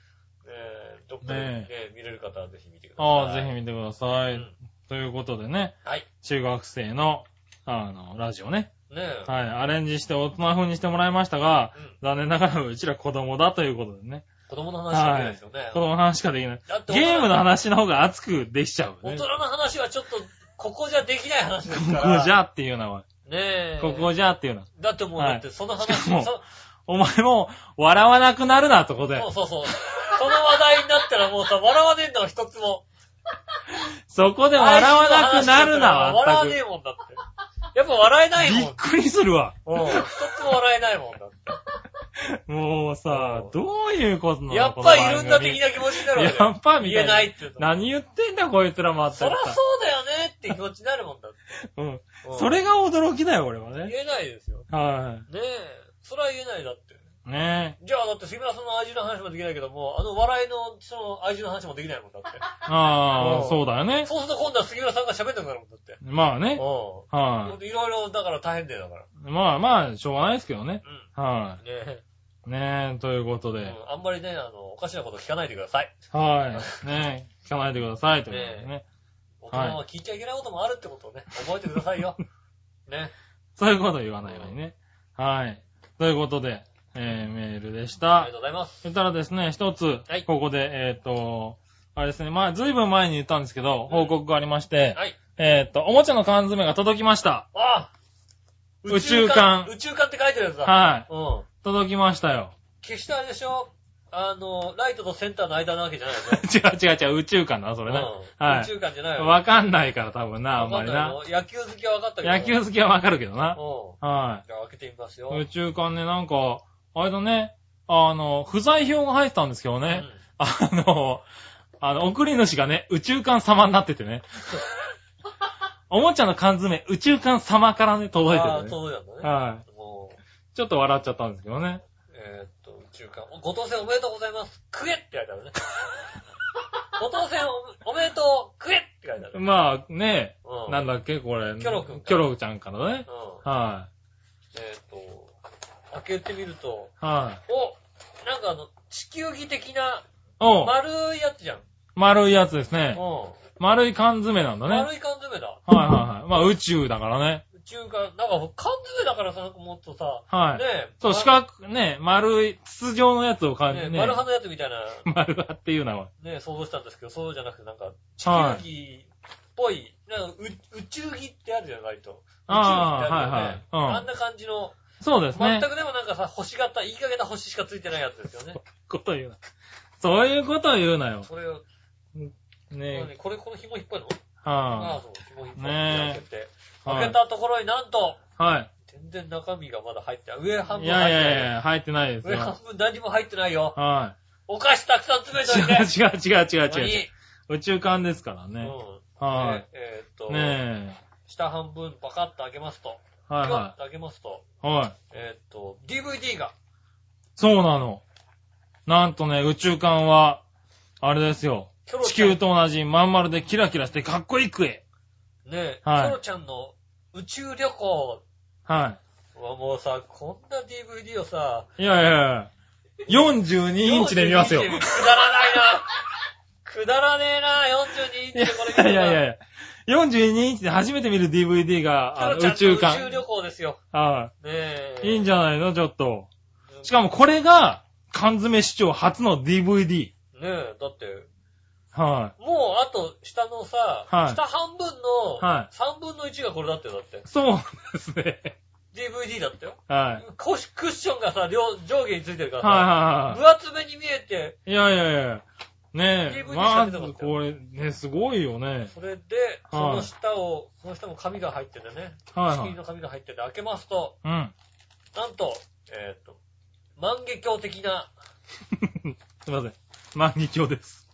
Speaker 2: えどっかでね見れる方はぜひ見てください。
Speaker 3: ああ、ぜひ見てくださ
Speaker 2: う
Speaker 3: い
Speaker 2: ん。
Speaker 3: ということでね、
Speaker 2: はい。
Speaker 3: 中学生の、あの、ラジオね。
Speaker 2: ねえ。
Speaker 3: はい。アレンジして大人風にしてもらいましたが、
Speaker 2: うん
Speaker 3: 残念ながらうちら子供だということでね。
Speaker 2: 子供の話はないですよね。
Speaker 3: 子供の話しかでき ない。
Speaker 2: だって大人
Speaker 3: ゲームの話の方が熱くできちゃう
Speaker 2: 大
Speaker 3: ね。
Speaker 2: 人の話はちょっと、ここじゃできない話です
Speaker 3: こ
Speaker 2: から。
Speaker 3: こじゃっていうのは、
Speaker 2: ねえ。
Speaker 3: ここじゃっていうのは。
Speaker 2: だってもう、
Speaker 3: はい
Speaker 2: だってその話、
Speaker 3: しかも
Speaker 2: そ
Speaker 3: お前も笑わなくなるなってことだよ
Speaker 2: そうそうそう。その話題になったらもうさ、笑わねえんだもん、一つも。
Speaker 3: そこで笑わなくなるな、
Speaker 2: 笑わ
Speaker 3: 全
Speaker 2: ねえ
Speaker 3: く。
Speaker 2: もんだって。やっぱ笑えない
Speaker 3: び
Speaker 2: も
Speaker 3: っくりするわ。
Speaker 2: ん。うん。一つも笑えないもんだって。
Speaker 3: もうさ
Speaker 2: うん、
Speaker 3: どういうことなの
Speaker 2: やっぱいるんだ的
Speaker 3: 的
Speaker 2: な気持ちになるわけだよ
Speaker 3: やっぱみた
Speaker 2: 言
Speaker 3: い
Speaker 2: え
Speaker 3: な
Speaker 2: ないって言うと。
Speaker 3: 何言ってんだこいつらまった
Speaker 2: そ
Speaker 3: く
Speaker 2: ら
Speaker 3: さ
Speaker 2: そうだよねって気持ちになるもんだって。
Speaker 3: うん。
Speaker 2: うん
Speaker 3: それが驚きだよ、俺は
Speaker 2: 言
Speaker 3: ね。
Speaker 2: えないですよ。
Speaker 3: は
Speaker 2: ねえ。それは言えないだって。
Speaker 3: い。ねえ。
Speaker 2: じゃあだって杉村さんの愛人の話もできないけども、あの笑いのその愛人の話もできないもんだ って。
Speaker 3: あ
Speaker 2: う
Speaker 3: あ、
Speaker 2: ん
Speaker 3: そうだよね。
Speaker 2: そうすると今度は杉村さんが喋んなくなるもんだって。
Speaker 3: まあ
Speaker 2: うん。い
Speaker 3: ね。
Speaker 2: ろ
Speaker 3: はい
Speaker 2: ろだから大変だよだから。
Speaker 3: い。まあまあ、しょうがないですけどね。
Speaker 2: う
Speaker 3: は
Speaker 2: ん。ねえ。
Speaker 3: い。ねえ、ということ
Speaker 2: う
Speaker 3: で。
Speaker 2: んあんまりね、あの、おかしなこと聞かないでください。
Speaker 3: はい。ねえ、聞かないでください、ということでね。
Speaker 2: 大人は聞いちゃいけないこともあるってことを ね、覚えてくださいよ。ね。
Speaker 3: そういうこと言わないようにね。はい。ということで、えー、メールでし
Speaker 2: あり
Speaker 3: た
Speaker 2: がと。うございます。
Speaker 3: そしたらですね、一つ
Speaker 2: はい、
Speaker 3: ここで、えっ、と、あれですね、まあ、ずいぶん前に言ったんですけど、報告がありまして、
Speaker 2: はい。
Speaker 3: えーっと、おもちゃの缶詰が届きました。
Speaker 2: あ
Speaker 3: 宇宙艦
Speaker 2: 宇宙艦って書いてるやつだ。
Speaker 3: はい。
Speaker 2: うん。
Speaker 3: 届きましたよ。
Speaker 2: 決してあれでしょあの、ライトとセンターの間なわけじゃないでしょ
Speaker 3: 違う違う違う、宇宙館だな、それね。
Speaker 2: うん
Speaker 3: は
Speaker 2: 宇宙艦じゃない
Speaker 3: い。
Speaker 2: よ。
Speaker 3: わかんないから多分な、あんま
Speaker 2: わかん
Speaker 3: り
Speaker 2: ない
Speaker 3: な。
Speaker 2: よ野球好きは分かったけど。
Speaker 3: 野球
Speaker 2: うん。
Speaker 3: 好きはわかるけどな。は
Speaker 2: じゃあ開けてみますよ。
Speaker 3: い。宇宙館ね、なんか、あれだね、あの、不在票が入ってたんですけど
Speaker 2: う
Speaker 3: ね、
Speaker 2: ん
Speaker 3: あの、あの、送り主がね、宇宙館様になって てね。おもちゃの缶詰、宇宙館様からね、届いて
Speaker 2: ああ、
Speaker 3: るね。
Speaker 2: 届いたんだね。
Speaker 3: は
Speaker 2: もう、
Speaker 3: い。ちょっと笑っちゃったんですけどね。
Speaker 2: えーっと、宇宙艦。ご当選おめでとうございます。食えって書いてあ るね。ご当選おおめでとう、食えって書いてある。
Speaker 3: まあ、ね、
Speaker 2: うん。
Speaker 3: なんだっけ、これ。
Speaker 2: キョロくん
Speaker 3: キョロちゃんからね。
Speaker 2: うん。
Speaker 3: は
Speaker 2: えーっと、開けてみると、
Speaker 3: い。はい。
Speaker 2: お、なんかあの、地球儀的な
Speaker 3: おう
Speaker 2: 丸いやつじゃん。
Speaker 3: 丸いやつです
Speaker 2: う
Speaker 3: ね
Speaker 2: ん。。
Speaker 3: 丸い缶詰なんだね。はい
Speaker 2: 丸い缶詰だ。
Speaker 3: はいはい。まあ宇宙だからね。
Speaker 2: 宇宙艦、なんか缶詰だからさ、なんかもっとさ、
Speaker 3: はい
Speaker 2: ねえ。
Speaker 3: そう、
Speaker 2: ま
Speaker 3: 四角、ね、丸い、筒状のやつを感じ
Speaker 2: ね
Speaker 3: ね。
Speaker 2: 丸派のやつみたいな、
Speaker 3: 丸派っていうのは。
Speaker 2: ね、想像したんですけど、そうじゃなくてなんか、地
Speaker 3: は
Speaker 2: 球儀っぽい、なんかう宇宙儀ってあるじゃん、割と。宇宙儀ってあ
Speaker 3: あ
Speaker 2: る
Speaker 3: あはい
Speaker 2: よ
Speaker 3: はい
Speaker 2: ね
Speaker 3: うん
Speaker 2: あんな感じの、
Speaker 3: そうです
Speaker 2: 全
Speaker 3: ね。
Speaker 2: くでもなんかさ、星型、いい加減な星しかついてないやつですよね。
Speaker 3: こと言うな。そういうことを言うなよ。
Speaker 2: それを、
Speaker 3: ね
Speaker 2: これ、この紐引っ張るのああ、
Speaker 3: は
Speaker 2: そう、紐引っ張
Speaker 3: ね
Speaker 2: って開けて。
Speaker 3: はい
Speaker 2: 開けたところになんと、
Speaker 3: い。はい。
Speaker 2: 全然中身がまだ入ってない。上半
Speaker 3: い
Speaker 2: 分入っ
Speaker 3: やい
Speaker 2: てない。
Speaker 3: やいや、入ってないです
Speaker 2: 上
Speaker 3: よ。
Speaker 2: 半
Speaker 3: は
Speaker 2: 分何も入ってないよ。
Speaker 3: い。
Speaker 2: お菓子たくさん詰めといて。
Speaker 3: 違う違う違う違う
Speaker 2: ここに
Speaker 3: 違う。宇宙艦ですからね。
Speaker 2: うん。
Speaker 3: は
Speaker 2: でえーっと、
Speaker 3: い。ね
Speaker 2: 下半分パカッと開けますと、
Speaker 3: え。はい
Speaker 2: ピョン
Speaker 3: は
Speaker 2: と開けますと、
Speaker 3: い。はい。
Speaker 2: えーっと、DVD が、
Speaker 3: そうなの。なんとね、宇宙艦は、あれですよ。
Speaker 2: キョロ
Speaker 3: 地
Speaker 2: ちゃん、
Speaker 3: 球
Speaker 2: ね
Speaker 3: と同じまん丸でキラキラしてかっこいいくえ。
Speaker 2: え、
Speaker 3: はい
Speaker 2: キョロちゃんの宇宙旅行
Speaker 3: は
Speaker 2: はもうさ、こんな DVD をさ、
Speaker 3: い。いやいやいや、42インチで見ますよ。
Speaker 2: 42
Speaker 3: い
Speaker 2: インチでくだらないな。くだらねえな、42インチで
Speaker 3: やい
Speaker 2: これ見た
Speaker 3: や
Speaker 2: ら
Speaker 3: いやいや、42インチで初めて見る DVD が、あの
Speaker 2: キョロ
Speaker 3: 宇
Speaker 2: ちゃんの宇
Speaker 3: 宙
Speaker 2: 宙
Speaker 3: 艦。
Speaker 2: 旅行ですよ。
Speaker 3: は
Speaker 2: ねえ。
Speaker 3: い。いいんじゃないのちょっと。し
Speaker 2: も。
Speaker 3: かもこれが、缶詰市長初の DVD。
Speaker 2: ねえ、だって、
Speaker 3: は
Speaker 2: もうあと下のさ、
Speaker 3: はい
Speaker 2: 下半分の
Speaker 3: は
Speaker 2: 3分の1がこれだってよだって
Speaker 3: い。。そうですね。
Speaker 2: DVD だったよ。
Speaker 3: はい。
Speaker 2: こしクッションがさ、両、上下についてるからさ、
Speaker 3: はいはいは
Speaker 2: 分厚めに見えて、
Speaker 3: い。いやいやいや。ねえ、
Speaker 2: DVD
Speaker 3: ま
Speaker 2: しか出てなか
Speaker 3: ず
Speaker 2: ったよ
Speaker 3: これ、ね、すごいよね。
Speaker 2: それで、そ
Speaker 3: はい
Speaker 2: の下を、その下も紙が入っててね、
Speaker 3: はい
Speaker 2: 仕切
Speaker 3: は
Speaker 2: り
Speaker 3: い。
Speaker 2: の紙が入ってて、開けますと、
Speaker 3: うん。
Speaker 2: なんと、えっ、と、万華鏡的な、
Speaker 3: すいません。万華鏡です。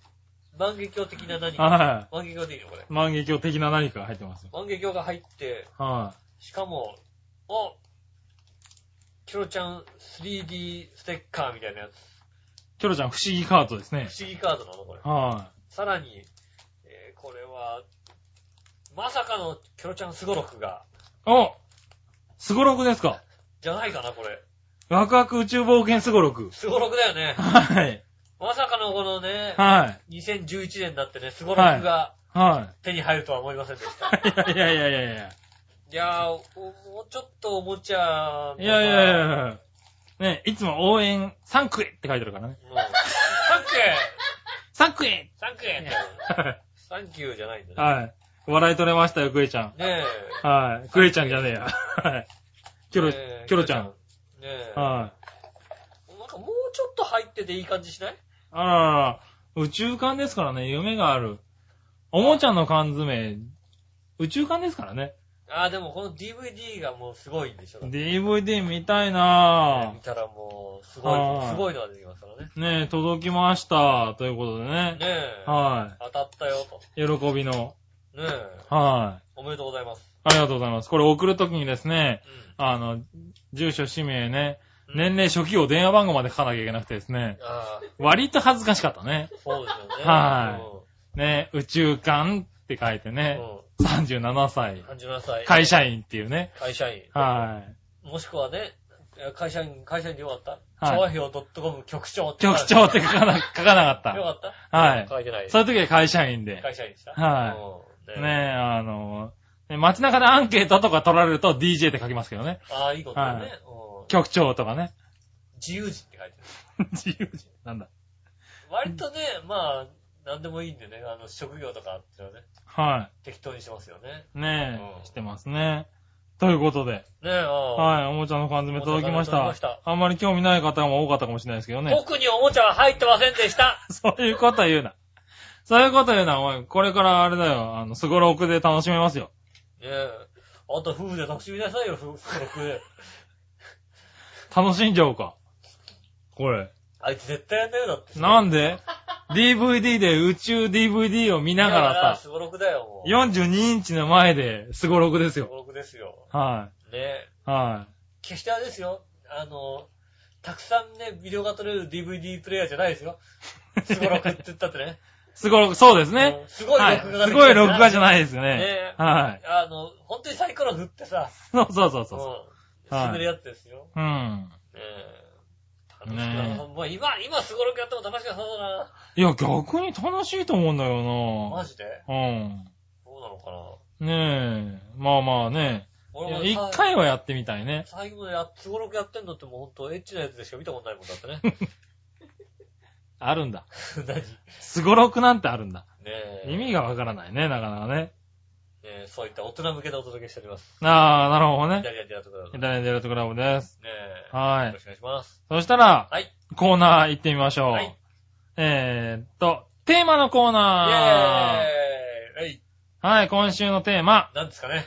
Speaker 2: 万華鏡的な何か。
Speaker 3: は
Speaker 2: 万華鏡でいいのこれ。
Speaker 3: い。万華鏡的な何かが入ってますよ。
Speaker 2: 万華鏡が入って、
Speaker 3: は
Speaker 2: しかも、おキョロちゃん 3D ステッカーみたいなや
Speaker 3: い。キョロちゃん不思議カードですね
Speaker 2: つ。。不思議カードなのこれ。
Speaker 3: は
Speaker 2: さらに、えーこれは、まさかのキョロちゃんスゴロクが、
Speaker 3: い。おスゴロクですか
Speaker 2: じゃないかな、これ。
Speaker 3: ワクワク宇宙冒険スゴロク。
Speaker 2: スゴロクだよね。
Speaker 3: はい。
Speaker 2: まさかのこのね、
Speaker 3: はい。
Speaker 2: 2011年になってね、スゴロクが
Speaker 3: は
Speaker 2: 手に入るとは思いませんでした。 い、
Speaker 3: い。いやいやいやいやいや。
Speaker 2: やーおもうちょっとおもちゃのさ
Speaker 3: いやいやいやいや。ね、いつも応援、サンクエって書いてあるからね。
Speaker 2: もうサンキュー
Speaker 3: サンクエ
Speaker 2: サンキューって
Speaker 3: はい
Speaker 2: サンキューじゃないんだね。
Speaker 3: はい。笑い取れましたよ、クエちゃ
Speaker 2: ね
Speaker 3: ん。はい。クエちゃんじゃねえや。は
Speaker 2: え。
Speaker 3: い。キョロ、キ
Speaker 2: ねえ
Speaker 3: ョロちゃん。。
Speaker 2: ねえ。
Speaker 3: はい。
Speaker 2: なんかもうちょっと入ってていい感じしない
Speaker 3: あららら、宇宙艦ですからね、夢がある。おもちゃの缶詰、宇宙艦ですからね。
Speaker 2: ああ、でもこの DVD がもうすごいんでしょ。だって
Speaker 3: DVD 見たいな
Speaker 2: 見たらもう、すご、
Speaker 3: はいい
Speaker 2: すごいのが出てきますからね。
Speaker 3: ぁ。ねえ、届きました。ということでね。
Speaker 2: ねえ。
Speaker 3: は
Speaker 2: 当たったよと。
Speaker 3: い。喜びの。
Speaker 2: ねえ。
Speaker 3: はい。
Speaker 2: おめでとうございます。
Speaker 3: ありがとうございます。これ送るときにですね、
Speaker 2: うん。
Speaker 3: あの、住所、氏名ね、
Speaker 2: うん
Speaker 3: 年齢、初期を電話番号まで書かなきゃいけなくてですね、
Speaker 2: あ
Speaker 3: 割と恥ずかしかったね
Speaker 2: あ。、そうですよね。
Speaker 3: はね、宇宙艦って書いて
Speaker 2: い
Speaker 3: ね、
Speaker 2: う
Speaker 3: 37歳
Speaker 2: ん。、37歳。
Speaker 3: 会社員っていうね。
Speaker 2: 会社員。
Speaker 3: はい。
Speaker 2: もしくはね、え会社員、会社員でよかった
Speaker 3: はい
Speaker 2: 調和票 .com 局長って書い
Speaker 3: 局
Speaker 2: てある。
Speaker 3: 長って書かな、書かな
Speaker 2: よ
Speaker 3: かっ。
Speaker 2: かったた
Speaker 3: はい。
Speaker 2: 書いてない。
Speaker 3: そういう時は会社員で。
Speaker 2: 会社員でした。
Speaker 3: はい
Speaker 2: うん
Speaker 3: ねえ、あの、ね街中でアンケートとか取られると DJ って書きますけどね。
Speaker 2: ああ、いいことだね
Speaker 3: はい。
Speaker 2: うん
Speaker 3: 局長とかね。
Speaker 2: 自由人って書いてある。
Speaker 3: 自由人。なんだ。
Speaker 2: 割とね、まあ、何でもいいんでね、あの、職業とかっていうのはね、
Speaker 3: は
Speaker 2: 適当にしますよね。
Speaker 3: い。ね
Speaker 2: う
Speaker 3: え、
Speaker 2: ん
Speaker 3: してますね。ということで、
Speaker 2: ねえ、は
Speaker 3: はい、おもちゃの缶詰届きまし
Speaker 2: おも
Speaker 3: た
Speaker 2: ちゃの缶詰届きまし。
Speaker 3: あんまり興味ない方も多かったかもしれないですけど
Speaker 2: い。
Speaker 3: ね。
Speaker 2: 特におもちゃは入ってませんでした。
Speaker 3: そういうこと言うな。そういうこと言うな、おい。これからあれだよ、あの、スゴロクで楽しめますよ。
Speaker 2: ねえ。あと夫婦で楽しみなさいよ、夫婦六で。
Speaker 3: 楽しんじゃおうか。これ。
Speaker 2: あいつ絶対やんないよ、だって。
Speaker 3: なんで ?DVD で宇宙 DVD を見ながらさ、
Speaker 2: すごろくだよ、もう。
Speaker 3: 42インチの前でスゴロクです
Speaker 2: す
Speaker 3: よ。
Speaker 2: ごろくですよ。
Speaker 3: は
Speaker 2: ねえ。
Speaker 3: い。は
Speaker 2: 決してあれですよ。あの、たくさんね、ビデオが撮れる DVD プレイヤーじゃない ですよ。すごろくって言ったってね。
Speaker 3: い。スゴロク、そうですね。
Speaker 2: うん。すごい
Speaker 3: は
Speaker 2: 録画が
Speaker 3: すごい録画じゃ
Speaker 2: い。
Speaker 3: ないですよ
Speaker 2: ね
Speaker 3: ね。はい。
Speaker 2: あの、本当にサイコロ振ってさ、
Speaker 3: そうそうそう
Speaker 2: う
Speaker 3: そ
Speaker 2: ん
Speaker 3: う。。はい
Speaker 2: 滑り合ってですよ。
Speaker 3: うん。
Speaker 2: ねえ。楽しく
Speaker 3: ねえ
Speaker 2: もう今、今すごろくやっても楽しくなさそうだな。
Speaker 3: いや、逆に楽しいと思うんだよ
Speaker 2: マジで
Speaker 3: なうん。
Speaker 2: どうなのかな。
Speaker 3: ねえ。まあまあね。いや
Speaker 2: 俺も
Speaker 3: 一
Speaker 2: さ
Speaker 3: 回はやってみたいね。
Speaker 2: 最後までやすごろくやってんのってもうほんとエッチなやつでしか見たことないもんだってね。
Speaker 3: あるんだ。
Speaker 2: 何ね
Speaker 3: スゴロクなんてあるんだ。
Speaker 2: え。
Speaker 3: 意味がわからないね、なかなかね。
Speaker 2: ねえ、そういった大人向けでお届けしております。
Speaker 3: ああ、なるほど
Speaker 2: イ
Speaker 3: ね
Speaker 2: タ。リアでやってくださ
Speaker 3: イ
Speaker 2: い。ね
Speaker 3: タリアンデラートクラブです。
Speaker 2: え。
Speaker 3: は
Speaker 2: よ
Speaker 3: い
Speaker 2: ろ。しくお願いします。
Speaker 3: そしたら、
Speaker 2: はい。
Speaker 3: コーナー行ってみましょう。
Speaker 2: はい
Speaker 3: えーっと、テーマのコー
Speaker 2: イェーイ
Speaker 3: ナ
Speaker 2: はい。
Speaker 3: ー。はい、今週のテーマ。
Speaker 2: 何ですかね。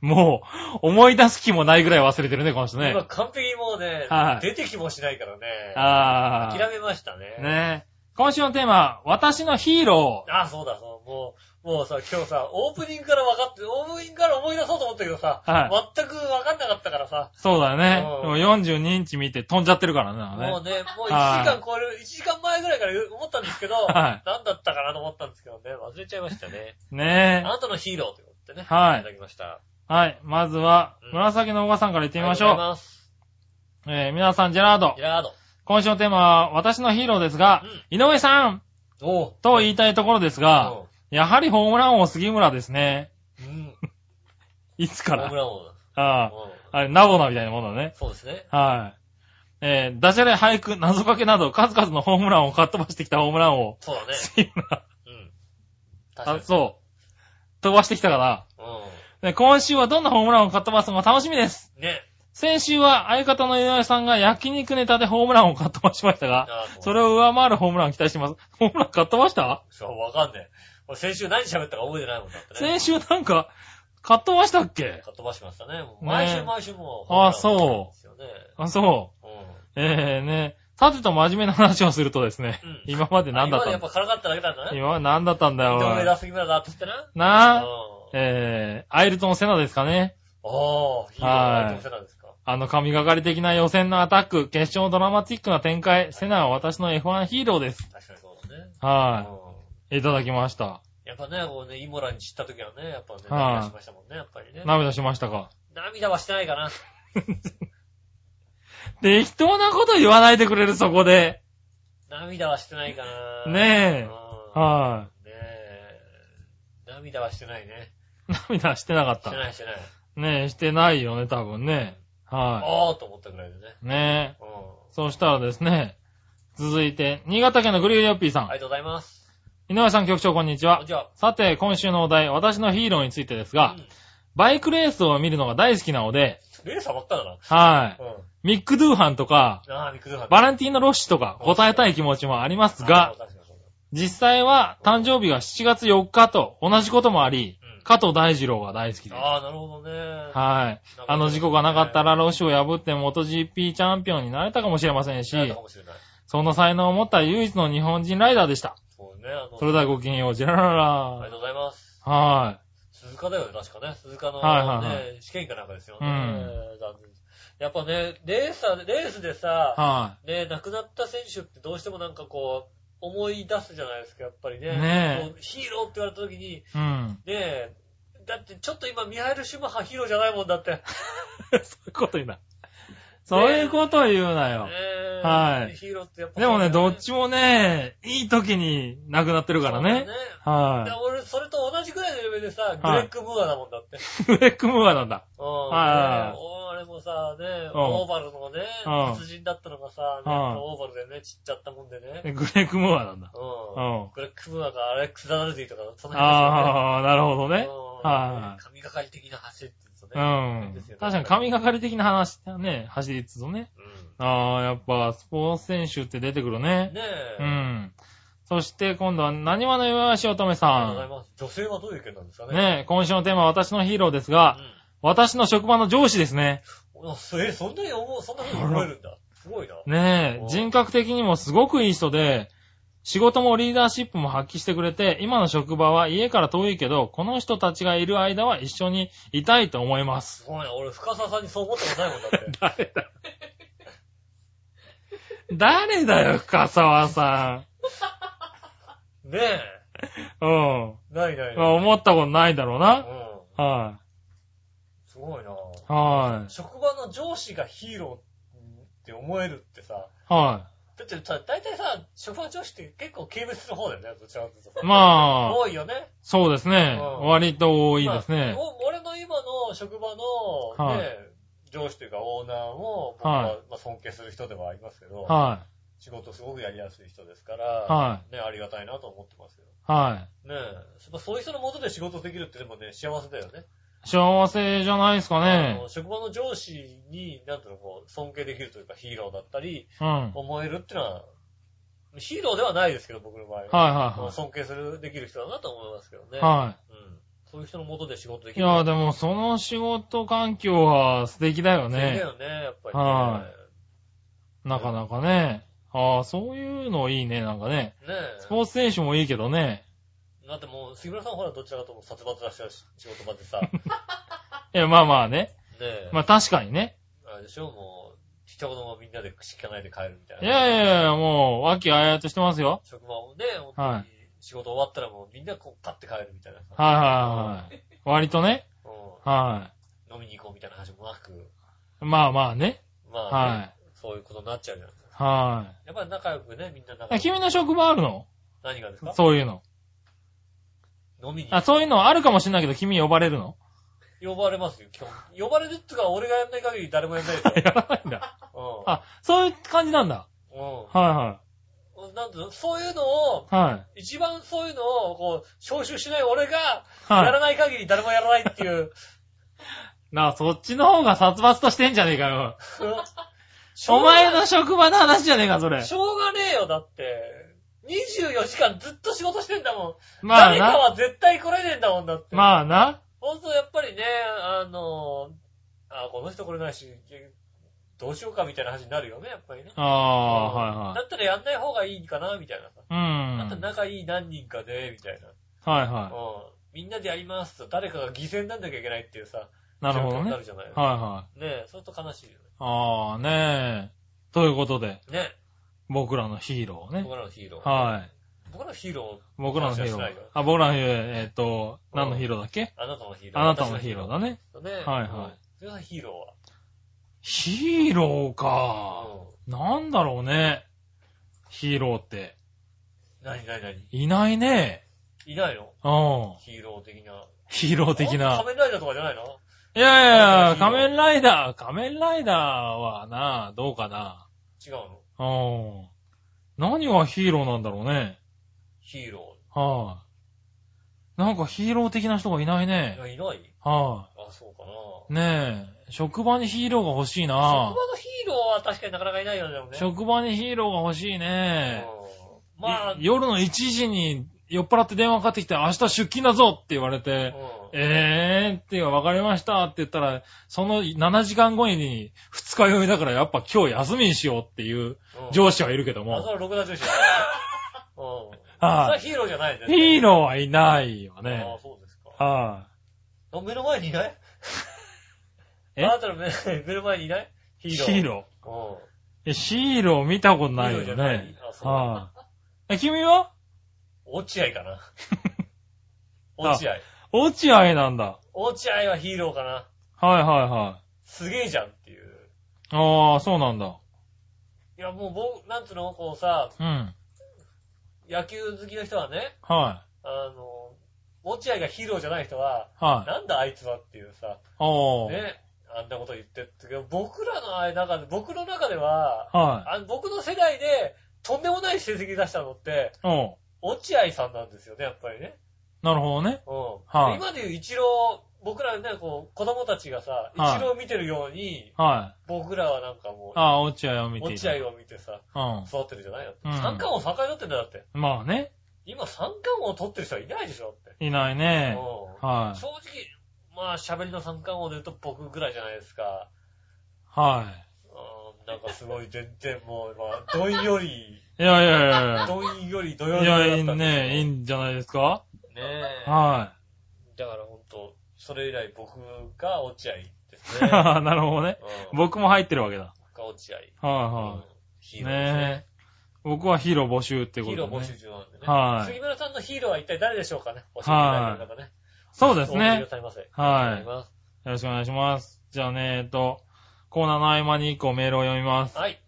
Speaker 3: もう、思い出す気もないぐらい忘れてるね、この人ね
Speaker 2: 今。完璧にもうね
Speaker 3: はい、
Speaker 2: 出てきもしないからね。
Speaker 3: あ
Speaker 2: 諦
Speaker 3: あ。
Speaker 2: めましたね。
Speaker 3: ね今週のテーマ、私のヒーロ
Speaker 2: あ、そうだ、そう。もう、もうさ、今日さ、オープニングから分かって、オープニングから思い出そうと思ったけどさ、
Speaker 3: は
Speaker 2: 全く分かんなかったからさ、
Speaker 3: ー。そうだよね。で
Speaker 2: うん
Speaker 3: も42インチ見て飛んじゃってるからね。なんかね
Speaker 2: もうね、もう1時
Speaker 3: はい
Speaker 2: 間超える、1時間前ぐらいから思ったんですけど、
Speaker 3: は
Speaker 2: 何だったかなと思ったんですけどね、忘れちゃいましたね。あ
Speaker 3: ね
Speaker 2: なたのヒーローということでね、
Speaker 3: はい
Speaker 2: いただきました。
Speaker 3: え。はい。まずは
Speaker 2: う、ん
Speaker 3: 紫のおばさんから行ってみましょ
Speaker 2: あ
Speaker 3: う。
Speaker 2: りがとございます。
Speaker 3: えー、皆さん、ジェラード
Speaker 2: ジ。ェラード。
Speaker 3: 今週のテーマは、私のヒーローですが、井上さん
Speaker 2: おう。
Speaker 3: と言いたいところですが、やはりホームラン王杉村ですね。
Speaker 2: うん。
Speaker 3: いつ
Speaker 2: ホ
Speaker 3: か
Speaker 2: ームラ
Speaker 3: ら
Speaker 2: ン王だ。
Speaker 3: あ
Speaker 2: うん
Speaker 3: あ、あれ、ナボナみたいなものだね。
Speaker 2: そうですね。
Speaker 3: はい。えー、ダジャレ、俳句、謎かけなど、数々のホームランをかっ飛ばしてきたホームラン王、
Speaker 2: そうだね。
Speaker 3: 杉村。
Speaker 2: うん。確か
Speaker 3: あ
Speaker 2: に、。
Speaker 3: そう。飛ばしてきたから、
Speaker 2: う
Speaker 3: ね今週はどんなホームランをかっ飛ばすのか楽しみです。
Speaker 2: ん。ね。
Speaker 3: 先週は相方の井上さんが焼肉ネタでホームランをかっ飛ばしましたが、
Speaker 2: あ
Speaker 3: それを上回るホームランを期待してます。ホームランかっ飛ばした
Speaker 2: そう、わかんねえ。俺先週何喋ったか覚えてないもんだってね。
Speaker 3: 先週なんか、かっ飛ばしたっけ
Speaker 2: かっ飛ばしましたね。もう
Speaker 3: ね
Speaker 2: 毎週毎週もう。
Speaker 3: あそう
Speaker 2: ですよね。
Speaker 3: あ、そう。
Speaker 2: うん。
Speaker 3: ええね。さてと真面目な話をするとですね、
Speaker 2: うん
Speaker 3: 今まで何だっ
Speaker 2: 今まで
Speaker 3: た
Speaker 2: や
Speaker 3: ん
Speaker 2: っ
Speaker 3: だ
Speaker 2: ぱ辛かっただけなんだね。
Speaker 3: 今まで何だったんだよ、
Speaker 2: 井上
Speaker 3: おい
Speaker 2: だ、杉村だって言ってな。
Speaker 3: なあ、
Speaker 2: うん。
Speaker 3: ええアイルトン・セナですかね。
Speaker 2: おー、ヒーローの相手なんですか。
Speaker 3: あの神がかり的な予選のアタック、決勝のドラマティックな展開、セナは私の F1 ヒーローです。
Speaker 2: 確かにそうだね。
Speaker 3: は
Speaker 2: うん
Speaker 3: い。いただきました。
Speaker 2: やっぱね、こうね、イモラに散った時はね、やっぱね、
Speaker 3: はい
Speaker 2: 涙しましたもんね、やっぱりね。
Speaker 3: 涙しましたか。
Speaker 2: 涙はしてないかな。
Speaker 3: 適当なこと言わないでくれる、そこで。
Speaker 2: 涙はしてないかな。
Speaker 3: ねえ
Speaker 2: うん
Speaker 3: は
Speaker 2: ねえ。涙はしてないね。
Speaker 3: い。涙してなかっ
Speaker 2: したて。ないしてない。
Speaker 3: ねえ、してないよね、多分ね。は
Speaker 2: あーと思ったぐらいでね。
Speaker 3: い。ねえ。
Speaker 2: うん。
Speaker 3: そうしたらですね、続いて、新潟県のグリューヨッピーさん。
Speaker 2: ありがとうございます。
Speaker 3: 井上さん局長、こんにち
Speaker 2: こん
Speaker 3: は
Speaker 2: に。ちは。
Speaker 3: さて、今週のお題、私のヒーローについてですが
Speaker 2: う、ん
Speaker 3: バイクレースを見るのが大好きなので、
Speaker 2: レーサーばっかだな。
Speaker 3: はい。
Speaker 2: うん。
Speaker 3: ミック・ドゥーハンとか、
Speaker 2: あー、ミックスハン
Speaker 3: バランティーノ・ロッシュとか答えたい気持ちもありますが、
Speaker 2: 確かにそうだ
Speaker 3: 実際は誕生日が7月4日と同じこともあり
Speaker 2: うん、
Speaker 3: 加藤大二郎が大好きです。
Speaker 2: あー、なるほどね。
Speaker 3: はい。あの事故がなかったらロッシュを破って元 GP チャンピオンになれたかもしれませんし、
Speaker 2: なるかもしれない。
Speaker 3: その才能を持った唯一の日本人ライダーでした。
Speaker 2: そうね、あの、
Speaker 3: それではごきげんよう、ジェララ
Speaker 2: ありが
Speaker 3: ラ
Speaker 2: とうございます。
Speaker 3: は
Speaker 2: 鈴鹿だよね、確かね。鈴鹿の、ね
Speaker 3: はいはいは
Speaker 2: 試験かなんかですよ
Speaker 3: う
Speaker 2: ね、
Speaker 3: ん
Speaker 2: 残念やっぱね、レーサー、レースでさ
Speaker 3: い。、は
Speaker 2: ね、亡くなった選手ってどうしてもなんかこう、思い出すじゃないですか、やっぱりね。
Speaker 3: ねえ
Speaker 2: こうヒーローって言われた時に、
Speaker 3: い。うん。
Speaker 2: ねだってちょっと今、ミハエル・シュマッハヒーローじゃないもんだって。ね
Speaker 3: そういうこと言うな。そういうこと言うなよ。
Speaker 2: え
Speaker 3: はい
Speaker 2: ヒーローってやっぱ、
Speaker 3: でもね、どっちもね、いい時に亡くなってるから
Speaker 2: そうだ
Speaker 3: ね。
Speaker 2: で
Speaker 3: は
Speaker 2: 俺、それと同じくらいのレベルでさ、グレッグ・ムーアだもんだって。
Speaker 3: い。ブレックムーアなんだ。
Speaker 2: うん。
Speaker 3: はいはいはい
Speaker 2: ねれもさ、ね、
Speaker 3: うん
Speaker 2: オーバルのね
Speaker 3: うん、
Speaker 2: 達人だったのがさ、
Speaker 3: うん
Speaker 2: なんかオーバルでね、散っちゃったもんでね。
Speaker 3: えグレッグ・ムーアなんだ。
Speaker 2: うん。
Speaker 3: うん
Speaker 2: これ、クムアかアレックス・ダナルディとか、その辺
Speaker 3: ああ、なるほど
Speaker 2: です
Speaker 3: ね。
Speaker 2: よね。
Speaker 3: は
Speaker 2: うん。神がかり的な走りって言うと
Speaker 3: う
Speaker 2: ね。
Speaker 3: ん
Speaker 2: ですよ。ね
Speaker 3: 確かに神がかり的な話だね、走りつつね。ああ、やっぱスポーツ選手って出てく
Speaker 2: う
Speaker 3: る
Speaker 2: ん。ね
Speaker 3: ね。
Speaker 2: え。
Speaker 3: う
Speaker 2: あ
Speaker 3: ん。そして今度は何話の岩橋乙女
Speaker 2: りがとうござい
Speaker 3: さ
Speaker 2: ます。女性はどういう意見なんですか
Speaker 3: ん。
Speaker 2: ね。
Speaker 3: ねえ、今週のテーマは私のヒーローですが、私の職場の上司ですね。
Speaker 2: うん。あそえ、そんなに思う、そんな風に思えるんだ。すごいな。
Speaker 3: ね
Speaker 2: お
Speaker 3: え、
Speaker 2: う
Speaker 3: 人格的にもすごくいい人で、仕事もリーダーシップも発揮してくれて、今の職場は家から遠いけど、この人たちがいる間は一緒にいたいと思います。
Speaker 2: すごいな。俺、深沢さんにそう思ったことないもん だって。
Speaker 3: 誰だ誰だよ、深沢さ
Speaker 2: ねえ。
Speaker 3: ん。うん。
Speaker 2: ないない
Speaker 3: まあ
Speaker 2: ない。
Speaker 3: 思ったことないだろう
Speaker 2: う
Speaker 3: な。
Speaker 2: ん。
Speaker 3: は
Speaker 2: すごいな。
Speaker 3: い。はい。
Speaker 2: 職場の上司がヒーローって思えるってさ、
Speaker 3: は
Speaker 2: だってさ、大体さ、職場の上司って結構軽蔑する方だよね、どちらかというとさ。
Speaker 3: い。まあ、
Speaker 2: 多いよね。
Speaker 3: そうですね。
Speaker 2: うん
Speaker 3: 割と多いです
Speaker 2: まあ
Speaker 3: ね。
Speaker 2: お俺の今の職場の、
Speaker 3: はい
Speaker 2: ね、上司というかオーナーを僕
Speaker 3: は
Speaker 2: はまあ尊敬する人ではありますけど、
Speaker 3: は
Speaker 2: 仕事すごくやりやすい人ですか
Speaker 3: は
Speaker 2: ら、ね、ありがたいなと思ってますけど。
Speaker 3: い。は
Speaker 2: ねえ、まあそういう人のもとで仕事できるってでもね、幸せだよね。
Speaker 3: い。幸せじゃないですか
Speaker 2: あ
Speaker 3: ね。
Speaker 2: の職場の上司に、なんていうの、こう、尊敬できるというかヒーローだったり、
Speaker 3: うん。はい
Speaker 2: 思えるってのは、ヒーローではないですけど、僕の場合は。まあ
Speaker 3: は
Speaker 2: 尊敬する、できる人だなと思いますけど
Speaker 3: いはい。
Speaker 2: ね。
Speaker 3: は
Speaker 2: うん。そういう人のもとで仕事で
Speaker 3: い。
Speaker 2: き
Speaker 3: い
Speaker 2: る。
Speaker 3: や、でもその仕事環境は素敵だよ
Speaker 2: そうだ
Speaker 3: ね。
Speaker 2: よね、やっぱり
Speaker 3: は
Speaker 2: ね。
Speaker 3: なかなかね。ああ、そういうのいいね、なんかね。
Speaker 2: ね
Speaker 3: スポーツ選手もいいけどね。
Speaker 2: え。だってもう、杉村さんほら、どちらかとも殺伐らした仕事場で さ、ね
Speaker 3: いや、まあまあね。
Speaker 2: え。
Speaker 3: まあ確かにね。
Speaker 2: あれでしょ、もう、人のみんなで口聞かないで帰るみたいな。
Speaker 3: いやいやいや、もう、和気あいあいとしてますよ。
Speaker 2: 職場をね、本当
Speaker 3: は
Speaker 2: に、仕事終わったらもうみんなこう、パッて帰るみたいなさ。
Speaker 3: はいはいはい。割とね。
Speaker 2: う
Speaker 3: は
Speaker 2: ん。飲みに行こうみたいな話もなく、
Speaker 3: い。まあまあね。
Speaker 2: まあね、
Speaker 3: はい。
Speaker 2: そういうことになっちゃうじゃないですか。
Speaker 3: は
Speaker 2: やっぱり仲良くね、みんな仲良
Speaker 3: い。
Speaker 2: く。
Speaker 3: 君の職場あるの
Speaker 2: 何がですか
Speaker 3: そういうの。
Speaker 2: 飲みに
Speaker 3: あ、そういうのあるかもしれないけど、君呼ばれるの
Speaker 2: 呼ばれますよ、基本。呼ばれるっていうか、俺がやんない限り誰もやんないですよ。
Speaker 3: やら ないんだ。
Speaker 2: う
Speaker 3: あ、そういう感じなんだ。
Speaker 2: ん。
Speaker 3: は
Speaker 2: うん。なんていうのそういうのを、
Speaker 3: いはい。はい。
Speaker 2: 一番そういうのを、こう、招集しない俺が、や
Speaker 3: は
Speaker 2: らない限り誰もやらないっていう。
Speaker 3: い。なあ、そっちの方が殺伐としてんじゃねえかよ。
Speaker 2: うん
Speaker 3: お前の職場の話じゃねえか、それ。
Speaker 2: しょうがねえよ、だって。24時間ずっと仕事してんだもん。
Speaker 3: まあ
Speaker 2: 誰か
Speaker 3: な。
Speaker 2: は絶対来れねえんだもんだって。
Speaker 3: まあな。
Speaker 2: ほんと、やっぱりね、あの、あ、この人来れないし、どうしようかみたいな話になるよね、やっぱりね。
Speaker 3: ああ、はいはい
Speaker 2: だったらやんない方がいいかな、みたいなさ。。だ
Speaker 3: う
Speaker 2: ったら
Speaker 3: ん。
Speaker 2: 仲いい何人かで、みたいな。
Speaker 3: はいうは
Speaker 2: ん。みんなでやりますと、誰かが犠牲になんなきゃいけないっていうさ、
Speaker 3: い。なるほ
Speaker 2: 状況に
Speaker 3: どね。
Speaker 2: な
Speaker 3: はい
Speaker 2: るじゃないですか。
Speaker 3: はい。
Speaker 2: ねえ、そうすると悲しいよ
Speaker 3: ああ、ねえ。ということで、
Speaker 2: ね。ね
Speaker 3: 僕らのヒーロー
Speaker 2: え、
Speaker 3: ね。
Speaker 2: 僕らのヒーロー。
Speaker 3: はい。
Speaker 2: 僕らのヒーロー。
Speaker 3: 僕らのヒーロ
Speaker 2: 話はしな
Speaker 3: ー
Speaker 2: いよ。
Speaker 3: あ、僕らのヒーロー、えーっと、
Speaker 2: うん
Speaker 3: 何のヒーローだっけ
Speaker 2: あなたのヒーロー。
Speaker 3: あなたのヒーローだ
Speaker 2: ね。
Speaker 3: ね。
Speaker 2: ね。
Speaker 3: はいはい
Speaker 2: それがヒーロ
Speaker 3: ヒーロー
Speaker 2: ー
Speaker 3: か。
Speaker 2: は。
Speaker 3: なんだろうね。ヒーローって。
Speaker 2: うん。なになになに
Speaker 3: いないね。
Speaker 2: いないの
Speaker 3: うん。
Speaker 2: ヒーロー的な。
Speaker 3: ヒーロー的な。
Speaker 2: 仮面ライダーとかじゃないの
Speaker 3: いやいやいや、
Speaker 2: ヒーロー
Speaker 3: 仮面ライダー、仮面ライダーはな、どうかな。
Speaker 2: 違うの
Speaker 3: うん。何がヒーローなんだろうね。
Speaker 2: ヒーロ
Speaker 3: はい、なんかヒーロー的な人がいない
Speaker 2: ー。い
Speaker 3: ね。
Speaker 2: やいない
Speaker 3: は
Speaker 2: あ、そうかな。
Speaker 3: い、ねえ。職場にヒーローが欲しいな
Speaker 2: 職場。のヒーローは確かになかなかいないよね、でもね。
Speaker 3: 職場にヒーローが欲しいね。
Speaker 2: うんまあ、
Speaker 3: い夜の1時に酔っ払って電話かかってきて、明日出勤だぞって言われ
Speaker 2: うん
Speaker 3: て、えーっていうか、わかりましたって言ったら、その7時間後に2日酔いだからやっぱ今日休みにしようっていう
Speaker 2: うん
Speaker 3: 上司はいるけど
Speaker 2: あ、そ
Speaker 3: も、
Speaker 2: れはろくな上司だね。うん。それ
Speaker 3: は、
Speaker 2: はいヒーローじゃないね。
Speaker 3: ヒーローはいないよ
Speaker 2: ああ
Speaker 3: ね。
Speaker 2: そうですか。
Speaker 3: は
Speaker 2: あ目の前にいない
Speaker 3: え
Speaker 2: あなたの目目の前にいないヒ
Speaker 3: い、
Speaker 2: ーロー。
Speaker 3: ヒーロ
Speaker 2: ー。うん。
Speaker 3: ー。えヒーロー見たことな
Speaker 2: ヒ
Speaker 3: い
Speaker 2: ーローじ
Speaker 3: よ
Speaker 2: ゃない
Speaker 3: ね。
Speaker 2: あそう
Speaker 3: はい、え君は
Speaker 2: 落合か な。落合。
Speaker 3: 落合なんだ。
Speaker 2: 落合はヒーローかな。
Speaker 3: はいはいは
Speaker 2: すげえじゃんっていう。
Speaker 3: い。ああ、そうなんだ。
Speaker 2: いや、もう僕、なんつうの、こうさ、
Speaker 3: うん。
Speaker 2: 野球好きの人はね、
Speaker 3: は
Speaker 2: あの、落合がヒーローじゃない人は、
Speaker 3: い。はい。
Speaker 2: なんだあいつはっていうさ、
Speaker 3: おー。
Speaker 2: ね、あんなこと言ってって。僕らの間で、僕の中では、
Speaker 3: は
Speaker 2: あの僕の世代で、とんでもない成績出したのって、
Speaker 3: い。うん。
Speaker 2: 落合さんなんですよね、やっぱりね。
Speaker 3: なるほどね。
Speaker 2: うん。
Speaker 3: はい
Speaker 2: 今でいう一郎、僕らね、こう、子供たちがさ、
Speaker 3: はい
Speaker 2: 一郎見てるように、
Speaker 3: はい。
Speaker 2: 僕らはなんかも
Speaker 3: ああ、落合を
Speaker 2: う、
Speaker 3: 見てい
Speaker 2: 落
Speaker 3: た。
Speaker 2: 合を見てさ、育ってるじゃないよ。
Speaker 3: うん
Speaker 2: 三冠王三回取ってんだよだって。
Speaker 3: うん。まあね。
Speaker 2: 今三冠王取ってる人はいないでしょだって。
Speaker 3: いないうね。
Speaker 2: ん。
Speaker 3: はい。
Speaker 2: 正直、まあ喋りの三冠王で言うと僕ぐらいじゃないですか。
Speaker 3: は
Speaker 2: うん、なんかすごい全然もう、まあ、どんより、
Speaker 3: い。いやいや いやい
Speaker 2: どんよりどよ
Speaker 3: や。
Speaker 2: り
Speaker 3: い
Speaker 2: だ
Speaker 3: や、い
Speaker 2: っ
Speaker 3: い
Speaker 2: たんですよ
Speaker 3: ね。いいんじゃないですか
Speaker 2: ねえ。
Speaker 3: は
Speaker 2: だからほんと、それ以来僕が落合です
Speaker 3: い。
Speaker 2: ね。
Speaker 3: なるほどね。
Speaker 2: うん、
Speaker 3: 僕も入ってるわけだ。
Speaker 2: が落合。うん
Speaker 3: は
Speaker 2: ヒ
Speaker 3: いはい。
Speaker 2: ーローですね。
Speaker 3: ねえ。僕はヒーロー募集ってこ
Speaker 2: ヒ
Speaker 3: と
Speaker 2: ー
Speaker 3: で
Speaker 2: ロ
Speaker 3: ね
Speaker 2: ー募集中なんでね。
Speaker 3: はい
Speaker 2: 杉村さんのヒーローは一体誰でしょうかね教えていただける方ね。
Speaker 3: そうです
Speaker 2: お送りく
Speaker 3: ね
Speaker 2: だ。さいませ。
Speaker 3: はい。
Speaker 2: は
Speaker 3: よろしくお願いします。じゃあね、えっと、コーナーの合間に1個メールを読みます。
Speaker 2: い。はい。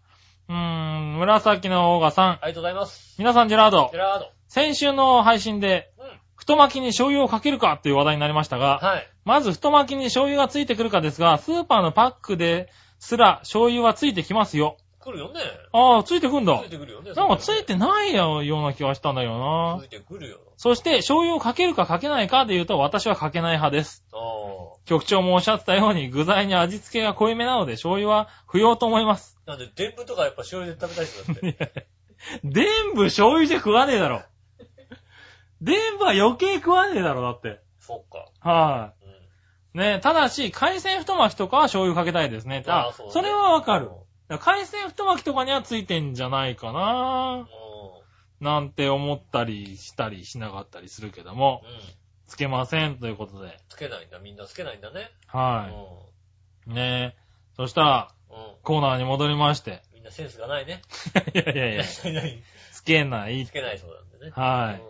Speaker 3: うーん、紫のオーガさん。
Speaker 2: ありがとうございます。
Speaker 3: 皆さん、ジェラード
Speaker 2: ジェ。ラード。
Speaker 3: 先週の配信で、
Speaker 2: うん。
Speaker 3: 太巻きに醤油をかけるかっていう話題になりましたが、
Speaker 2: はい。
Speaker 3: まず太巻きに醤油がついてくるかですが、スーパーのパックですら醤油はついてきますよ。
Speaker 2: 来るよね。
Speaker 3: ああ、ついてくんだ
Speaker 2: つい。てくるよね。
Speaker 3: なんかついてないような気がしたんだけどな
Speaker 2: つ。いてくるよ。
Speaker 3: そして、醤油をかけるかかけないかで言うと、私はかけない派です。
Speaker 2: ああ
Speaker 3: 局長もおっしゃってたように、具材に味付けが濃いめなので、醤油は不要と思います。
Speaker 2: ー。なんで、でんぶとかやっぱ醤油で食べたい人だって。
Speaker 3: 全部醤油じゃ食わねえだろ。全部は余計食わねえだろ、だって。
Speaker 2: そっか。
Speaker 3: は
Speaker 2: うん。
Speaker 3: い。ねただし、海鮮太巻きとかは醤油かけたいですね。あ、それはわかる。だから海鮮太巻きとかにはついてんじゃないか
Speaker 2: うん
Speaker 3: な。なんて思ったりしたりしなかったりするけども
Speaker 2: う、ん。
Speaker 3: つけませんということで。
Speaker 2: つけないんだ。みんなつけないんだね。う
Speaker 3: は
Speaker 2: ん。
Speaker 3: い。ねそしたら、
Speaker 2: うん。
Speaker 3: コーナーに戻りまして。
Speaker 2: みんなセンスが ないね。
Speaker 3: いやいやいや、
Speaker 2: つけない
Speaker 3: つけない
Speaker 2: つ。けないそうなんでね。
Speaker 3: は
Speaker 2: うん
Speaker 3: い。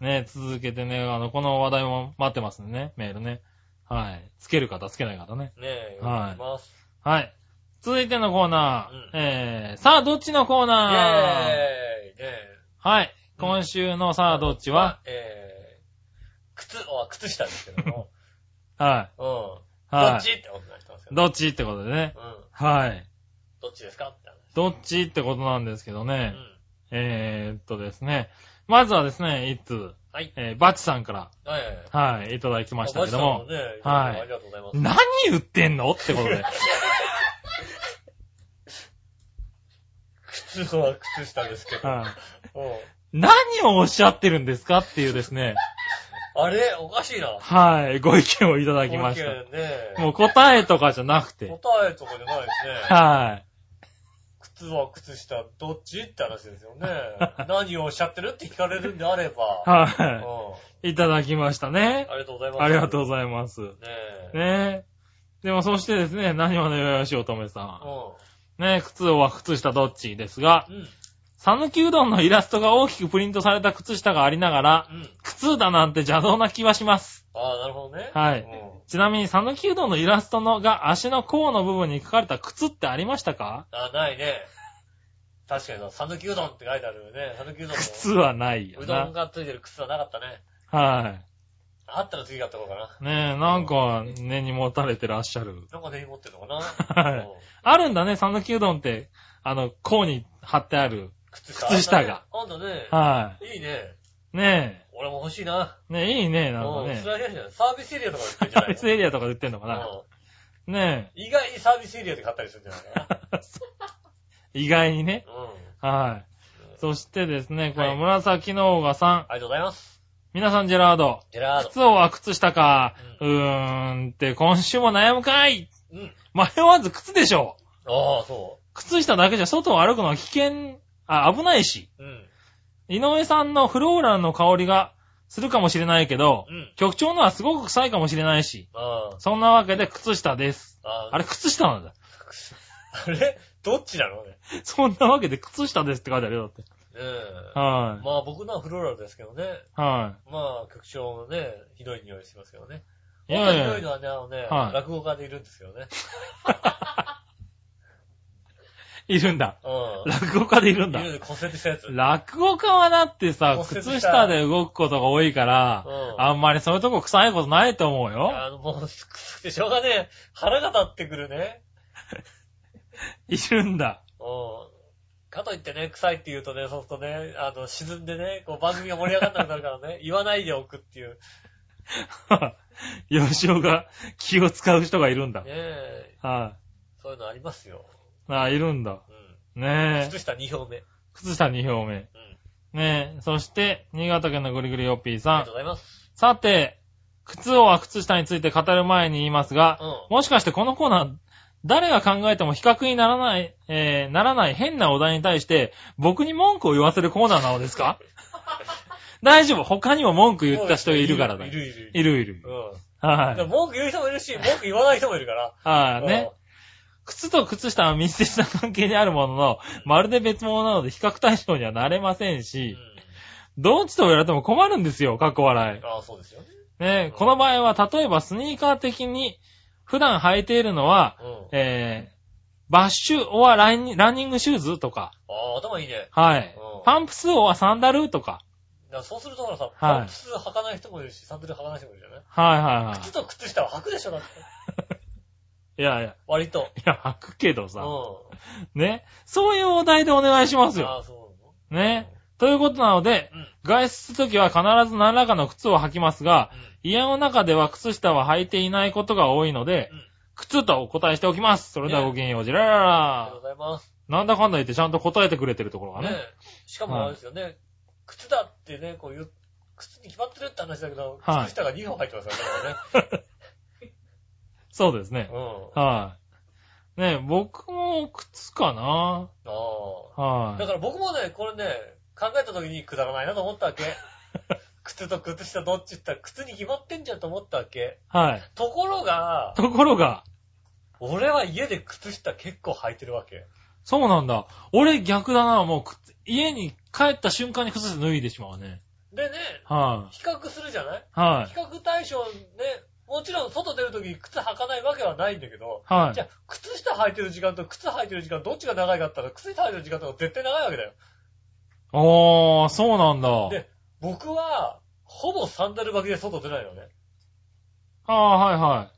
Speaker 3: ね続けてね、あの、この話題も待ってますんでね、メールね。はい。つける方、つけない方ね。
Speaker 2: ねえ、
Speaker 3: はい
Speaker 2: お願いします。
Speaker 3: はい。続いてのコーナー。
Speaker 2: うん
Speaker 3: えー、さあ、どっちの
Speaker 2: イ
Speaker 3: コー
Speaker 2: ェー
Speaker 3: ナー
Speaker 2: イねえ。
Speaker 3: はい。今週のさあ、どっちは、
Speaker 2: えー、靴、あ、靴下ですけど も。
Speaker 3: は
Speaker 2: うん。ど
Speaker 3: い。は
Speaker 2: っ
Speaker 3: い。
Speaker 2: ちってことになってますけど。
Speaker 3: どっちってことでね。
Speaker 2: うん。
Speaker 3: はい。
Speaker 2: どっちですかって話。
Speaker 3: どっちってことなんですけど
Speaker 2: う
Speaker 3: ね。
Speaker 2: ん。
Speaker 3: えーっとですね。まずはですね、一通、
Speaker 2: はい。
Speaker 3: えー、バチさんから、
Speaker 2: はいはいはい。
Speaker 3: はい、いただきましたけども
Speaker 2: あ。バチさんね
Speaker 3: はい
Speaker 2: ありがとうございます。
Speaker 3: 何言ってんのってことで。
Speaker 2: 靴は靴下ですけど。
Speaker 3: はい。
Speaker 2: うん
Speaker 3: 何をおっしゃってるんですかっていうですね。
Speaker 2: あれおかしいな。い
Speaker 3: はい。ご意見をいただきまし
Speaker 2: ね
Speaker 3: た。もう答えとかじゃなくて。
Speaker 2: 答えとかじゃないですね。
Speaker 3: は
Speaker 2: 靴は靴下、どっちって話ですよね。何をおっしゃってるって聞かれるんであれば。
Speaker 3: い。
Speaker 2: うん
Speaker 3: は。い。いただきましたね。
Speaker 2: ありがとうございます。
Speaker 3: ありがとう
Speaker 2: う。
Speaker 3: ございます。
Speaker 2: ねえ。
Speaker 3: ねえ。でもそしてですね、何はのよよしおとめさ。
Speaker 2: うん
Speaker 3: ねえ、靴は靴下どっちですが、
Speaker 2: ん。うん。
Speaker 3: さぬきうどんのイラストが大きくプリントされた靴下がありながら、
Speaker 2: うん。
Speaker 3: 靴だなんて邪道な気はします。
Speaker 2: ああ、なるほどね。
Speaker 3: はい
Speaker 2: うん
Speaker 3: ちなみに、さぬきうどんのイラストのが足の甲の部分に書かれた靴ってありましたか
Speaker 2: あ、ないね。確かに、さぬきうどんって書いてあるよね。さぬきうどん
Speaker 3: 靴はない
Speaker 2: の。
Speaker 3: よ
Speaker 2: うど。
Speaker 3: なん
Speaker 2: がついてる靴はなかったね。
Speaker 3: は
Speaker 2: あったら次買ったこうかな。
Speaker 3: い。ねえ、なんか、根に持たれてらっしゃる。
Speaker 2: なんかね、持ってるのかな。
Speaker 3: はい
Speaker 2: うん
Speaker 3: あるんだね、さぬきうどんって、あの、甲に貼ってある。
Speaker 2: 靴下。
Speaker 3: 靴下が。
Speaker 2: あんだね。
Speaker 3: はい
Speaker 2: いね。
Speaker 3: い。ね
Speaker 2: 俺も欲しいな。
Speaker 3: え、ねえ、いいね、
Speaker 2: う。
Speaker 3: なんんかね
Speaker 2: そ。れは嫌じゃないサービスエリアとかで売ってんじゃな
Speaker 3: サー
Speaker 2: い
Speaker 3: ビスエリアとかで売ってんのかな。
Speaker 2: うん
Speaker 3: ね
Speaker 2: 意外にサービスエリアで買ったりするんじゃないかな。
Speaker 3: え、意外にね。
Speaker 2: うん。
Speaker 3: はい。そしてですね、こ
Speaker 2: は
Speaker 3: れ、
Speaker 2: い
Speaker 3: 紫のオーガさん。
Speaker 2: ありがとうございます。
Speaker 3: 皆さん、ジェラード。
Speaker 2: ジェラード。
Speaker 3: 靴をは靴下か。うーんって、今週も悩むかい
Speaker 2: うん。
Speaker 3: 迷わず靴でしょ
Speaker 2: ああ、そ
Speaker 3: 靴下だけじゃ外を歩くのは危険、あ、危ないし。
Speaker 2: う。うん。
Speaker 3: 井上さんのフローラルの香りがするかもしれないけど、
Speaker 2: うん。
Speaker 3: 局長のはすごく臭いかもしれないし。
Speaker 2: あ
Speaker 3: そんなわけで靴下です。
Speaker 2: あ。
Speaker 3: あれ、靴下なんだ。
Speaker 2: あれ どっちなのね。
Speaker 3: そんなわけで靴下ですって書いてあるよ、だって。
Speaker 2: うん。
Speaker 3: は
Speaker 2: まあ僕のはフローラルですけどね。
Speaker 3: い。は
Speaker 2: まあ局長のね、ひどい匂いしますけどね。
Speaker 3: いやい
Speaker 2: ひ
Speaker 3: や
Speaker 2: どいのはね、あのね、
Speaker 3: はい
Speaker 2: 落語家でいるんですけどね。
Speaker 3: いるんだ。
Speaker 2: う
Speaker 3: 落語家でいるん
Speaker 2: ん。
Speaker 3: だ。
Speaker 2: いる骨折したやつ。うん。
Speaker 3: 落語家はだってさ、
Speaker 2: 骨折した
Speaker 3: 靴下で動くことが多いから、
Speaker 2: あ
Speaker 3: あんまりそういうとこ臭いことないと思うよ。
Speaker 2: の、もう、くすくてしょうがねえ。腹が立ってくるね。
Speaker 3: いるんだ。
Speaker 2: うん。かといってね、臭いって言うとね、そうするとね、あの、沈んでね、こう番組が盛り上がんなくなるからね、 言わないでおくっていう。
Speaker 3: 吉尾が気を使う人がいるんだ
Speaker 2: ね。え、
Speaker 3: は
Speaker 2: そういうのありますよ。
Speaker 3: い。あ、いるんだ。
Speaker 2: う
Speaker 3: ね
Speaker 2: ん。
Speaker 3: え。
Speaker 2: 靴下2票目。うん。
Speaker 3: 靴下2票目。ねえ。そして、新潟県のぐりぐりよっぴー
Speaker 2: あ
Speaker 3: さ
Speaker 2: りが
Speaker 3: ん
Speaker 2: とう。ございます。
Speaker 3: さて、靴王は靴下について語る前に言いますが
Speaker 2: う、ん。
Speaker 3: もしかしてこのコーナー、誰が考えても比較にならない、えー、ならない変なお題に対して、僕に文句を言わせるコーナーなのです か大丈夫。他にも文句言った人いるからだ
Speaker 2: い
Speaker 3: よ。
Speaker 2: るいるいる。
Speaker 3: いるいる
Speaker 2: う。ん。で
Speaker 3: は
Speaker 2: も文句言う人もいるし、文句言わない人もいるから。
Speaker 3: い。はい。
Speaker 2: うん
Speaker 3: ね。。靴と靴下は密接な関係にあるものの、まるで別物なので比較対象にはなれません
Speaker 2: う
Speaker 3: し、
Speaker 2: ん
Speaker 3: どっちとも言われても困るんですよ、過去笑い。
Speaker 2: ああ、そうですよね。
Speaker 3: ね、この場合は、例えばスニーカー的に、普段履いているのは、
Speaker 2: うん。
Speaker 3: えー、バッシュオアランニランニングシューズとか、
Speaker 2: ああ、頭いいね。
Speaker 3: はい
Speaker 2: うん。
Speaker 3: パンプスオアサンダルとか、
Speaker 2: だからそうするとほらさ、
Speaker 3: はい
Speaker 2: パンプス履かない人もいるし、サンダル履かない人もいるじゃない
Speaker 3: はいはいは
Speaker 2: 靴と靴下は履くでしょ、だって。
Speaker 3: い。いやいや、
Speaker 2: 割と。
Speaker 3: いや、履くけど
Speaker 2: うん。
Speaker 3: さ、
Speaker 2: あ
Speaker 3: ね。そういうお題でお願いしますよ。
Speaker 2: あ、そう
Speaker 3: ね。ということなので、
Speaker 2: なのうん。
Speaker 3: 外出するときは必ず何らかの靴を履きますが、家の中では靴下は履いていないことが多いので
Speaker 2: うん、
Speaker 3: 靴とお答えしておきます。それではごきげんよう、じらら
Speaker 2: ありが
Speaker 3: ら
Speaker 2: とう。ございます。
Speaker 3: なんだかんだ言ってちゃんと答えてくれてるところが
Speaker 2: ね
Speaker 3: ね。
Speaker 2: しかもあれですよね、靴だってね、こういう、靴に決まってるって話だけど、
Speaker 3: はい
Speaker 2: 靴下が2本入ってますからね。
Speaker 3: そうですね
Speaker 2: う。ん。あ
Speaker 3: はい。ね、僕も靴かな。
Speaker 2: あ。
Speaker 3: は
Speaker 2: だから僕もね、これね、考えた時にくだらないなと思ったわ け。靴と靴下どっちって言ったら、靴に決まってんじゃんと思ったわけ。
Speaker 3: い。はい。
Speaker 2: ところが、
Speaker 3: ところが、
Speaker 2: 俺は家で靴下結構履いてるわけ。
Speaker 3: そうなんだ。俺逆だな、もう靴、家に帰った瞬間に靴下脱いでしまうね。
Speaker 2: でね、
Speaker 3: は
Speaker 2: 比較するじゃない
Speaker 3: い。は
Speaker 2: 比。
Speaker 3: い
Speaker 2: 較対象ね、もちろん外出るとき靴履かないわけはないんだけど、
Speaker 3: は
Speaker 2: じゃあ、靴下履いてる時間と靴履いてる時間、どっちが長いかって言ったら、靴下履いてる時間とか絶対長いわけだよ。
Speaker 3: い。おー、そうなんだ。
Speaker 2: で僕は、ほぼサンダル履きで外出ないのね。
Speaker 3: あー、はいはい。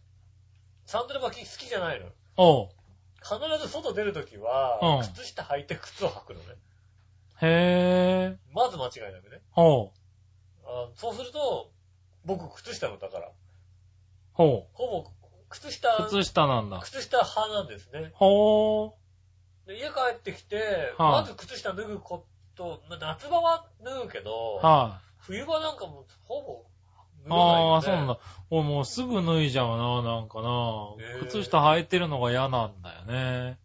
Speaker 2: サンダル履き好きじゃないの。
Speaker 3: おう。
Speaker 2: 必ず外出るとき
Speaker 3: う
Speaker 2: は、
Speaker 3: ん
Speaker 2: 靴下履いて靴を履くのね。
Speaker 3: へー。
Speaker 2: まず間違いなくね。
Speaker 3: おう。
Speaker 2: あそうすると、僕靴下のだから、
Speaker 3: ほ
Speaker 2: ほぼ靴下、
Speaker 3: う。靴下なんだ。
Speaker 2: 靴下派なんですね。
Speaker 3: ほー。
Speaker 2: で家帰ってきて、
Speaker 3: はい
Speaker 2: まず靴下脱ぐこと、まあ夏場は脱ぐけど、
Speaker 3: はい。
Speaker 2: 冬場なんかもうほぼ脱がないよ、ね。
Speaker 3: ああ、そうなんだ。俺もうすぐ脱いじゃうな、なんかな
Speaker 2: へ。ー
Speaker 3: 靴下履いてるのが嫌なんだよね。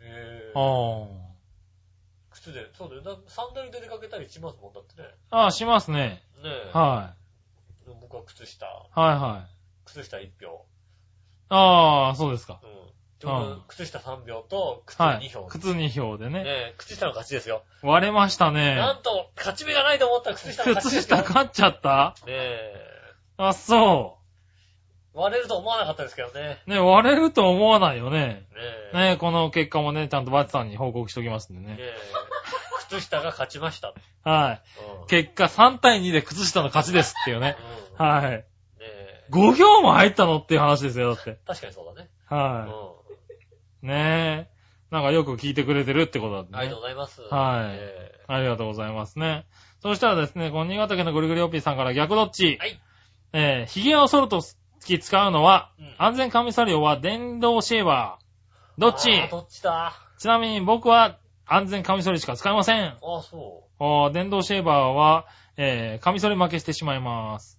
Speaker 2: へ
Speaker 3: あ
Speaker 2: ー靴で、そうだよ。だサンダルで出かけたりしますもんだってね。
Speaker 3: あ。ああ、しますね。
Speaker 2: ねえ。
Speaker 3: は
Speaker 2: 僕は靴下、
Speaker 3: い。はいはい。
Speaker 2: 靴下1票。
Speaker 3: ああ、そうですか。
Speaker 2: うん。ちょうど
Speaker 3: うん
Speaker 2: 靴下3票と靴
Speaker 3: は
Speaker 2: 2
Speaker 3: い
Speaker 2: 票。。
Speaker 3: 靴2票で
Speaker 2: ね
Speaker 3: ね。
Speaker 2: え、靴下の勝ちですよ。
Speaker 3: 割れました
Speaker 2: な
Speaker 3: ね。
Speaker 2: んと、勝ち目がないと思ったら靴下の勝ちで
Speaker 3: 靴
Speaker 2: すよ。
Speaker 3: 下
Speaker 2: ね
Speaker 3: 勝っちゃった
Speaker 2: え。
Speaker 3: あ、そ
Speaker 2: 割れると思わなかったですけどね。
Speaker 3: う。ね、割れると思わないよね。
Speaker 2: ねえ。
Speaker 3: ね、この結果もね、ちゃんとバチさんに報告しておきますんで
Speaker 2: ね
Speaker 3: ね。
Speaker 2: え。靴下が勝ちました。
Speaker 3: はい。
Speaker 2: うん
Speaker 3: 結果3対2で靴下の勝ちですってい うね。
Speaker 2: うん
Speaker 3: はい。
Speaker 2: ねえ
Speaker 3: 5票も入ったのっていう話ですよ、だって。
Speaker 2: 確かにそうだね。
Speaker 3: はい。
Speaker 2: う
Speaker 3: ねえ。なんかよく聞いてくれてるってことだね。
Speaker 2: ん。ありがとうございます。
Speaker 3: はい
Speaker 2: え
Speaker 3: ありがとうございますね。そしたらですね、この新潟県のぐりぐりおっぴーさんから逆どっ
Speaker 2: え
Speaker 3: ち。
Speaker 2: はい。
Speaker 3: えー、髭を剃るとき使うのは、
Speaker 2: うん
Speaker 3: 安全カミソリオは電動シェーバー。どっち
Speaker 2: あーどっちだ
Speaker 3: ちなみに僕は安全カミソリしか使いません。
Speaker 2: あ、そ
Speaker 3: おー電動シェーバーは、えー、カミソリ負けしてしまいます。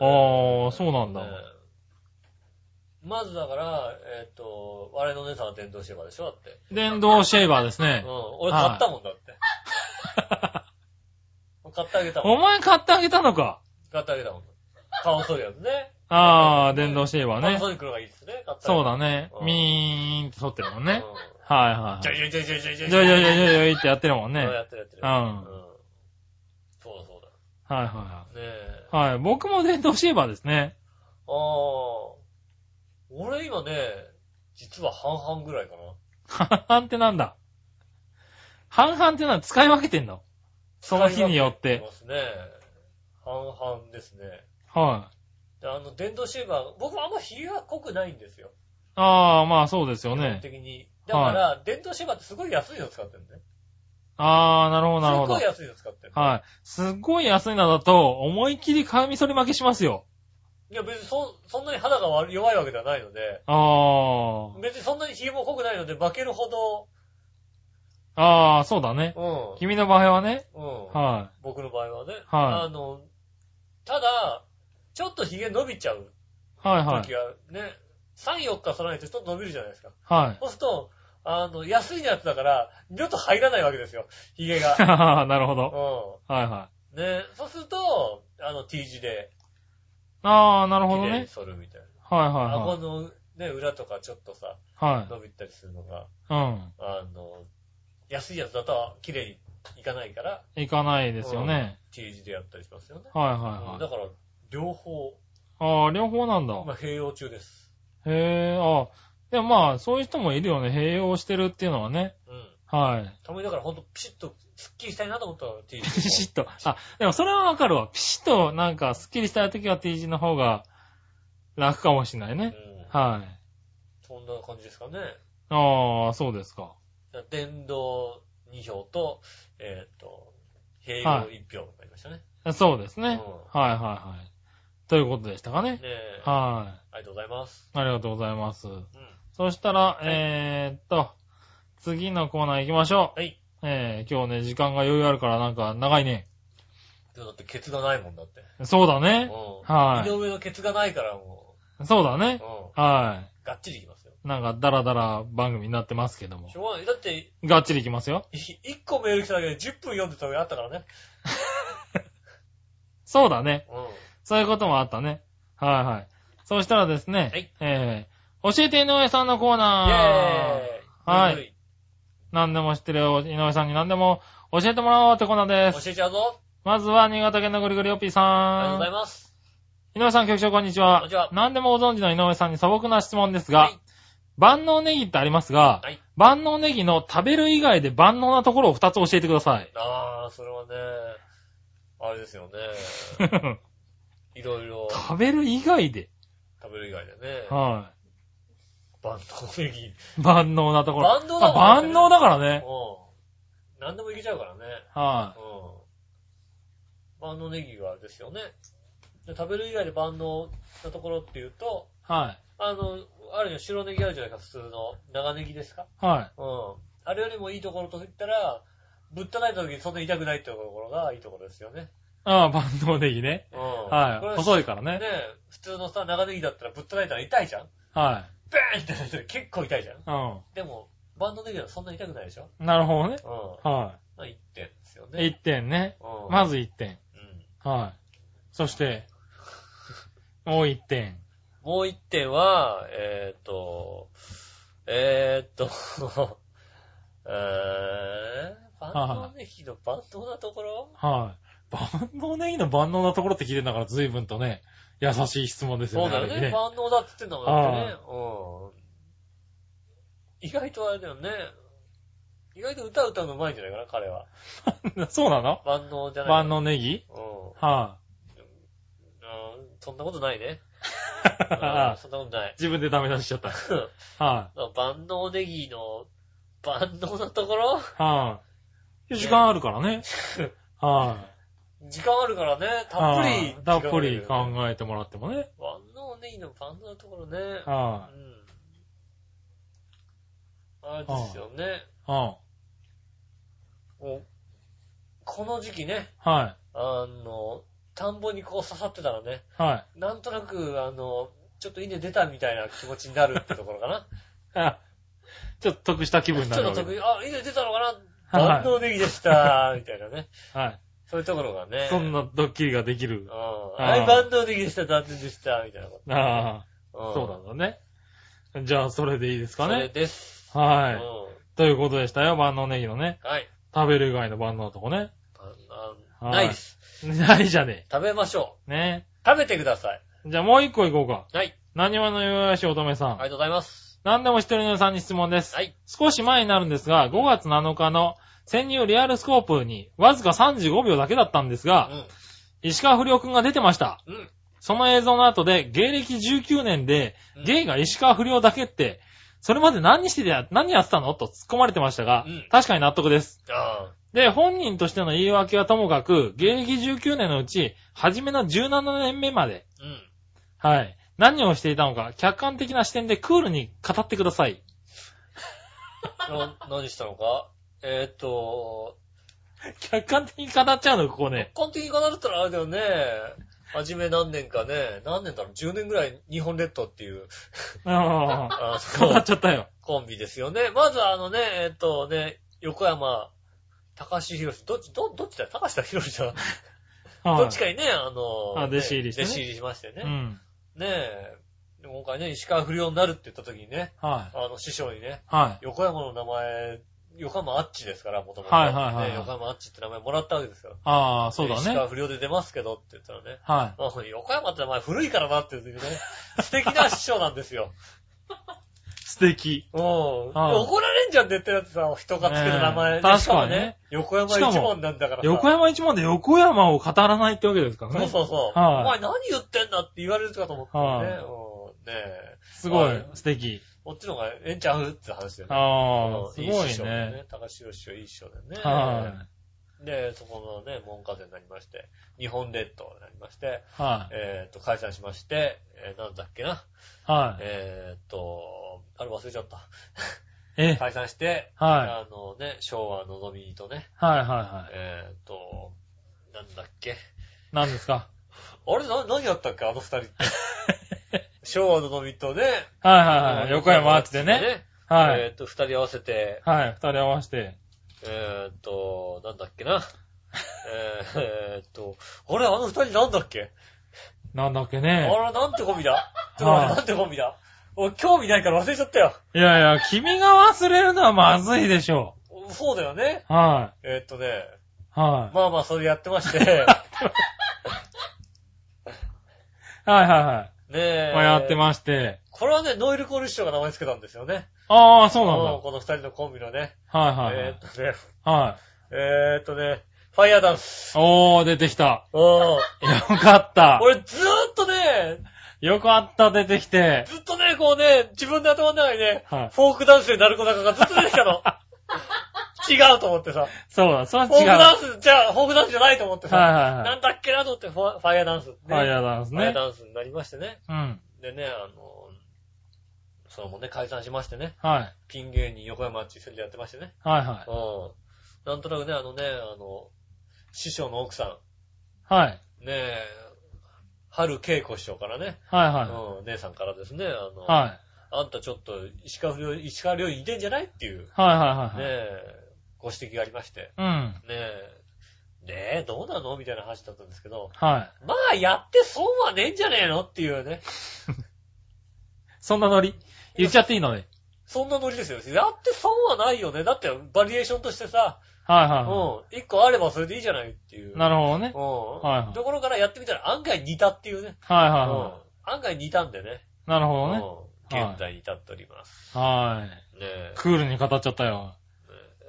Speaker 3: おー、そうな
Speaker 2: う。
Speaker 3: んだ。
Speaker 2: ねえまずだから、えっ、と、我々のお姉さんは電動シェーバーでしょだって。
Speaker 3: 電動シェーバーです
Speaker 2: う
Speaker 3: ね
Speaker 2: ん。。俺買ったもんだって。買ってあげたも
Speaker 3: お
Speaker 2: ん。
Speaker 3: 前買ってあげたのか。
Speaker 2: 買ってあげたもん。顔細いやつね。
Speaker 3: あー、電動シェーバー
Speaker 2: 顔
Speaker 3: ね。
Speaker 2: 細い車がいいですね。買ってあげ
Speaker 3: そう
Speaker 2: た
Speaker 3: だね
Speaker 2: う。ん
Speaker 3: ミーンって撮ってるもんね。
Speaker 2: うん
Speaker 3: はいは
Speaker 2: ちょ
Speaker 3: い。
Speaker 2: いちょいちょいちょいちょいち
Speaker 3: ジ
Speaker 2: ょ
Speaker 3: ョ
Speaker 2: い。
Speaker 3: イジョイジョイジョイジョイってやってるもんね。
Speaker 2: そう
Speaker 3: はい
Speaker 2: やってるやってる。
Speaker 3: うん
Speaker 2: そうだそうだ。
Speaker 3: は
Speaker 2: ねえ。
Speaker 3: いはい。はい。僕も電動シェーバーですね。
Speaker 2: ああ。俺今ね、実は半々ぐらいかな。
Speaker 3: 半々ってなんだ半々ってのは使い分けてんのその日によっ
Speaker 2: あり
Speaker 3: て。
Speaker 2: ますね。半々ですね。
Speaker 3: はい。
Speaker 2: であの、電動シェーバー、僕はあんま火が濃くないんですよ。
Speaker 3: ああ、まあそうですよ
Speaker 2: 基本
Speaker 3: ね。
Speaker 2: 的に。だから、電動シェーバーってすごい安いの使ってるね。
Speaker 3: ああ、なるほど、なるほど
Speaker 2: すっごい。安いの使ってる。
Speaker 3: はい。すっごい安いのだと、思いっきりカミソリ負けしますよ。
Speaker 2: いや、別にそ、そんなに肌が悪い弱いわけではないので、
Speaker 3: あ
Speaker 2: 別にそんなに冷えも濃くないので、負けるほど、
Speaker 3: あ、ああ、そうだね。
Speaker 2: う
Speaker 3: 君の場合はね。
Speaker 2: ん。うん。
Speaker 3: は
Speaker 2: 僕の場合はね。
Speaker 3: はい
Speaker 2: あの、ただ、ちょっと髭伸びちゃう
Speaker 3: い。はいはい
Speaker 2: 時。がね、3、4日剃らないとちょっと伸びるじゃないですか。
Speaker 3: はい。
Speaker 2: そうすると、あの、安いやつだから、二度と入らないわけですよ、髭 が。
Speaker 3: なるほど。
Speaker 2: う
Speaker 3: はいはい。
Speaker 2: ん。ね、そうすると、あの、T 字で、
Speaker 3: ああ、なる
Speaker 2: 綺
Speaker 3: ほど
Speaker 2: 麗に
Speaker 3: ね。
Speaker 2: 剃るみたいな。
Speaker 3: はい
Speaker 2: 顎
Speaker 3: は
Speaker 2: のね、裏とかちょっとさ、
Speaker 3: いはい。
Speaker 2: 伸びたりするのが、
Speaker 3: はい。うん。
Speaker 2: あの、安いやつだと綺麗にいかないから、
Speaker 3: 行かないですよね。
Speaker 2: T 字でやったりしますよね。
Speaker 3: はいは
Speaker 2: うん
Speaker 3: いは
Speaker 2: だ
Speaker 3: い。
Speaker 2: から、両方、
Speaker 3: ああ、両方なんだ。
Speaker 2: まあ、併用中です。
Speaker 3: へえ、ああ。でもまあ、そういう人もいるよね。併用してるっていうのはね。
Speaker 2: うん。
Speaker 3: はい。
Speaker 2: たまにだからほんとピシッと、スッキリしたいなと思ったら T 字。
Speaker 3: ピシッと。あ、でもそれはわかるわ。ピシッと、なんか、スッキリしたい時は T 字の方が楽かもしれないね。
Speaker 2: うん。
Speaker 3: はい。
Speaker 2: そんな感じですかね。
Speaker 3: ああ、そうですか。
Speaker 2: 電動2票と、えっ、と、併用1票になりましたね。
Speaker 3: そうですね。
Speaker 2: う
Speaker 3: は
Speaker 2: ん
Speaker 3: いはいはい。ということでしたかね
Speaker 2: ね。え、あり
Speaker 3: は
Speaker 2: がとうございます。
Speaker 3: い。ありがとうございます。
Speaker 2: うん。
Speaker 3: そしたら、えーっと、次のコーナー行きましょう。
Speaker 2: はい。
Speaker 3: えー、今日ね、時間が余裕あるからなんか長いね。
Speaker 2: でもだってケツがないもんだって。
Speaker 3: そうだ
Speaker 2: うん
Speaker 3: ね。。は
Speaker 2: 井上のケツがないからも
Speaker 3: い。そうだ
Speaker 2: う、う
Speaker 3: ね。
Speaker 2: ん。
Speaker 3: は
Speaker 2: がっちりいきますよ。
Speaker 3: い。なんか、ダラダラ番組になってますけども
Speaker 2: し。ょうがない。だって、
Speaker 3: がっちりいきますよ。
Speaker 2: 1個メール来ただけで10分読んでた時あったからね。
Speaker 3: そうだね。
Speaker 2: うん。
Speaker 3: そういうこともあったね。はいはい。そうしたらですね、
Speaker 2: はい
Speaker 3: えー、教えて井上さんのコー
Speaker 2: イェ
Speaker 3: ナー。
Speaker 2: ーイ
Speaker 3: はい
Speaker 2: い。
Speaker 3: 何でも知ってる井上さんに何でも教えてもらおうってコーナーです。
Speaker 2: 教えちゃうぞ。
Speaker 3: まずは、新潟県のぐりぐりおっぴーさ。
Speaker 2: ありがとうんございます。
Speaker 3: 井上さん、局長、こんにちは。
Speaker 2: こんにちは
Speaker 3: 何でもご存知の井上さんに素朴な質問ですが、
Speaker 2: はい。
Speaker 3: 万能ネギってありますが、
Speaker 2: はい
Speaker 3: 万能ネギの食べる以外で万能なところを2つ教えてくだ さい。
Speaker 2: ああ、それはね、あれですよね。
Speaker 3: 食
Speaker 2: いろいろ
Speaker 3: べる以外で、
Speaker 2: 食べる以外でね。
Speaker 3: は
Speaker 2: 万能ネギ。
Speaker 3: い。万能なところ。
Speaker 2: 万能だもんね
Speaker 3: あ万能だからね。
Speaker 2: うん。何でもいけちゃうからね。
Speaker 3: は
Speaker 2: うん。万能ネギがあれですよね。で食べる以外で万能なところっていうと、
Speaker 3: い。は
Speaker 2: あの、あるよ、白ネギあるじゃないですか、普通の。長ネギですか
Speaker 3: い。は
Speaker 2: うん。あれよりもいいところと言ったら、ぶったない時にそんな痛くないってところがいいところですよね。
Speaker 3: い。ああ、万能ネギね。
Speaker 2: うん。こ
Speaker 3: は
Speaker 2: れ
Speaker 3: い。細いから
Speaker 2: ね
Speaker 3: ね。
Speaker 2: え、普通のさ、長ネギだったらぶったないたら痛いじゃん
Speaker 3: は
Speaker 2: バーンってなったら結構痛いじゃん
Speaker 3: い。う
Speaker 2: でも、バンドネギはそんなに痛くないでしょ
Speaker 3: ん。なるほどね。
Speaker 2: うん。
Speaker 3: は
Speaker 2: まあ、1点ですよ
Speaker 3: い。
Speaker 2: ね。
Speaker 3: 1点ね。
Speaker 2: うん。
Speaker 3: まず1点。
Speaker 2: うん。
Speaker 3: はい。そして、もう1点。
Speaker 2: もう1点は、えーっと、えーっと、 えー、バンドネギのバンドなとこ ろ
Speaker 3: はい。万能ネギの万能なところって聞いてんだから、随分とね、優しい質問ですよ
Speaker 2: そ
Speaker 3: ね。
Speaker 2: うだよ
Speaker 3: ある意
Speaker 2: ね。
Speaker 3: 味ね
Speaker 2: 万能だって言ってんだもんね。うん。意外とあれだよね。意外と歌歌うの上手いんじゃないかな、彼は。
Speaker 3: そうなの
Speaker 2: 万能じゃない
Speaker 3: 万。能ネギ
Speaker 2: うん。
Speaker 3: は
Speaker 2: うんそんなことない ね。
Speaker 3: い、
Speaker 2: うんそんなことない。
Speaker 3: 自分でダメ出しちゃった。はい、
Speaker 2: まあ万能ネギの万能なところ
Speaker 3: はい、時間あるからね。は
Speaker 2: 時間あるからね、
Speaker 3: い、
Speaker 2: たっぷり
Speaker 3: はい。たっぷり
Speaker 2: 時間あ
Speaker 3: 考
Speaker 2: るよね
Speaker 3: えてもらってもね。
Speaker 2: 万能ネギの万能なところね。
Speaker 3: は
Speaker 2: うん。あれですよね。
Speaker 3: い、うん
Speaker 2: もうこの時期ね、
Speaker 3: は
Speaker 2: あの、田んぼにこう刺さってたらね、
Speaker 3: い。はい。
Speaker 2: なんとなく、あの、ちょっと稲出たみたいな気持ちになるってところかな。
Speaker 3: あちょっと得した気分にな
Speaker 2: ちょ
Speaker 3: る
Speaker 2: っ
Speaker 3: わ
Speaker 2: と
Speaker 3: け
Speaker 2: 得意、あ、稲出たのかな
Speaker 3: はい
Speaker 2: 万能ネギでした、みたいなね。
Speaker 3: はい。
Speaker 2: そういうところがね。
Speaker 3: そんなドッキリができ
Speaker 2: うん。
Speaker 3: る。
Speaker 2: はい、万能ネギでした、残念でした、みたいなこ
Speaker 3: ああ、
Speaker 2: と。
Speaker 3: そうなんだね。じゃあ、それでいいですか
Speaker 2: それ
Speaker 3: ね。
Speaker 2: です。
Speaker 3: はい。
Speaker 2: う
Speaker 3: ということでしたよ、万能ネギのね。
Speaker 2: ん。はい。
Speaker 3: 食べる以外の万能とこね。
Speaker 2: ああ
Speaker 3: はい
Speaker 2: ないです。
Speaker 3: ないじゃね
Speaker 2: 食べましょ
Speaker 3: え。ね
Speaker 2: う。食べてください。
Speaker 3: じゃあもう一個いこうか。
Speaker 2: はい。
Speaker 3: 何話のよよし乙女さん。
Speaker 2: ありがとうございます。
Speaker 3: 何でも知ってる皆さんに質問です。
Speaker 2: はい。
Speaker 3: 少し前になるんですが、5月7日の潜入リアルスコープにわずか35秒だけだったんですが、石川不良くんが出てました。
Speaker 2: うん。うん。
Speaker 3: その映像の後で、芸歴19年で
Speaker 2: うん、
Speaker 3: ゲイが石川不良だけって、それまで何してや、何やってたのと突っ込まれてましたが
Speaker 2: うん、
Speaker 3: 確かに納得です。
Speaker 2: ああ。
Speaker 3: で、本人としての言い訳はともかく、芸歴19年のうち、初めの17年目まで、
Speaker 2: うん。
Speaker 3: はい、何をしていたのか、客観的な視点でクールに語ってください。
Speaker 2: な、何したのかえーっと、
Speaker 3: 客観的に語っちゃうの、ここね。
Speaker 2: 完璧に語るったらあれだよね。はじめ何年かね、何年だろう、10年ぐらい日本列島っていう、
Speaker 3: うん
Speaker 2: あ
Speaker 3: 語
Speaker 2: の
Speaker 3: っ、ちゃったよ。
Speaker 2: コンビですよね。まずあのね、えーっとね、横山、高橋博士、どっち、ど、どっちだ高橋だ博士じゃん。
Speaker 3: はい
Speaker 2: どっちかにね、あの、
Speaker 3: あ
Speaker 2: ね
Speaker 3: 弟子入りしてね
Speaker 2: 弟子入りしましてね。
Speaker 3: うん。
Speaker 2: ねえ、で今回ね、石川不良になるって言った時にね、
Speaker 3: は
Speaker 2: あの、師匠にね、
Speaker 3: い。はい。
Speaker 2: 横山の名前、横山あっちですから、もともと。
Speaker 3: はいはいはい
Speaker 2: ね横山あっちって名前もらったわけですから。
Speaker 3: ああ、そうだ
Speaker 2: 石川
Speaker 3: ね。
Speaker 2: 不良で出ますけどって言ったらね、
Speaker 3: はい。
Speaker 2: まあ、横山って名前古いからなって言うね、素敵な師匠なんですよ。
Speaker 3: 素敵。
Speaker 2: うん。
Speaker 3: ああ
Speaker 2: 怒られんじゃんねってやつさ、人がつけた名前、
Speaker 3: ねえ確
Speaker 2: しも
Speaker 3: かにね。
Speaker 2: 横山一門なんだからさ。
Speaker 3: 横山一門で横山を語らないってわけですから
Speaker 2: そう
Speaker 3: ね。
Speaker 2: そうそう。
Speaker 3: はい
Speaker 2: お前何言ってんだって言われるかと思ったよね。
Speaker 3: はい
Speaker 2: うん。ねえ。
Speaker 3: すご
Speaker 2: はい
Speaker 3: い、素敵。
Speaker 2: こっちの方がええんちゃうって話だよね。
Speaker 3: あ
Speaker 2: うん
Speaker 3: あ、すご
Speaker 2: い師
Speaker 3: い
Speaker 2: 匠で
Speaker 3: ね。。
Speaker 2: 高橋義雄いい師匠でね。
Speaker 3: は
Speaker 2: で、そこのね、門下生になりまして、日本列島になりまして、
Speaker 3: い。は
Speaker 2: えっ、と、解散しまして、えーなんだっけな、
Speaker 3: い。はい。
Speaker 2: えっ、と、あれ忘れちゃった。
Speaker 3: え、
Speaker 2: 解散して、
Speaker 3: はい。
Speaker 2: あのね、昭和のぞみとね、
Speaker 3: はいはいは
Speaker 2: えっ、と、なんだっけ。
Speaker 3: い。何ですか
Speaker 2: あれな、何やったっけあの二人 って。昭和のぞみとね、
Speaker 3: はいはいはい。横山あっちでね。。は
Speaker 2: え
Speaker 3: い。
Speaker 2: っ、と、二人合わせて、
Speaker 3: はい。二人合わせて。
Speaker 2: えーっと、なんだっけな。えーえーっと、あれあの二人なんだっけ
Speaker 3: なんだっけ
Speaker 2: あ
Speaker 3: ね。
Speaker 2: れなんてコンビだ
Speaker 3: い
Speaker 2: ちょっと待ってなんてコンビだ俺興味ないから忘れちゃったよ。
Speaker 3: いやいや、君が忘れるのはまずいでしょ
Speaker 2: そうだよね。
Speaker 3: う。は
Speaker 2: えーっとね、
Speaker 3: い。はい。
Speaker 2: まあまあそれやってま して、ね
Speaker 3: はいはいは
Speaker 2: え
Speaker 3: い。。まあやってまして。
Speaker 2: これはね、ノイルコール師匠が名前つけたんですよね。
Speaker 3: ああ、そうなん
Speaker 2: うんこの二人のコンビのね。
Speaker 3: だ。はいはいは
Speaker 2: え
Speaker 3: い。
Speaker 2: ーっとね、
Speaker 3: はい。
Speaker 2: えーっとね、ファイヤーダンス。
Speaker 3: おー、出てきた。
Speaker 2: うん。俺
Speaker 3: よかった。
Speaker 2: ずーっとね、
Speaker 3: よかった、出てきて。
Speaker 2: ずっとね、こうね、自分の頭の中にね、
Speaker 3: はい。
Speaker 2: フォークダンスになる子なんかがずっと出てきた の。違うと思ってさ。
Speaker 3: そうだ、それは
Speaker 2: フォーク
Speaker 3: 違う。
Speaker 2: ダンス、じゃあ、フォークダンスじゃないと思ってさ。
Speaker 3: はいはいはい
Speaker 2: なんだっけなと思ってファ、ファイアダンス、ね。
Speaker 3: ファイヤーダンス
Speaker 2: ファイア
Speaker 3: ね。
Speaker 2: ダンスになりましてね。
Speaker 3: うん。
Speaker 2: でね、あの、それもね、解散しましてね。
Speaker 3: はい。
Speaker 2: ピン芸人横山あっち一人でやってましてね。
Speaker 3: はいは
Speaker 2: うん。なんとなくね、あのね、あの、師匠の奥さ
Speaker 3: い。はい。
Speaker 2: ん、ねえ、春恵子師匠からね、
Speaker 3: はいは
Speaker 2: うん、姉さんからですね、あの、
Speaker 3: い。はい。
Speaker 2: あんたちょっと石川不良、石川良に似てんじゃないっていう。
Speaker 3: はいはいはい
Speaker 2: ね
Speaker 3: はい。
Speaker 2: え、ご指摘がありまして、
Speaker 3: うん。
Speaker 2: ねえ、ねえ、どうなのみたいな話だったんですけど、
Speaker 3: はい。
Speaker 2: まあ、やって損はねえんじゃねえのっていうね、
Speaker 3: そんなノリ言っちゃっていいので。
Speaker 2: そんなノリですよ。やって損はないよね。だって、バリエーションとしてさ、
Speaker 3: はいうは
Speaker 2: ん、一個あればそれでいいじゃないっていう。
Speaker 3: い。なるほどね。
Speaker 2: ほ
Speaker 3: はい
Speaker 2: うん。
Speaker 3: はい
Speaker 2: ところからやってみたら案外似たっていうね。
Speaker 3: はいうはい
Speaker 2: ん
Speaker 3: は。
Speaker 2: 案外似たんでね。
Speaker 3: い。なるほ
Speaker 2: う
Speaker 3: ど
Speaker 2: ん
Speaker 3: ね。。
Speaker 2: 現在に至っております。
Speaker 3: は
Speaker 2: ねえ
Speaker 3: い。。クールに語っちゃったよ。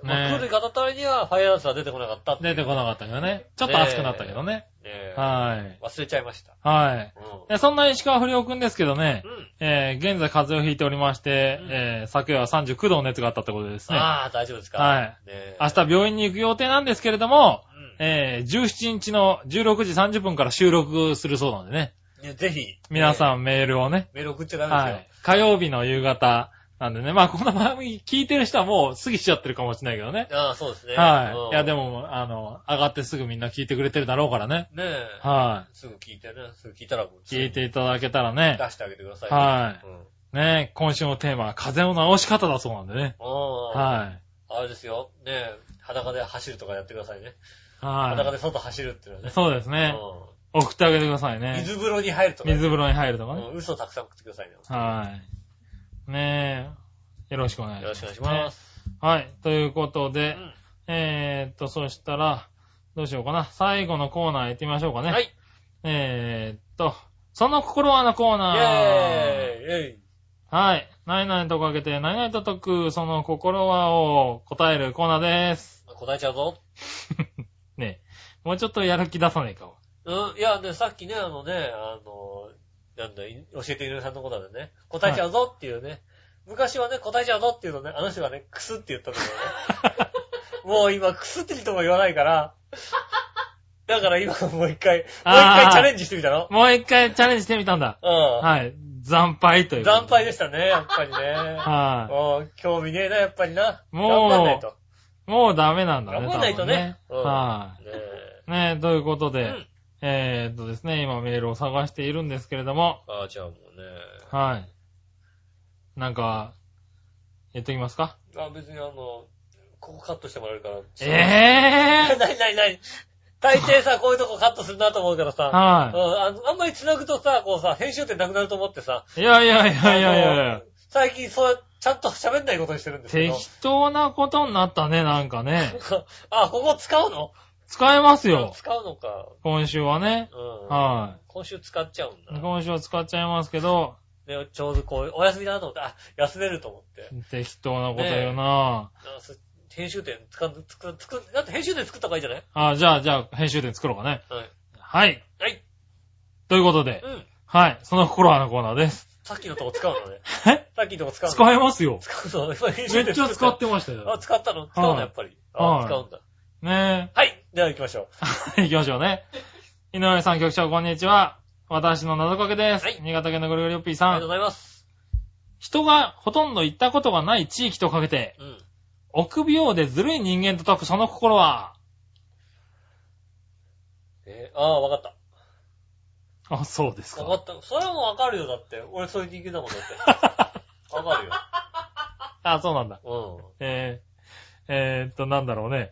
Speaker 2: まあ、
Speaker 3: ねえ
Speaker 2: 来る方ためには、ファイアダンスは出てこなかったっていう
Speaker 3: 出てこなかったけどね。ちょっと熱くなったけどね。
Speaker 2: ねえ
Speaker 3: はい。
Speaker 2: 忘れちゃいました。
Speaker 3: はい。
Speaker 2: うん。
Speaker 3: でそんな石川不良くんですけどね、
Speaker 2: うん。
Speaker 3: えー、現在風邪をひいておりまして、
Speaker 2: うん
Speaker 3: えー、昨夜は39度の熱があったってことですね。
Speaker 2: ああ、大丈夫ですか
Speaker 3: はい
Speaker 2: ねえ
Speaker 3: 明日病院に行く予定なんですけれども、
Speaker 2: うん
Speaker 3: えー、17日の16時30分から収録するそうなんでね。
Speaker 2: ねぜひ。
Speaker 3: 皆
Speaker 2: ん。
Speaker 3: さんメールをね。
Speaker 2: メール送っちゃダメ
Speaker 3: は
Speaker 2: で
Speaker 3: い。火曜日の夕方なんでね。まあ、この番組聞いてる人はもう過ぎちゃってるかもしれないけどね
Speaker 2: す。よ。ああ、そうですね。
Speaker 3: はい。いや、で
Speaker 2: も。
Speaker 3: も、あの、上がってすぐみんな聞いてくれてるだろうからね。
Speaker 2: ねえ。
Speaker 3: は
Speaker 2: すぐ聞いてね。すぐ聞いたら、
Speaker 3: い。聞いて
Speaker 2: 出
Speaker 3: いただけたらね。
Speaker 2: してあげてください。。
Speaker 3: はい
Speaker 2: うん。
Speaker 3: い。ね、今週のテーマは風の治し方だそうなんでね。
Speaker 2: あ
Speaker 3: はい。
Speaker 2: あ。あれですよ。ねえ。裸で走るとかやってくださいね。裸
Speaker 3: は。
Speaker 2: で外走るっていうのはいね。
Speaker 3: そうですね。
Speaker 2: う
Speaker 3: 送ってあげてください
Speaker 2: ん。
Speaker 3: ね。
Speaker 2: 水風呂に入るとかね。
Speaker 3: 水風呂に入るとかね。
Speaker 2: うん嘘たくさん食ってくださいね。
Speaker 3: はい。ねえ。よろしくお願いし
Speaker 2: よ
Speaker 3: ま
Speaker 2: ろ
Speaker 3: す。
Speaker 2: しくお願いします。
Speaker 3: はい。ということ
Speaker 2: う
Speaker 3: で、
Speaker 2: ん
Speaker 3: えーっと、そしたら、どうしようかな。最後のコーナー行ってみましょうかね。
Speaker 2: はい。イ
Speaker 3: えーっと、その心はのコーナー。
Speaker 2: ェーイイェイ
Speaker 3: はい。何々とかけて、何々と解く、その心はを答えるコーナーです。
Speaker 2: 答えちゃうぞ。
Speaker 3: ねえ。もうちょっとやる気出さないか。
Speaker 2: うん、いや、ね、さっきね、あのね、あの、なんだ、い教えているさんのことでね、答えちゃうぞっていうね、昔はね、答えちゃうぞっていうのね、あの人がね、クスって言ったんだ けどね。もう今、クスって人も言わないから、だから今もう一回、もう一
Speaker 3: あ
Speaker 2: 回
Speaker 3: ー
Speaker 2: チャレンジしてみたの
Speaker 3: もう一回チャレンジしてみたんだ。
Speaker 2: う
Speaker 3: はい。惨敗とい
Speaker 2: ん。
Speaker 3: うこと
Speaker 2: 惨
Speaker 3: で。
Speaker 2: 敗でしたね、やっぱりね。
Speaker 3: は
Speaker 2: うん、興味ねえな、やっぱりな。
Speaker 3: もう
Speaker 2: 頑張んないと。
Speaker 3: い。もうダメなんだね。
Speaker 2: 頑張んないとね。
Speaker 3: 多分ねは
Speaker 2: うんねえ
Speaker 3: い。ねえ、ということで、
Speaker 2: うん
Speaker 3: えーっとですね、今メールを探しているんですけれども、
Speaker 2: ああ、じゃあもうね。
Speaker 3: はい。なんか、言っときますか
Speaker 2: あ、別にあの、ここカットしてもらえるから。
Speaker 3: ええ
Speaker 2: なになになに大抵さ、こういうとこカットするなと思うからさ。うん
Speaker 3: は
Speaker 2: あのあんまり繋ぐとさ、こうさ、編集点なくなると思ってさ。
Speaker 3: い。いやいやいやいやいやい
Speaker 2: あ
Speaker 3: や
Speaker 2: の。最近そう、ちゃんと喋んないことにしてるんですけど。
Speaker 3: 適当なことになったね、なんかね。
Speaker 2: あ、ここ使うの
Speaker 3: 使えますよ。
Speaker 2: 使うのか。
Speaker 3: 今週はね。
Speaker 2: うん。
Speaker 3: は
Speaker 2: 今週使っちゃうん
Speaker 3: い。
Speaker 2: だ。
Speaker 3: 今週は使っちゃいますけど、
Speaker 2: で、ちょうどこう、お休みだなと思って、あ、休めると思って。
Speaker 3: 適当なこと言うな
Speaker 2: あす編集点使う、つく、つく、だって編集点作った方がいいんじゃない
Speaker 3: あ、じゃあ、じゃあ、編集で作ろうかね。
Speaker 2: はい。
Speaker 3: はい。
Speaker 2: はい。
Speaker 3: ということで、
Speaker 2: うん。
Speaker 3: はい。その心はのコーナーです。
Speaker 2: さっきのとこ使うのね。
Speaker 3: え
Speaker 2: さっきのとこ使うの
Speaker 3: 使えますよ。
Speaker 2: 使うの今編
Speaker 3: め
Speaker 2: 集
Speaker 3: っ
Speaker 2: 点
Speaker 3: ちゃ
Speaker 2: 作
Speaker 3: 使ってましたよ
Speaker 2: あ、。使ったの使うの
Speaker 3: はい
Speaker 2: やっぱり。あ
Speaker 3: は、い
Speaker 2: 使うんだ。
Speaker 3: ね
Speaker 2: はい。では行きましょ
Speaker 3: え。 行きましょうね。井上さん、局長、こんにちは。私の謎かけです。
Speaker 2: はい
Speaker 3: 新潟県のぐるぐるよっぴー
Speaker 2: う。
Speaker 3: さ
Speaker 2: ありが
Speaker 3: ん。
Speaker 2: とうございます。
Speaker 3: 人がほとんど行ったことがない地域とかけて、
Speaker 2: うん。
Speaker 3: 臆病でずるい人間と解くその心は
Speaker 2: えー、ああー、わかっ
Speaker 3: あ、そうです
Speaker 2: た。わかった。それはもうわかるよ、だって。俺そういう人間だもん、だっ て。わかる
Speaker 3: あ、そうなんだ。
Speaker 2: よ。うん。
Speaker 3: えー、えー、っと、なんだろうね。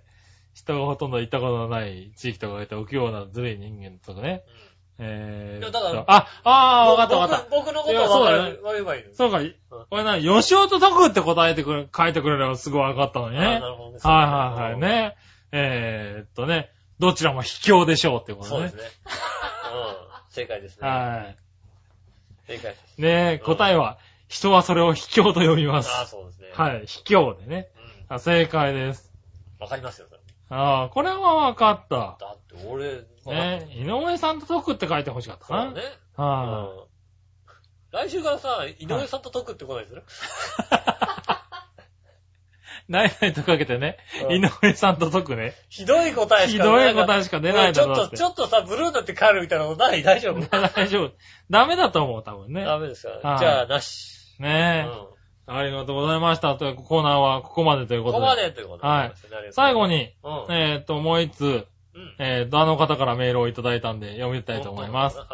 Speaker 3: 人がほとんど行ったことのない地域とかけて、臆病なずるい人間とかね。え
Speaker 2: い
Speaker 3: ー
Speaker 2: や
Speaker 3: っ
Speaker 2: だ
Speaker 3: と、
Speaker 2: から
Speaker 3: あ、あー、わかったわかった。
Speaker 2: 僕僕のことはわかる。わればいいの。
Speaker 3: そうか、俺な、吉尾と解くって答えてくれ、書いてくれればすごいわかったのにね。
Speaker 2: あーなるほどね
Speaker 3: はいはいはい。ね。えー、っとね、どちらも卑怯でしょうってこ
Speaker 2: そ
Speaker 3: と
Speaker 2: う
Speaker 3: ね。
Speaker 2: ですね。うん。正解ですね。
Speaker 3: はい。
Speaker 2: 正解です。
Speaker 3: ねえ、
Speaker 2: うん
Speaker 3: 答えは、人はそれを卑怯と呼びます。
Speaker 2: ああ、そうですね。い。
Speaker 3: はい、卑怯でね。
Speaker 2: うん。
Speaker 3: あ正解です。
Speaker 2: わかりますよ、それ
Speaker 3: ああ、これは分かった。
Speaker 2: だって俺、
Speaker 3: ね井上さんと解くって書いてほしかった
Speaker 2: まあそ
Speaker 3: な。
Speaker 2: うだね。う
Speaker 3: は
Speaker 2: ん。来週からさ、井上さんと解くってことにする
Speaker 3: い。ないないとかけてね、
Speaker 2: うん
Speaker 3: 井上さんと解くね。
Speaker 2: ひどい答えし
Speaker 3: ひ
Speaker 2: か
Speaker 3: どい
Speaker 2: なんか
Speaker 3: 答えしか出ない
Speaker 2: ち
Speaker 3: だ
Speaker 2: ょ
Speaker 3: ろ
Speaker 2: っ
Speaker 3: うだっ
Speaker 2: と、
Speaker 3: て
Speaker 2: ち。ょっとさ、ブルーになって帰るみたいなことない大丈夫
Speaker 3: 大丈夫。ダメだと思う、多分ね。
Speaker 2: ダメですか
Speaker 3: は
Speaker 2: ら。
Speaker 3: い
Speaker 2: じゃあ、なし。う
Speaker 3: ねえ、
Speaker 2: ん
Speaker 3: ありがとうございました。というコーナーはここまでという
Speaker 2: こ
Speaker 3: こ
Speaker 2: と
Speaker 3: で。
Speaker 2: こまでということで。
Speaker 3: はい
Speaker 2: ありがとうございます
Speaker 3: 最後。に、
Speaker 2: うん。
Speaker 3: えーっと、もう一つ、
Speaker 2: うん。
Speaker 3: えーっと、あの方からメールをいただいたんで、読みたいと思います。
Speaker 2: はい。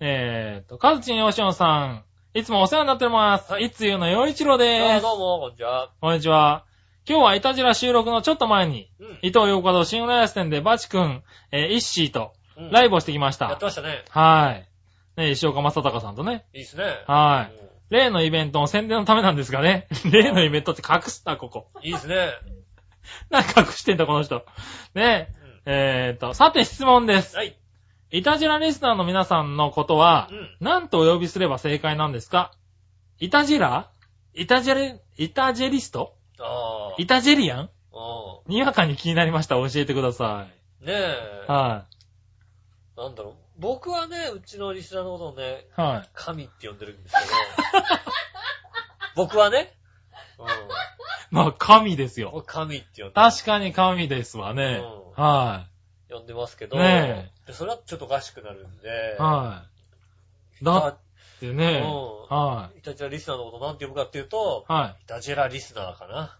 Speaker 3: えーと、かずちんよしおんさん、いつもお世話になっております。
Speaker 2: はい
Speaker 3: い、つゆのよいちろ
Speaker 2: あ
Speaker 3: で
Speaker 2: あ
Speaker 3: す。
Speaker 2: どうも、こんにちは。
Speaker 3: こんにちは。今日はいたじら収録のちょっと前に、
Speaker 2: うん。
Speaker 3: 伊藤洋華堂新浦安店でバチ君、えー、イッシーと
Speaker 2: うん
Speaker 3: ライブをしてきまし
Speaker 2: や
Speaker 3: た
Speaker 2: って。ましたね。
Speaker 3: はい。ね、石岡正隆さんとね。
Speaker 2: いいっすね。
Speaker 3: はい。
Speaker 2: うん
Speaker 3: 例のイベントの宣伝のためなんですが ね。例のイベントって隠すな、ここ。
Speaker 2: いいっすね。
Speaker 3: なんか隠してんだ、この人。ね
Speaker 2: うん
Speaker 3: え。えーと、さて質問です。
Speaker 2: はい。
Speaker 3: いたじらリスナーの皆さんのことは、
Speaker 2: うん。
Speaker 3: なんとお呼びすれば正解なんですかイタジライタジェレ、イタジェリスト
Speaker 2: あ
Speaker 3: イタジェリアン
Speaker 2: あ。
Speaker 3: にわかに気になりました。教えてくださ
Speaker 2: うん。ねえ
Speaker 3: い。。は
Speaker 2: なんだろう。僕はね、うちのリスナーのことをね、
Speaker 3: い。は
Speaker 2: 神って呼んでるんですけど。 僕はね。うん。
Speaker 3: い。まあ、神ですよ。
Speaker 2: 僕神って呼んで
Speaker 3: 確かに神ですわね。
Speaker 2: う
Speaker 3: は
Speaker 2: 呼んでますけど、
Speaker 3: ね
Speaker 2: でそれはちょっとおかしくなるんで
Speaker 3: い。、はい。だ
Speaker 2: あ
Speaker 3: ってね。
Speaker 2: うん
Speaker 3: は
Speaker 2: イタジェラリスナーのことなんて呼ぶかっていうと、
Speaker 3: い。はい。
Speaker 2: イタジェラリスナーかな。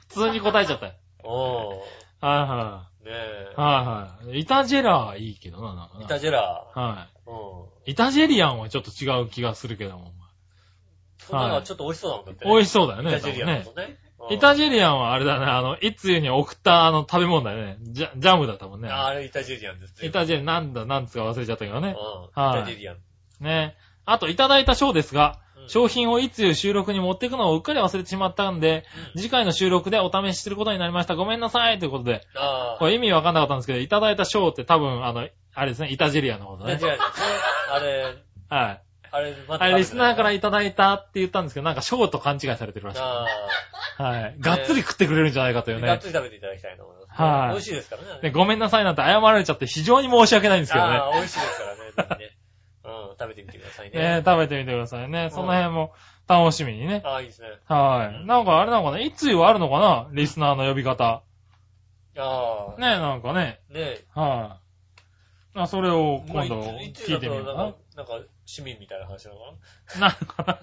Speaker 3: 普通に答えちゃったよ。
Speaker 2: お
Speaker 3: は
Speaker 2: ー、ねえ
Speaker 3: いはい。。はいはい。イタジェラいいけどな、なんか
Speaker 2: イ
Speaker 3: な。
Speaker 2: タジェラ
Speaker 3: は
Speaker 2: ー。うん。
Speaker 3: い。イタジェリアンはちょっと違う気がするけども。
Speaker 2: そんなのはちょっと美味しそうなもんだって、ね。
Speaker 3: 美
Speaker 2: し
Speaker 3: 味しそうだよね。
Speaker 2: イタジェリア
Speaker 3: 多
Speaker 2: の
Speaker 3: 分ね
Speaker 2: ことね。うん
Speaker 3: イタジェリアンはあれだね、あの、いつゆに送ったあの食べ物だよね。ジャジャムだったもんね。
Speaker 2: ああれイタジェリアンです。
Speaker 3: イタジェリアン、なんだ、なんつうか忘れちゃったけど
Speaker 2: うん。イ
Speaker 3: ね。はい
Speaker 2: タジェリアン。
Speaker 3: ね。あと、いただいた賞ですが、
Speaker 2: うん
Speaker 3: 商品をいつゆ収録に持っていくのをうっかり忘れてしまったんで、
Speaker 2: うん
Speaker 3: 次回の収録でお試しすることになりました。ごめんなさいということで、
Speaker 2: あ
Speaker 3: こ
Speaker 2: あ。
Speaker 3: れ意味わかんなかったんですけど、いただいた賞って多分、あの、あれですね、イタジェリアンのこと
Speaker 2: イタ
Speaker 3: ね
Speaker 2: ジェ。リアンですね。あれ、
Speaker 3: はい。
Speaker 2: あれ、まだ
Speaker 3: あれ、リスナーから
Speaker 2: い
Speaker 3: いただいたって言ったんですけど、なんかショーと勘違いされてるらしい。
Speaker 2: あ
Speaker 3: はい。がっつり食ってくれるんじゃないかとい
Speaker 2: あ、
Speaker 3: う
Speaker 2: がっ
Speaker 3: ね
Speaker 2: つ。り食べていただきたいと思います。
Speaker 3: はい
Speaker 2: 美味しいですからね。あ
Speaker 3: ね
Speaker 2: れ
Speaker 3: ごめんなさいなんて謝られちゃって非常に申し訳ないんですけどね
Speaker 2: あ。あ、美味しいですからね。ぜひね。 うん、食べてみてくださいね。
Speaker 3: ね食べてみてくださいね。その辺も楽しみにね。
Speaker 2: ああ、いいですね。
Speaker 3: はい。なんかあれなのかな一通はあるのかなリスナーの呼び方。
Speaker 2: ああ、
Speaker 3: ねなんかね。
Speaker 2: ねえ。
Speaker 3: はい。あ、それを
Speaker 2: まあ
Speaker 3: 今度
Speaker 2: いつ
Speaker 3: 聞いてみよう
Speaker 2: だと
Speaker 3: か
Speaker 2: なんか、なんか市民みたいな話なのか
Speaker 3: な。なんか、
Speaker 2: な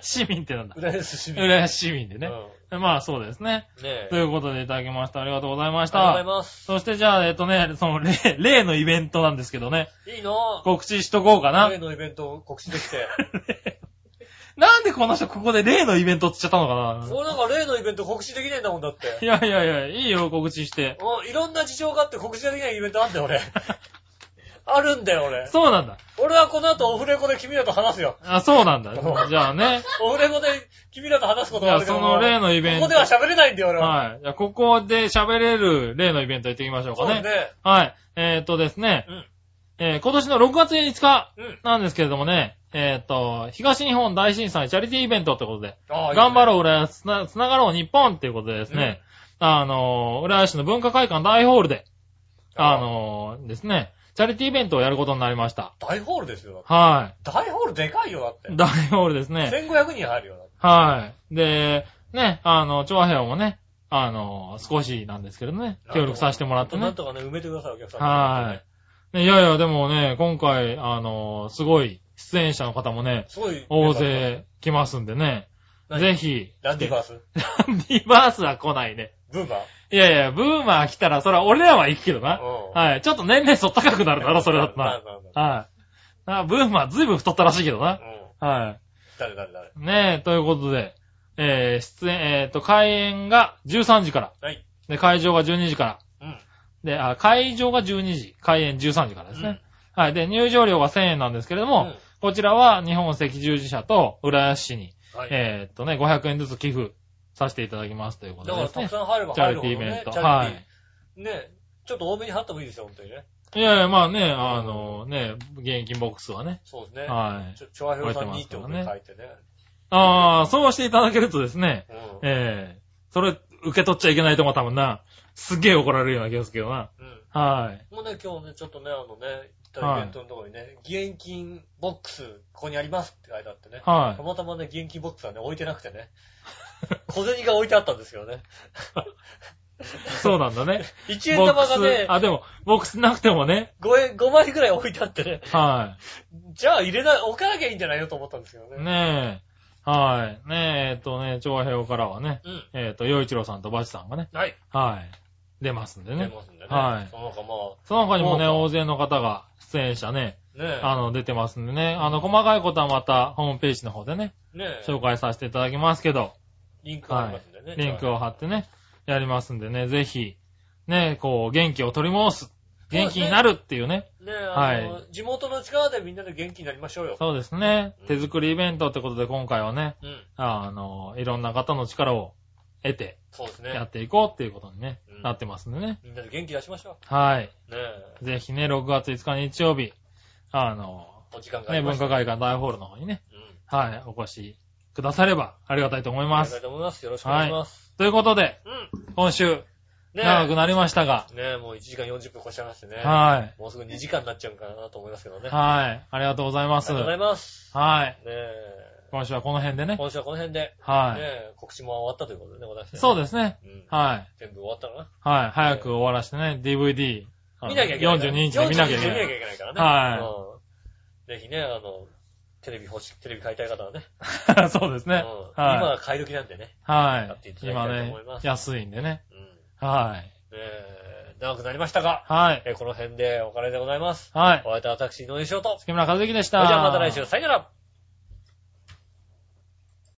Speaker 3: 市民ってなんだ。
Speaker 2: 浦安市民。
Speaker 3: 浦安市民で
Speaker 2: ね。
Speaker 3: ね。まあそうですね。
Speaker 2: ねえ。
Speaker 3: ということでいただきました。ありがとうございまし
Speaker 2: ありがとう
Speaker 3: た
Speaker 2: ご。ざいます。
Speaker 3: そしてじゃあ、えっとね、その例、例のイベントなんですけどね、
Speaker 2: いいな
Speaker 3: 告知しとこうか
Speaker 2: ぁ。
Speaker 3: な
Speaker 2: 例。のイベントを告知できて。
Speaker 3: なんでこの人ここで例のイベントって言っちゃったのか
Speaker 2: 俺なんか例のイベント告知できねえんだもんだって。
Speaker 3: ないやいやいや、いいよ、告知して。
Speaker 2: もういろんな事情があって告知ができないイベントあんだよ、俺。 あるんだよ、俺。
Speaker 3: そうなんだ。
Speaker 2: 俺はこの後オフレコで君らと話すよ。
Speaker 3: あ、そうな んだ。じゃあね。
Speaker 2: オフレコで君らと話すこと
Speaker 3: じ
Speaker 2: が
Speaker 3: ゃ
Speaker 2: あ
Speaker 3: あ
Speaker 2: るけど
Speaker 3: その例のイベン
Speaker 2: こ
Speaker 3: ト。
Speaker 2: こでは喋れないんだよ、俺は。
Speaker 3: はい。じゃあここで喋れる例のイベント行ってきましょう
Speaker 2: そう
Speaker 3: かね。
Speaker 2: ね。
Speaker 3: はい。えっ、とですね、
Speaker 2: うん
Speaker 3: えー今年の6月5日
Speaker 2: うん。
Speaker 3: なんですけれどもね、えっ、と、東日本大震災チャリティーイベントってことで、
Speaker 2: ああ
Speaker 3: 頑張ろ
Speaker 2: う。
Speaker 3: う、浦安、つなつながろう、日本っていうことでですね、あのー、浦安市の文化会館大ホールで、
Speaker 2: あ
Speaker 3: あ
Speaker 2: あ
Speaker 3: のー、ですね、チャリティーイベントをやることになりました。
Speaker 2: 大ホールですよ、だって
Speaker 3: は
Speaker 2: 大ホールでかいよ、だって
Speaker 3: い。。大ホールですね。
Speaker 2: 1500人入るよ、だって。
Speaker 3: はい。で、ね、あの、調和平和もね、あのー、少しなんですけどね、協力させてもらって
Speaker 2: なん
Speaker 3: ね。
Speaker 2: とかね、埋めてください、お客さん。
Speaker 3: はい。ねいやいや、でもね、今回、あのー、すごい、出演者の方もね、
Speaker 2: すごい。
Speaker 3: 大。勢来ますんでね、
Speaker 2: 何
Speaker 3: ぜひ、
Speaker 2: ランディバース
Speaker 3: ランディバースは来ないね。
Speaker 2: ブーバ
Speaker 3: いやいや、ブーマー来たら、それは俺らは行くけど
Speaker 2: ー
Speaker 3: な。
Speaker 2: うん。
Speaker 3: はい。ちょっと年齢そっ高くなるだろ、それだった
Speaker 2: な
Speaker 3: ら。
Speaker 2: なな
Speaker 3: はい。あブーマーずいぶん太ったらしいけどな。
Speaker 2: うん。
Speaker 3: は
Speaker 2: 誰誰誰
Speaker 3: い。ねえ、ということで、えー、出演、えーと、開演が13時から。
Speaker 2: はい。
Speaker 3: で、会場が12時から。
Speaker 2: うん。
Speaker 3: で、あ、会場が12時、開演13時からですね。はい。で、入場料が1000円なんですけれども、
Speaker 2: うん
Speaker 3: こちらは日本赤十字社と浦安市に、
Speaker 2: はい。
Speaker 3: えーっとね、500円ずつ寄付させていただきますというこ
Speaker 2: だ
Speaker 3: と
Speaker 2: か
Speaker 3: で
Speaker 2: ら
Speaker 3: す
Speaker 2: たく
Speaker 3: ね。
Speaker 2: さん入れば
Speaker 3: チャ
Speaker 2: 入
Speaker 3: リ
Speaker 2: る
Speaker 3: テ
Speaker 2: ほ
Speaker 3: ィ
Speaker 2: ど
Speaker 3: ーイベン
Speaker 2: ね。
Speaker 3: ト。
Speaker 2: チャリティー
Speaker 3: はい。
Speaker 2: ね、ちょっと多めに貼った方がいいですよ、本当にね。
Speaker 3: いやいや、まあね、あのね、現金ボックスはね。
Speaker 2: そうですね。
Speaker 3: はい
Speaker 2: ちょ、チョアヘオさんにってことで書いてね。
Speaker 3: ああ、そうしていただけるとですね、
Speaker 2: う
Speaker 3: ええそれ受け取っちゃいけないと思う多分な、すげえ怒られるような気がするけどな。
Speaker 2: ん。うん。
Speaker 3: はい。
Speaker 2: もうね、今日ね、ちょっとね、あのね、行ったイベントのところにね、現金ボックス、ここにありますって書いてあってね。
Speaker 3: は
Speaker 2: た
Speaker 3: い。
Speaker 2: またまね、現金ボックスはね、置いてなくて ね。小銭が置いてあったんですけどね。
Speaker 3: そうなん だね。
Speaker 2: 1円玉が
Speaker 3: ボック
Speaker 2: ね
Speaker 3: ス、あ、でも、ボックスなくてもね。
Speaker 2: 5円、5枚ぐらい置いてあってね。
Speaker 3: は
Speaker 2: じゃあ入れない、置かなきゃいいんじゃないよと思ったんですけど
Speaker 3: い。
Speaker 2: ね。
Speaker 3: ねえ。はい。ねえ、えっとね、長平からはね、
Speaker 2: うん。
Speaker 3: えっと、洋一郎さんとバチさんがね、
Speaker 2: はい。
Speaker 3: はい。出ますんで
Speaker 2: 出
Speaker 3: ね。
Speaker 2: ますんでね。
Speaker 3: はい
Speaker 2: その他ま
Speaker 3: その他にもね、
Speaker 2: そうか
Speaker 3: 大勢の方が出演者ね、
Speaker 2: あ、ね
Speaker 3: あの、出てますんでね。あの、細かいことはまた、ホームページの方でね、
Speaker 2: え、ねえ、
Speaker 3: 紹介させていただきますけど、
Speaker 2: リンクがありますんでね。
Speaker 3: リンクを貼って
Speaker 2: ね。
Speaker 3: ね、やりますんでね、ぜひ、ね、こう、元気を取り戻す。元気になるっていうね。
Speaker 2: ねえ、あの、地元の力でみんなで元気になりましょうよ。
Speaker 3: そうですね
Speaker 2: うん。
Speaker 3: 手作りイベントってことで今回はね、
Speaker 2: うん。
Speaker 3: あの、いろんな方の力を得て
Speaker 2: そうです
Speaker 3: や
Speaker 2: ね
Speaker 3: っ。ていこうっていうことにね
Speaker 2: うん、
Speaker 3: なってますんでね。
Speaker 2: みんなで元気出しましょ
Speaker 3: はい。
Speaker 2: う。ねえ、
Speaker 3: ぜひね、6月5日日曜日、あの、
Speaker 2: お時間があ
Speaker 3: ね、
Speaker 2: りま
Speaker 3: 文
Speaker 2: した。
Speaker 3: 化会館大ホールの方にね、
Speaker 2: うん。
Speaker 3: はい、お越しくださればありがたいと思い
Speaker 2: あ
Speaker 3: ま
Speaker 2: りが
Speaker 3: す。
Speaker 2: とうございます。よろしくお願いします。
Speaker 3: ということで、
Speaker 2: うん。
Speaker 3: 今週、
Speaker 2: ねえ、
Speaker 3: 長くなりましたが、
Speaker 2: ねえ、もう1時間40分越しちゃいましてね。
Speaker 3: は
Speaker 2: もうすぐ2時間になっちゃうかなと思いますけど
Speaker 3: い。
Speaker 2: ね。あ
Speaker 3: はい。ありがとうございま
Speaker 2: り
Speaker 3: す。
Speaker 2: がとうございます。
Speaker 3: はい。
Speaker 2: ねえ、
Speaker 3: 今週はこの辺でね。
Speaker 2: 今週はこの辺で、ね
Speaker 3: は
Speaker 2: え、告知も終わったということでね、私
Speaker 3: い。そう
Speaker 2: で
Speaker 3: ですね。
Speaker 2: す。うん。
Speaker 3: はい。
Speaker 2: 全部終わったかな。
Speaker 3: はい。早く終わらしてね、DVD。
Speaker 2: 見なきゃいけないから。
Speaker 3: 42インチで見なきゃいけ
Speaker 2: 42インチで見
Speaker 3: な
Speaker 2: なき
Speaker 3: い。
Speaker 2: ゃいけないからね。
Speaker 3: は
Speaker 2: はい。ぜひね、あの、テレビ欲しい、テレビ買いたい方はね。
Speaker 3: そうです
Speaker 2: うん
Speaker 3: ね。
Speaker 2: 今
Speaker 3: は
Speaker 2: は買い時なんでね。
Speaker 3: い。は
Speaker 2: ってい
Speaker 3: い。
Speaker 2: ただき
Speaker 3: 今
Speaker 2: たいと
Speaker 3: ね
Speaker 2: 思いま、す
Speaker 3: 安いんでね。
Speaker 2: うん。
Speaker 3: はい。
Speaker 2: えー長くなりましたが、
Speaker 3: はい。
Speaker 2: えーこの辺でお別れでございます。
Speaker 3: はい。
Speaker 2: お会いいた私、井上翔と。
Speaker 3: 月村和之でし
Speaker 2: そ
Speaker 3: た。
Speaker 2: れではまた来週、さよなら。